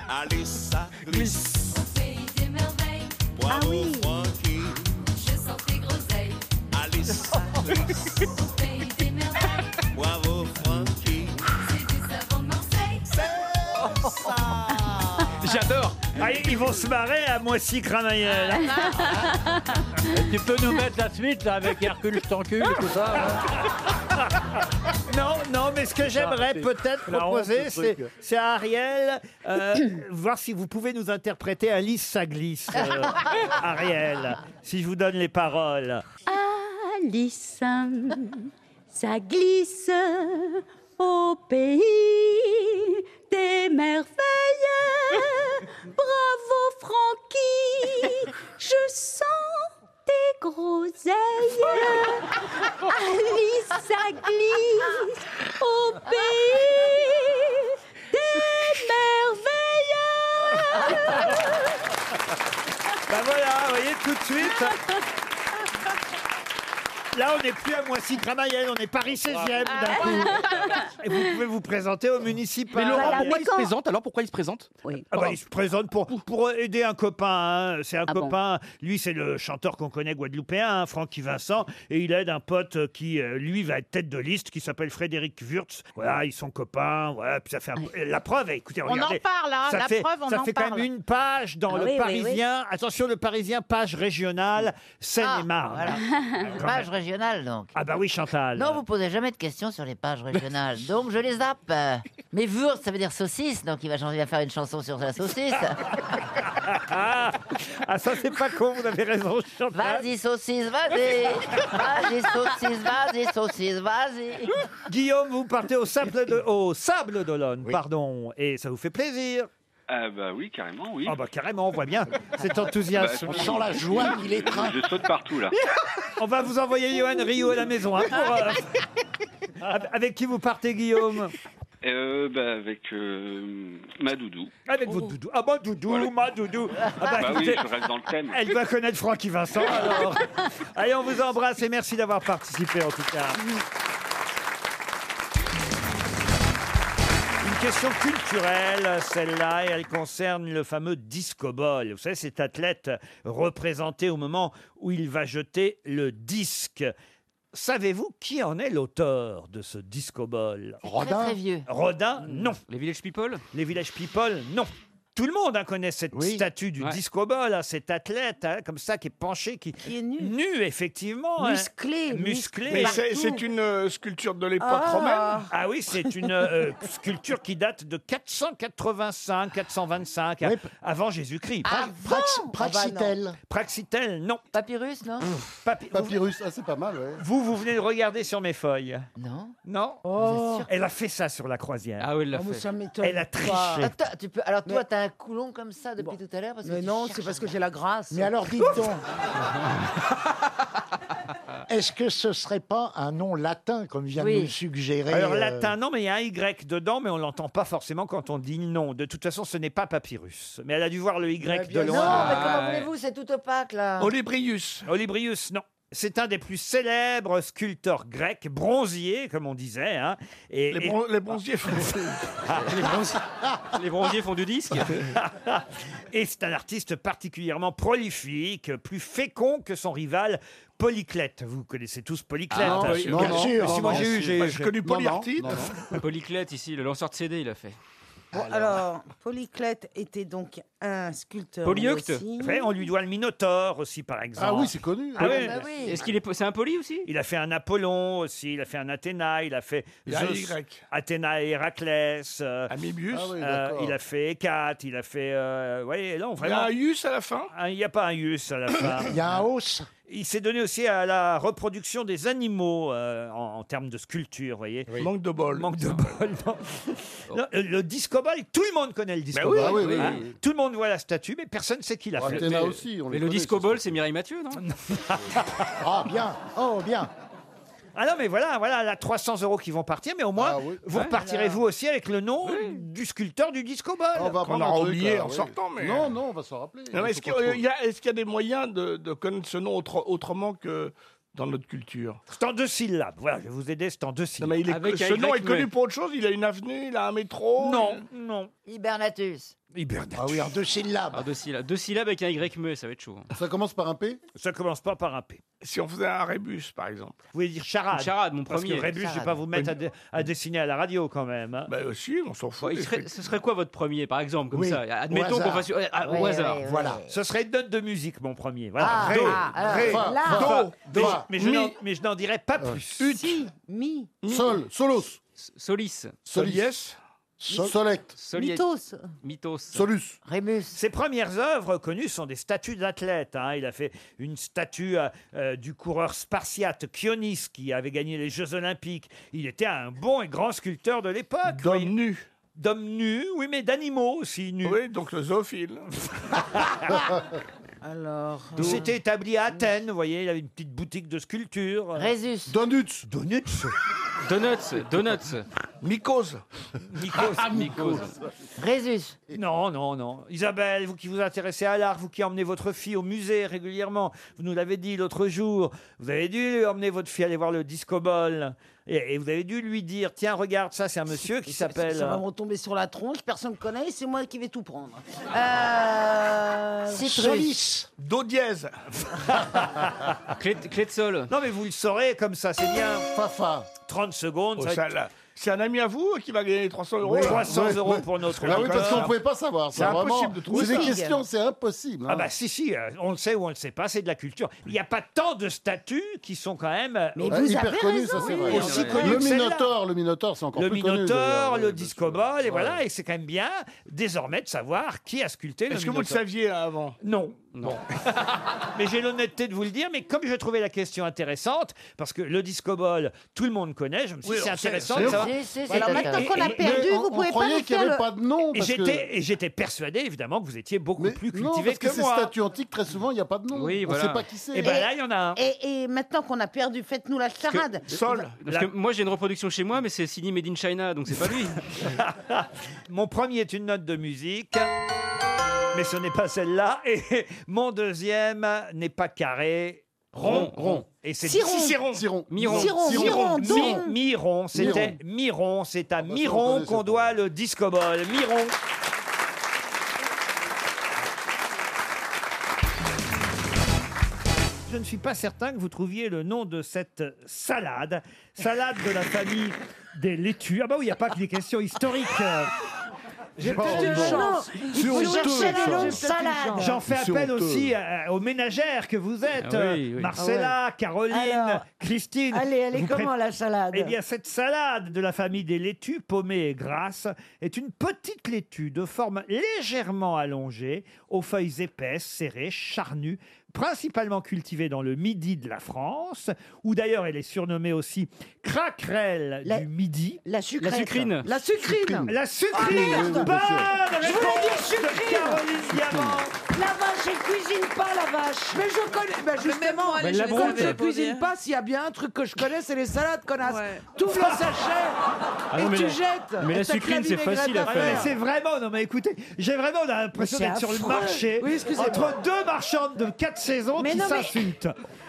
S28: Allez, ça glisse.
S20: Ah oui.
S28: Allez, ça glisse. Bravo, Francky.
S3: J'adore. Ah, ils vont se marrer à moissy cramayel
S29: Ah,
S22: Tu peux nous mettre la suite là, avec Hercule Stancul et tout ça
S5: hein
S3: Non, non, mais ce que j'aimerais
S22: c'est
S3: peut-être
S22: la honte,
S3: proposer,
S22: ce
S3: c'est
S22: truc.
S3: c'est à Ariel, euh, voir si vous pouvez nous interpréter Alice, ça glisse, euh, Ariel, si je vous donne les paroles.
S20: Alice, ça glisse au pays des merveilles. Bravo Francky, je sens tes groseilles. Alice, ça glisse au pays des merveilles.
S3: Ben voilà, vous voyez, tout de suite. Là, on n'est plus à Moissy-Cramayel, on est Paris 16e d'un coup. Et vous pouvez vous présenter au municipal.
S1: Mais Laurent,
S3: Ariel.
S1: pourquoi il se présente Alors pourquoi il se présente
S3: Ah bah, il se présente pour, pour aider un copain. hein. C'est
S4: Ah
S3: un copain. Lui, c'est le chanteur qu'on connaît guadeloupéen, hein, Francky Vincent. Et il aide un pote qui, euh, lui, va être tête de liste, qui s'appelle Frédéric Wurtz. Voilà, ils sont copains. Voilà, puis ça fait un- la preuve. Écoutez,
S4: On en
S3: regardez,
S4: parle, hein,
S3: ça
S4: la
S3: fait,
S4: preuve, on
S3: ça
S4: en
S3: fait quand
S4: parle.
S3: même une page dans
S4: Ah
S3: le
S4: oui, oui,
S3: Parisien. Attention, le Parisien, page régionale,
S1: Ah,
S3: Seine-et-Marne.
S29: Voilà.
S3: Ah, quand
S29: Page
S3: même.
S29: régionale, donc.
S3: Ah bah oui, Chantal.
S29: Non, vous posez jamais de questions sur les pages régionales, donc je les zappe. Mais Wurst, ça veut dire saucisse, donc il va, changer, il va faire une chanson sur la saucisse.
S3: Ah, ah, ça c'est pas con, vous avez raison, Chantal.
S29: Vas-y, saucisse, vas-y. Vas-y, saucisse, vas-y, saucisse, vas-y.
S3: Guillaume, vous partez au, simple de, au sable d'Olonne, pardon, et ça vous fait plaisir.
S19: Ah bah oui, carrément, oui.
S3: Ah bah carrément, on voit bien cet enthousiasme.
S19: Bah,
S26: qu'il étreint.
S19: Je saute partout, là.
S3: On va vous envoyer Johan Rio à la maison. hein, pour, euh, av- Avec qui vous partez, Guillaume
S19: Euh, bah, avec euh, ma doudou.
S3: Avec votre doudou. Ah bah doudou, ma doudou. Ah
S19: Oh. Bah, oui,
S3: écoutez,
S19: je reste dans le thème.
S3: Elle va connaître Francky Vincent alors. Allez, on vous embrasse et merci d'avoir participé en tout cas. Une question culturelle, celle-là, et elle concerne le fameux discoball. Vous savez, cet athlète représenté au moment où il va jeter le disque. Savez-vous qui en est l'auteur de ce discoball
S29: très, Rodin très vieux.
S3: Rodin, non. Les Village People Les Village People, non. tout le monde hein, connaît cette statue du disco ball, hein, cet athlète hein, comme ça qui est penché, qui, est nu. effectivement. hein.
S5: Musclé,
S3: Musclé.
S5: Mais c'est c'est une euh, sculpture de l'époque romaine.
S3: Ah oui, c'est une euh, sculpture qui date de 485, 425,
S5: Oui,
S3: avant Jésus-Christ.
S5: Ah, Prax- Praxitèle.
S3: non. Praxitèle, non.
S29: Papyrus, non
S5: Papyrus, ah, c'est pas mal, ouais.
S3: Vous, vous venez de regarder sur mes feuilles.
S29: Non.
S3: Non Elle a fait ça sur la croisière. Ah oui, elle
S5: l'a Oh. Ah, mais fait. ça m'étonne
S3: Elle a
S5: pas.
S3: triché.
S16: Ah,
S29: Attends, tu peux... Alors toi, t'as un coulon comme ça depuis tout à l'heure parce que
S5: Mais
S29: tu
S5: non,
S29: cherches
S5: c'est parce
S29: un
S5: que
S29: gars.
S5: j'ai la grâce. Mais alors, dites donc. Est-ce que ce serait pas un nom latin, comme vient de nous le suggérer
S3: Alors
S5: euh,
S3: latin, non, mais il y a un Y dedans, mais on l'entend pas forcément quand on dit non. De toute façon, ce n'est pas papyrus. Mais elle a dû voir le Y de
S29: Non,
S3: loin.
S29: mais
S3: Ah,
S29: comment voulez-vous C'est tout opaque, là.
S3: Olybrius. Olybrius, non. C'est un des plus célèbres sculpteurs grecs, bronzier, comme on disait. hein. Et,
S5: Les
S3: et-
S5: bron- les bronziers font-
S3: les, bronziers, font du disque. et c'est un artiste particulièrement prolifique, plus fécond que son rival Polyclète. Vous connaissez tous Polyclète.
S1: Ah,
S3: hein,
S1: oui,
S3: sûr.
S1: non, non, non, non, si. Moi, j'ai non, non,
S5: Polyartite.
S1: non, non. Polyclète, ici, le lanceur de CD, il a fait.
S11: Bon, alors, Polyclète était donc un sculpteur.
S3: Polyeucte.
S11: aussi.
S1: Eh ben,
S3: Après, on lui doit le Minotaure aussi, par exemple.
S11: Ah oui, c'est connu.
S3: Ah
S11: Ah
S3: oui.
S11: bah oui.
S3: Est-ce qu'il est, c'est un poly aussi Il a fait un Apollon aussi, il a fait un Athéna, il a fait
S5: Il y a un
S3: Zeus,
S5: Y.
S3: Athéna et Héraclès. euh,
S5: Amébius. Ah oui,
S3: euh,
S5: d'accord.
S3: il a fait Hécate, il a fait. euh, voyez, non,
S5: Il y a
S3: vraiment.
S5: un ius à la fin
S3: Ah, Il n'y a pas un Ius à la fin.
S5: Il y a un os.
S3: Il s'est donné aussi à la reproduction des animaux euh, en, en termes de sculpture, vous voyez. Manque de bol. Manque de bol. non. Non, le, le disco ball, tout le monde connaît le disco
S5: oui,
S3: ball.
S5: ah Oh. oui, oui, oui.
S3: Tout le monde voit la statue, mais personne ne sait qui l'a
S5: Oh,
S3: fait.
S5: Athéna Mais- aussi, on
S1: Mais
S5: les
S1: le
S5: connaît,
S1: disco ball, c'est Mireille Mathieu, non
S5: Ah bien, oh bien.
S3: Ah non, mais voilà, voilà, là, 300 euros qui vont partir, mais au moins, vous
S5: Ah Ouais.
S3: repartirez vous aussi avec le nom du sculpteur du disco ball.
S5: On va
S3: Qu'on
S5: prendre
S3: aura
S5: un truc,
S6: euh,
S3: oublié
S5: là,
S3: en
S5: oui.
S3: sortant,
S1: mais-
S5: Non, non, on va s'en rappeler.
S1: Non, mais
S5: Mmh. Il
S1: est-ce
S5: faut
S1: qu'il
S5: qu'on
S1: y a-
S5: trouve.
S1: il y a- Est-ce qu'il y a des moyens de, de connaître ce nom autre- autrement que dans notre culture
S3: C'est en deux syllabes. Voilà, je vais vous aider, c'est en deux syllabes.
S5: il est-
S1: Avec un
S5: ce nom
S1: Y
S5: est connu
S1: muet.
S5: pour autre chose. Il a une avenue, il a un métro.
S1: Non.
S3: Non.
S29: Hibernatus.
S5: Ah oui, en deux syllabes.
S1: Ah, deux syllabes. Deux syllabes avec un Y muet, ça va être chaud. hein.
S5: Ça commence par un P
S3: Ça commence pas par un P.
S1: Si on faisait un rébus, par exemple.
S3: Vous voulez dire charade
S1: Une charade, mon
S3: Parce que
S1: premier.
S3: Rébus, je vais pas
S1: Charade.
S3: vous mettre à, dé- à dessiner à la radio quand même. hein.
S1: Bah aussi, on s'en fout.
S3: des
S1: ce serait quoi votre premier, par exemple, comme
S3: Oui.
S1: ça Admettons
S3: Au
S1: qu'on
S3: hasard.
S1: fasse ouais, ah, au
S3: Ouais,
S1: hasard.
S3: ouais, ouais. Ce serait une note de musique, mon premier. Voilà.
S1: Ah,
S3: Do,
S1: ah, alors,
S3: ré,
S1: fa,
S3: fa,
S1: do,
S3: fa.
S1: do,
S3: Mais je- Mais, je
S1: mi.
S3: n'en- mais je n'en dirais pas plus.
S11: Si, mi.
S1: Sol, solos. Solis.
S5: Solies.
S1: Sol-
S5: Solect.
S1: Soliet.
S11: Mythos.
S1: Mythos.
S5: Solus.
S29: Rémus.
S3: Ses premières œuvres connues sont des statues d'athlètes. hein. Il a fait une statue euh, euh, du coureur spartiate Kionis qui avait gagné les Jeux Olympiques. Il était un bon et grand sculpteur de l'époque. D'hommes
S5: nus.
S3: D'hommes nus, oui, mais d'animaux aussi nus.
S5: Oui, donc le zoophile.
S11: Alors. euh,
S16: euh,
S3: Il s'était établi à Athènes, vous voyez, il avait une petite boutique de sculpture. Euh,
S29: Résus.
S5: Donuts.
S3: Donuts.
S1: Donuts. Donuts.
S5: Mycose.
S3: Mycose.
S1: Ah, mycose.
S29: Résus.
S3: Non, non, non. Isabelle, vous qui vous intéressez à l'art, vous qui emmenez votre fille au musée régulièrement, vous nous l'avez dit l'autre jour, vous avez dû emmener votre fille aller voir le disco ball. Et, et vous avez dû lui dire, tiens, regarde, ça, c'est un monsieur qui s'appelle...
S11: Ça va me retomber sur la tronche, personne ne connaît, c'est moi qui vais tout prendre. Euh...
S5: Solis. Do dièse.
S1: Clé, clé de sol.
S3: Non, mais vous le saurez comme ça, c'est bien.
S5: Fafa.
S3: 30 secondes.
S5: Oh,
S3: ça va être-
S5: celle-là. C'est un ami à vous qui va gagner 300 euros.
S3: Oui,
S5: là
S3: 300
S5: Ouais,
S3: euros
S5: ouais.
S3: pour notre
S5: Ah oui, parce
S3: auditeur.
S5: qu'on pouvait pas savoir. ça,
S3: C'est
S5: vraiment.
S3: impossible de trouver
S5: C'est des
S3: ça.
S5: questions, c'est impossible. hein.
S3: Ah bah si, si, euh, on le sait ou on le sait pas, c'est de la culture. Il n'y a pas tant de statues qui sont quand même... euh,
S5: Ah, hyper connu, ça c'est vrai.
S3: Aussi connues
S5: le
S3: que celle-là.
S5: Minotaure, le Minotaure, c'est encore
S3: le
S5: plus connu.
S3: Minotaure,
S5: d'ailleurs.
S3: le disco ball, et
S5: Ouais.
S3: voilà, et c'est quand même bien désormais de savoir qui a sculpté le
S5: Est-ce que vous le
S3: Minotaure.
S5: saviez avant
S3: Non. Non. mais j'ai l'honnêteté de vous le dire, mais comme je trouvais la question intéressante, parce que le disco ball, tout le monde connaît, je me suis dit
S5: Oui,
S3: c'est
S5: on sait,
S3: intéressant.
S5: c'est
S3: de savoir-
S5: vrai. Si, si, c'est
S3: Voilà,
S5: intéressant.
S3: mais-
S5: Maintenant qu'on l'a
S3: mais-
S5: perdu,
S3: mais-
S5: vous On- on pouvez pas croyait nous qu'il y faire avait le- pas de nom,
S3: Et
S5: parce que-
S3: j'étais et j'étais persuadé, évidemment, que vous étiez beaucoup plus
S5: Non,
S3: cultivé
S5: parce que,
S3: que
S5: ces
S3: moi.
S5: statues antiques, très souvent, il n'y a pas de nom.
S1: Oui,
S5: on ne
S1: voilà.
S5: sait pas qui c'est.
S3: Et ben là, il y en a un.
S11: Et, et maintenant qu'on a perdu, faites-nous la charade.
S1: Parce que moi, j'ai une reproduction chez moi, mais c'est signé Made in China, donc c'est pas lui.
S3: Mon premier est une note de musique. Mais ce n'est pas celle-là. Et mon deuxième n'est pas carré. Rond, rond. Et c'est
S5: Ciron.
S3: Cicéron.
S5: Ciron.
S3: Miron.
S5: Ciron, Ciron,
S3: Mi-
S5: Ciron.
S3: Miron. C'était Miron. C'est à
S5: ça, on
S3: Miron
S5: connaissait
S3: qu'on
S5: pas.
S3: doit le disco ball. Miron. Je ne suis pas certain que vous trouviez le nom de cette salade. Salade de la famille des laitues. Ah bah oui, il n'y a pas que des questions historiques. euh. J'ai
S5: Bon,
S3: peut-être une
S5: bon.
S3: chance.
S5: C'est
S3: Il faut
S5: honteux,
S3: chercher
S5: ça.
S3: les noms de
S5: J'ai peut-être une
S3: salade.
S5: chance.
S3: J'en fais
S5: C'est
S3: appel
S5: honteux.
S3: aussi euh, aux ménagères que vous êtes.
S5: Ah oui,
S3: euh,
S5: oui.
S3: Marcella,
S5: Ah ouais.
S3: Caroline,
S5: Alors,
S3: Christine.
S5: allez, elle est
S3: Vous
S5: comment, la salade
S3: Eh bien, cette salade de la famille des laitues paumées et grasses est une petite laitue de forme légèrement allongée, aux feuilles épaisses, serrées, charnues, principalement cultivée dans le midi de la France, où d'ailleurs elle est surnommée aussi craquerelle du midi. La
S5: sucrète. sucrine.
S3: La sucrine. La sucrine.
S5: Ah, merde.
S3: Bonne
S5: Je voulais dire
S3: réponse de
S5: sucrine.
S3: Caroline Diamant.
S5: La vache, elle cuisine pas la vache. Mais je connais, ben justement,
S3: moi, elle est
S5: comme
S3: jamais
S5: je
S3: allée.
S5: cuisine pas, s'il y a bien un truc que je connais, c'est les salades, connasse. T'ouvres le
S23: Ah
S5: sachet et
S3: non, mais
S5: tu
S3: la-
S5: jettes. Et t'as que la vinaigrette
S3: Ah, mais C'est vraiment, non mais écoutez, j'ai vraiment l'impression
S5: Mais c'est
S3: d'être sur le
S5: affreux.
S3: marché
S5: Oui, excusez-moi.
S3: entre deux marchandes de quatre saisons
S5: Mais
S3: qui
S5: non, mais-
S3: s'insultent.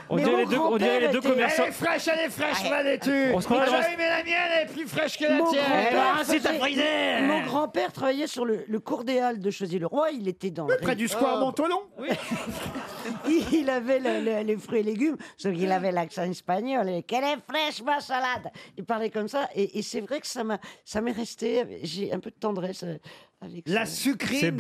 S23: On mais dirait mon les deux- on dirait les deux grand-père commerçants.
S3: Elle est fraîche, elle est fraîche, ma laitue.
S23: On se croirait
S3: Ah
S23: dans-
S3: bah oui, mais la mienne, elle est plus fraîche que la
S16: Mon
S3: tienne.
S16: grand-père
S3: Eh ben, c'est ta
S16: faisait-
S3: fridée.
S16: Mon grand-père travaillait sur le, le cours des Halles de Choisy-le-Roi. Il était dans. Oh.
S3: près du square Montolon
S16: il, il avait le- le- les fruits et légumes, sauf qu'il avait l'accent espagnol. Et Quelle est fraîche ma salade Il parlait comme ça. Et, et c'est vrai que ça m'a- ça m'est resté. J'ai un peu de tendresse euh, avec
S3: La
S16: ça.
S3: sucrine.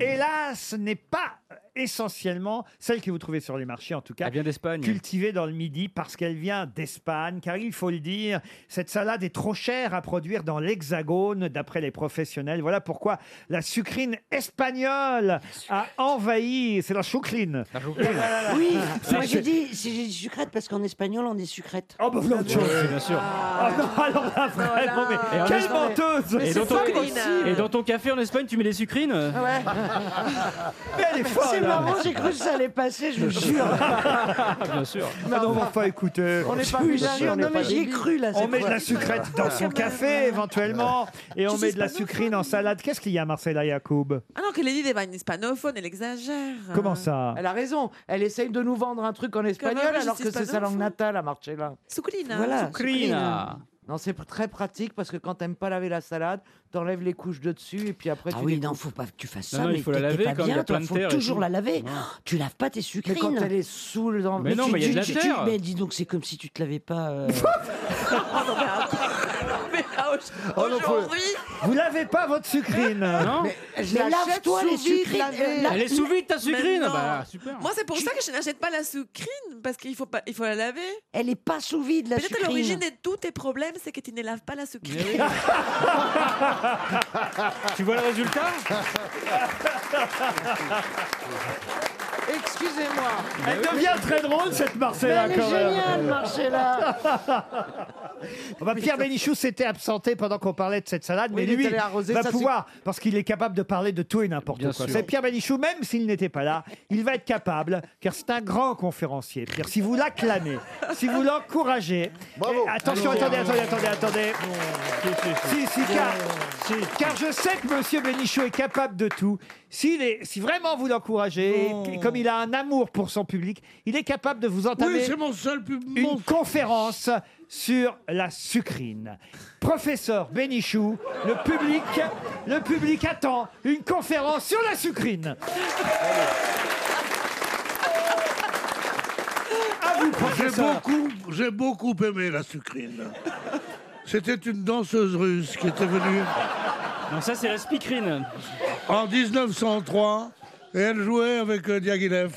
S3: Hélas, n'est pas essentiellement celle que vous trouvez sur les marchés, en tout cas. Elle vient d'Espagne. Cultivée dans le Midi parce qu'elle vient d'Espagne. Car il faut le dire, cette salade est trop chère à produire dans l'Hexagone, d'après les professionnels. Voilà pourquoi la sucrine espagnole a envahi. C'est la choucrine.
S16: Oui, moi j'ai dit, si j'ai dit sucrète parce qu'en espagnol on dit sucrète.
S3: Oh bah voilà autre chose. bien sûr. Ah non, alors là, vraiment, mais
S23: Et en
S3: quelle
S23: Espagne-
S3: menteuse
S23: et, dans ton... et dans ton café en Espagne, tu mets des sucrines
S3: Mais elle est folle
S16: C'est marrant,
S3: hein.
S16: j'ai cru que ça allait passer, je vous jure.
S23: Bien sûr.
S3: Non, non, Ah, mais enfin, écoutez.
S16: On n'est pas
S3: je vous
S16: bilingue,
S3: jure,
S16: on n'est
S3: non, mais
S16: pas
S3: j'y ai
S16: débile.
S3: cru, là, cette
S16: On met de
S3: fois.
S16: la sucrète
S3: dans
S16: dans
S3: son
S16: son
S3: café, éventuellement. Et
S4: Je
S3: on met
S4: suis
S3: de la
S4: hispanophone.
S3: sucrine en salade. Qu'est-ce qu'il y a, Marcella Yacoub
S4: Ah non, qu'elle est libre, elle est hispanophone, elle exagère.
S3: Comment ça
S5: Elle a raison. Elle essaye de nous vendre un truc en espagnol
S4: même, je
S5: alors
S4: suis
S5: que c'est sa
S4: hispanophone.
S5: langue natale à Marcella.
S4: Sucrina.
S5: Voilà.
S4: Sucrina.
S5: sucrina. Non, c'est pr- très pratique parce que quand t'aimes pas laver la salade, t'enlèves les couches de dessus et puis après
S16: Ah
S5: tu
S16: oui,
S5: découpes.
S16: non, faut pas que tu fasses ça, mais t'es- t'es pas bien, toi, faut toujours la laver. Oh, Tu laves pas tes
S5: Mais
S16: sucrines.
S5: quand elle est sous le
S16: Mais tu- tu- tu- tu-
S5: mais
S16: Mais dis donc, c'est comme si tu te lavais pas. euh,
S4: Aujourd'hui,
S3: Oh, Vous l'avez pas, votre sucrine
S16: Non. Mais je Mais l'achète lave-toi sous les vide, sucrines, lavée. euh, la- Elle est sous vide, ta sucrine
S4: Mais non.
S16: Bah,
S4: Moi, c'est pour ça que je n'achète pas la sucrine, parce qu'il faut, pas- il faut la laver.
S16: Elle est pas sous vide, la
S4: Peut-être
S16: sucrine.
S4: à l'origine de tous tes problèmes, c'est que tu ne laves pas la sucrine.
S23: Tu vois le résultat
S5: Excusez-moi.
S23: Ben
S3: Elle devient très drôle, cette Marcella,
S5: Mais elle est
S3: quand même.
S5: géniale, Marcella.
S3: Oh bah, Pierre Bénichou s'était absenté pendant qu'on parlait de cette salade,
S5: Oui,
S3: mais
S5: il est
S3: lui
S5: allé arroser
S3: va
S5: sa
S3: pouvoir, parce qu'il est capable de parler de tout et n'importe
S5: Bien
S3: quoi.
S5: sûr.
S3: C'est Pierre Bénichou, même s'il n'était pas là, il va être capable, car c'est un grand conférencier. Pierre, si vous l'acclamez, si vous l'encouragez. Et Eh, Attention,
S5: Allons.
S3: attendez, attendez, attendez, attendez. Oh, Si, si, car, car je sais que Monsieur Bénichou est capable de tout. S'il est, si vraiment vous l'encouragez, et comme il a un amour pour son public, il est capable de vous entamer
S6: Oui, c'est mon seul pub. mon-
S3: une conférence sur la sucrine. Professeur Bénichou, le public, le public attend une conférence sur la sucrine.
S6: J'ai
S3: professeur.
S6: beaucoup, j'ai beaucoup aimé la sucrine. C'était une danseuse russe qui était venue.
S23: Non, ça, c'est la spikrine.
S6: En 1903, et elle jouait avec euh, Diaghilev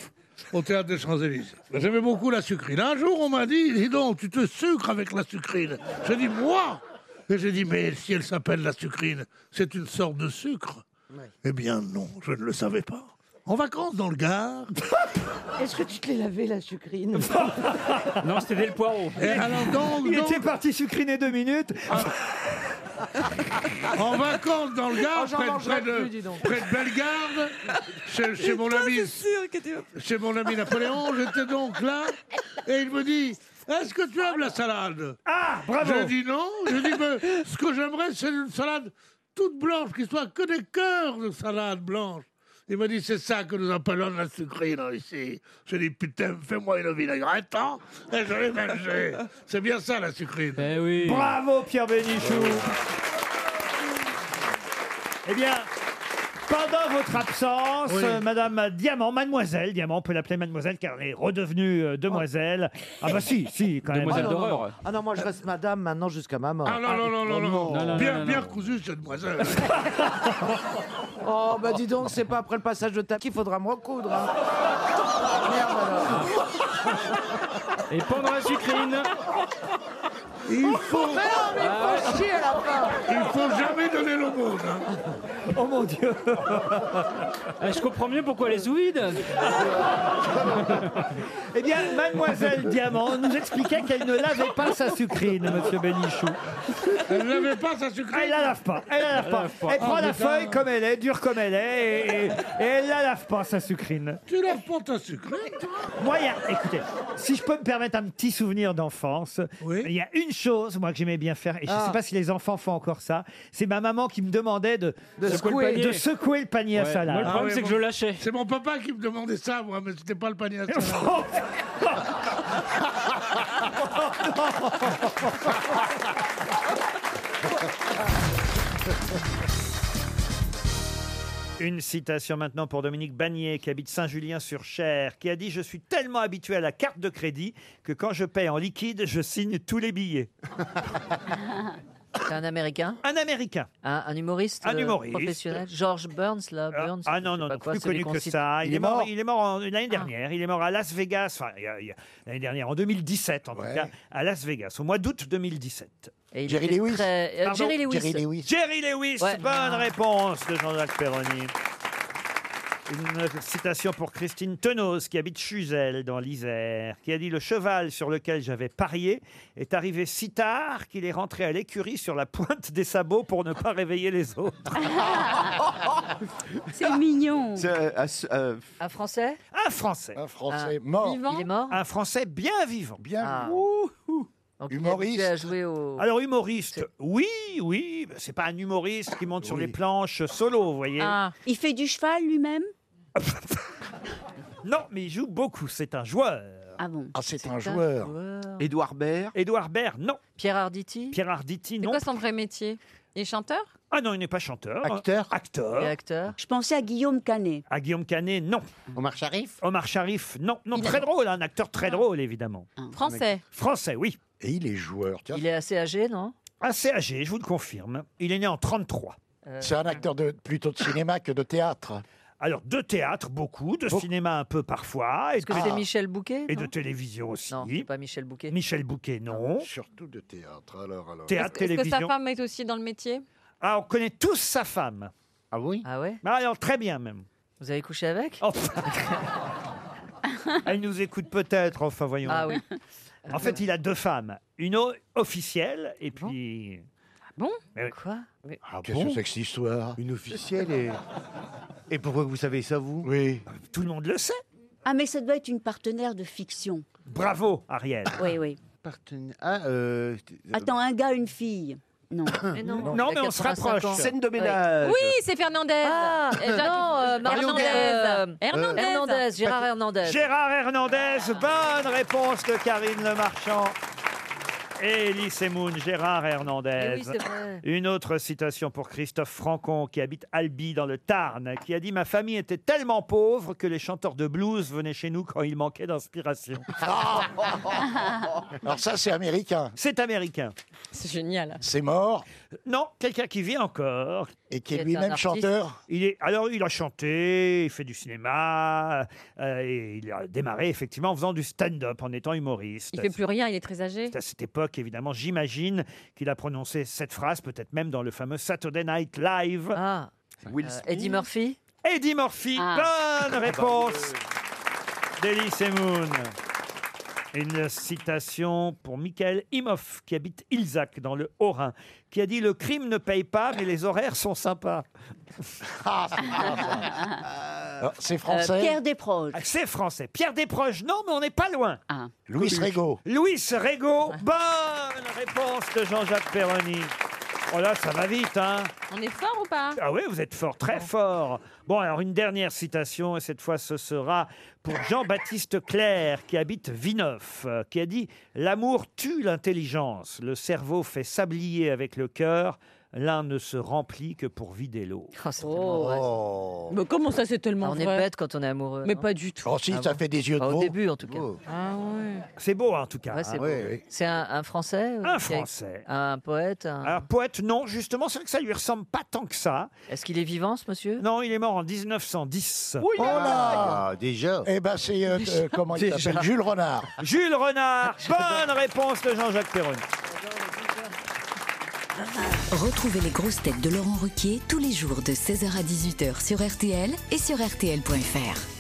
S6: au théâtre des Champs-Élysées. Bah, J'aimais beaucoup la sucrine. Un jour, on m'a dit Dis donc, tu te sucres avec la sucrine. J'ai dit Moi Et j'ai dit Mais si elle s'appelle la sucrine, c'est une sorte de sucre Eh bien, non, je ne le savais pas. En vacances dans le Gard,
S16: Est-ce que tu te l'es lavé, la sucrine
S23: Non, c'était dès le poireau.
S6: Et alors, donc,
S3: Il
S6: donc-
S3: était parti sucriner deux minutes.
S6: Ah. En vacances dans le Gard,
S3: Oh, j'en
S6: près, de-
S3: mangerai
S6: près de,
S3: plus, dis donc.
S6: près de Bellegarde, chez, chez mon ami, chez mon ami Napoléon, j'étais donc là, et il me dit, est-ce que tu aimes la salade
S3: Ah, bravo.
S6: Je dis non, je dis, mais ce que j'aimerais, c'est une salade toute blanche, qui soit que des cœurs de salade blanche. Il m'a dit, c'est ça que nous appelons la sucrine ici. Je dis, putain, fais-moi une vinaigrette, hein, et je vais manger. C'est bien ça, la sucrine.
S23: Eh oui.
S3: Bravo Pierre Bénichou. Eh bien, Pendant votre absence,
S8: Oui.
S3: euh, Madame Diamant, Mademoiselle Diamant, on peut l'appeler Mademoiselle car elle est redevenue euh, demoiselle. Ah bah si, si, quand même.
S16: Ah non, non, non. Ah non, moi je reste madame maintenant jusqu'à ma mort.
S6: Ah non, non, non, non, non,
S16: Oh, non,
S6: bien,
S16: non, non.
S6: bien cousu, cette demoiselle.
S16: Oh bah dis donc, c'est pas après le passage de ta qu'il faudra me recoudre. hein. Merde alors.
S1: Et pendant la sucrine.
S6: Il faut. Ah,
S16: Mais non, mais il faut chier à la fin.
S6: Il faut jamais donner l'aumône. hein.
S3: Oh mon dieu
S1: Ah, Je comprends mieux pourquoi elle est sous vide.
S3: Eh bien, Mademoiselle Diamant nous expliquait qu'elle ne lavait pas sa sucrine, Monsieur Bénichou.
S6: Elle ne lavait pas sa sucrine
S3: Ah, Elle la lave pas. Elle la lave
S6: Elle
S3: pas. Ah,
S6: lave pas.
S3: Elle prend
S6: Oh,
S3: la
S6: putain.
S3: feuille comme elle est, dure comme elle est, et, et- et elle la lave pas sa sucrine.
S6: Tu leur prends ta sucrine, toi
S3: Moi, il y a- écoutez, si je peux me permettre un petit souvenir d'enfance, il y a une chose, moi, que j'aimais bien faire, et je ne
S16: Ah.
S3: sais pas si les enfants font encore ça, c'est ma maman qui me demandait de,
S6: De secouer le panier.
S3: de secouer le panier à salade.
S6: je lâchais. Ah, C'est mon papa qui me demandait ça, moi, mais c'était pas le panier à salade.
S3: Une citation maintenant pour Dominique Bagnier, qui habite Saint-Julien-sur-Cher, qui a dit Je suis tellement habitué à la carte de crédit que quand je paie en liquide, je signe tous les billets.
S21: C'est un Américain
S3: Un Américain.
S21: Un, humoriste
S3: Un
S21: euh,
S3: humoriste.
S21: professionnel George Burns, là. Burns,
S3: Ah non,
S21: je sais
S3: non,
S21: pas
S3: non,
S21: quoi,
S3: plus
S21: celui
S3: connu
S21: qu'on
S3: que
S21: cite.
S3: ça. Il, est mort, il est mort en-
S21: Ah.
S3: l'année dernière. Il est mort à Las Vegas, enfin, il y a- il y a- l'année dernière, en 2017 en tout cas, à Las Vegas, au mois d'août 2017.
S21: Et il Jerry était Lewis. très- euh,
S3: Pardon
S21: Jerry Lewis.
S3: Jerry Lewis. Jerry Lewis,
S21: Ouais.
S3: bonne réponse de Jean-Jacques Perroni. Une citation pour Christine Tenoz, qui habite Chuzel, dans l'Isère, qui a dit « Le cheval sur lequel j'avais parié est arrivé si tard qu'il est rentré à l'écurie sur la pointe des sabots pour ne pas réveiller les autres. »
S21: C'est mignon.
S3: euh, Un Français Un Français. Un Français mort.
S21: vivant Il est mort
S3: Un Français bien vivant. Bien
S16: Ah.
S21: Humoriste. habitué à jouer au-
S3: Alors, humoriste, oui, oui. mais C'est pas un humoriste qui monte sur les planches solo, vous voyez.
S21: Il fait du cheval lui-même
S3: Non, mais il joue beaucoup. C'est un joueur.
S21: Ah bon
S3: Ah, c'est
S21: un joueur.
S3: Édouard Baird Édouard Baird, non.
S21: Pierre Arditi
S3: Pierre Arditi,
S21: C'est
S3: non.
S21: quoi son vrai métier Il est chanteur
S3: Ah non, il n'est pas chanteur.
S21: Acteur
S3: Acteur.
S21: Il est acteur. Je pensais à Guillaume Canet.
S3: À Guillaume Canet, non. Omar Sharif Omar Sharif, non. Non, très drôle, hein, un acteur très drôle, évidemment.
S21: Ah. Français.
S3: Français, oui. Et il est joueur,
S21: Il est assez âgé, non
S3: Assez âgé, je vous le confirme. Il est né en 33.
S21: Euh,
S5: C'est un acteur de, plutôt de cinéma que de théâtre.
S3: Alors, de théâtre, beaucoup, de cinéma un peu parfois.
S21: Est-ce que c'est Michel Bouquet
S3: Ah. Et
S21: non
S3: de télévision aussi. Non,
S21: pas Michel Bouquet.
S3: Michel Bouquet, non.
S5: Surtout de théâtre, alors. alors.
S3: Théâtre,
S21: Est-ce que
S3: télévision.
S21: sa femme est aussi dans le métier
S3: Ah, on connaît tous sa femme. Ah oui
S21: Ah ouais
S3: alors, très bien même.
S21: Vous avez couché avec
S3: Oh. Elle nous écoute peut-être, enfin voyons.
S21: Ah oui.
S3: En fait, il a deux femmes. Une o- officielle et puis...
S21: Bon
S3: Quoi
S5: Ah,
S3: ah
S5: Qu'est-ce que c'est que cette histoire
S23: Une officielle et. Et pourquoi vous savez ça, vous
S5: Oui.
S3: Tout le monde le sait.
S23: Ah, mais ça doit être une partenaire de fiction.
S3: Bravo, Ariel.
S23: Oui, oui. Partenaire. Ah, euh... Attends, un gars, une fille. Non.
S21: Mais non. Non, mais on se rapproche.
S23: Scène
S21: de
S20: Euh,
S21: ménage. Oui, c'est Fernandez. Ah,
S3: Eh ben,
S21: non, euh, Hernandez. Euh, Hernandez.
S4: Euh,
S21: Hernandez, Gérard Hernandez.
S3: Gérard Hernandez, bonne réponse de Karine Le Marchand. Et Elie Moon, Gérard
S21: Eh
S3: Hernandez.
S21: oui, c'est vrai.
S3: Une autre citation pour Christophe Francon, qui habite Albi dans le Tarn, qui a dit Ma famille était tellement pauvre que les chanteurs de blues venaient chez nous quand il manquait d'inspiration.
S21: Ah.
S5: Alors ça, c'est américain.
S3: C'est américain.
S21: C'est génial.
S5: C'est mort.
S3: Non, quelqu'un qui vit encore.
S5: Et qui est Qui est lui-même un artiste. chanteur
S3: il est, Alors, il a chanté, il fait du cinéma, euh, et il a démarré effectivement en faisant du stand-up, en étant humoriste.
S21: Il fait plus rien, il est très âgé.
S3: C'est à cette époque, évidemment, j'imagine qu'il a prononcé cette phrase, peut-être même dans le fameux Saturday Night Live.
S21: Ah.
S3: Will
S21: Euh, Eddie Murphy
S3: Eddie Murphy,
S21: Ah.
S3: bonne réponse d'Elise et Moon. Une citation pour Michael Imoff, qui habite Ilzac, dans le Haut-Rhin, qui a dit « Le crime ne paye pas, mais les horaires sont sympas
S5: Alors, C'est français.
S3: Desproges. Ah, C'est français. Pierre Desproges, non, mais on n'est pas loin.
S5: Louis Rego.
S3: Louis Rego, bonne réponse de Jean-Jacques Perroni. Oh là, ça va vite, hein
S21: On est fort ou pas
S3: Ah oui, vous êtes fort, très fort. Bon, alors une dernière citation, et cette fois ce sera pour Jean-Baptiste Claire, qui habite Vineuf, euh, qui a dit « L'amour tue l'intelligence, le cerveau fait sablier avec le cœur, l'un ne se remplit que pour vider l'autre.
S15: Mais comment ça, c'est tellement
S3: On est
S15: vrai
S3: bête
S15: quand on est amoureux. Mais
S3: non
S15: pas du tout.
S3: Oh, si, Ah ça bon fait des yeux de Bah, au veau. Ah, début,
S15: en tout cas. Ah ouais.
S3: C'est beau, hein, en tout cas.
S15: Ouais, c'est beau. C'est un, un français euh,
S3: Un
S15: qui a-
S3: Français.
S15: Un poète un-
S3: Alors, poète, non, justement, c'est vrai que ça lui ressemble pas tant que ça.
S15: Est-ce qu'il est vivant, ce monsieur
S3: Non, il est mort en 1910.
S6: Oh là
S3: déjà.
S6: Eh ben c'est euh, euh, comment il
S3: Déjà.
S6: s'appelle Jules Renard.
S3: Jules Renard, bonne réponse de Jean-Jacques Perroni.
S20: Retrouvez les grosses têtes de Laurent Ruquier tous les jours de 16h à 18h sur RTL et sur RTL.fr.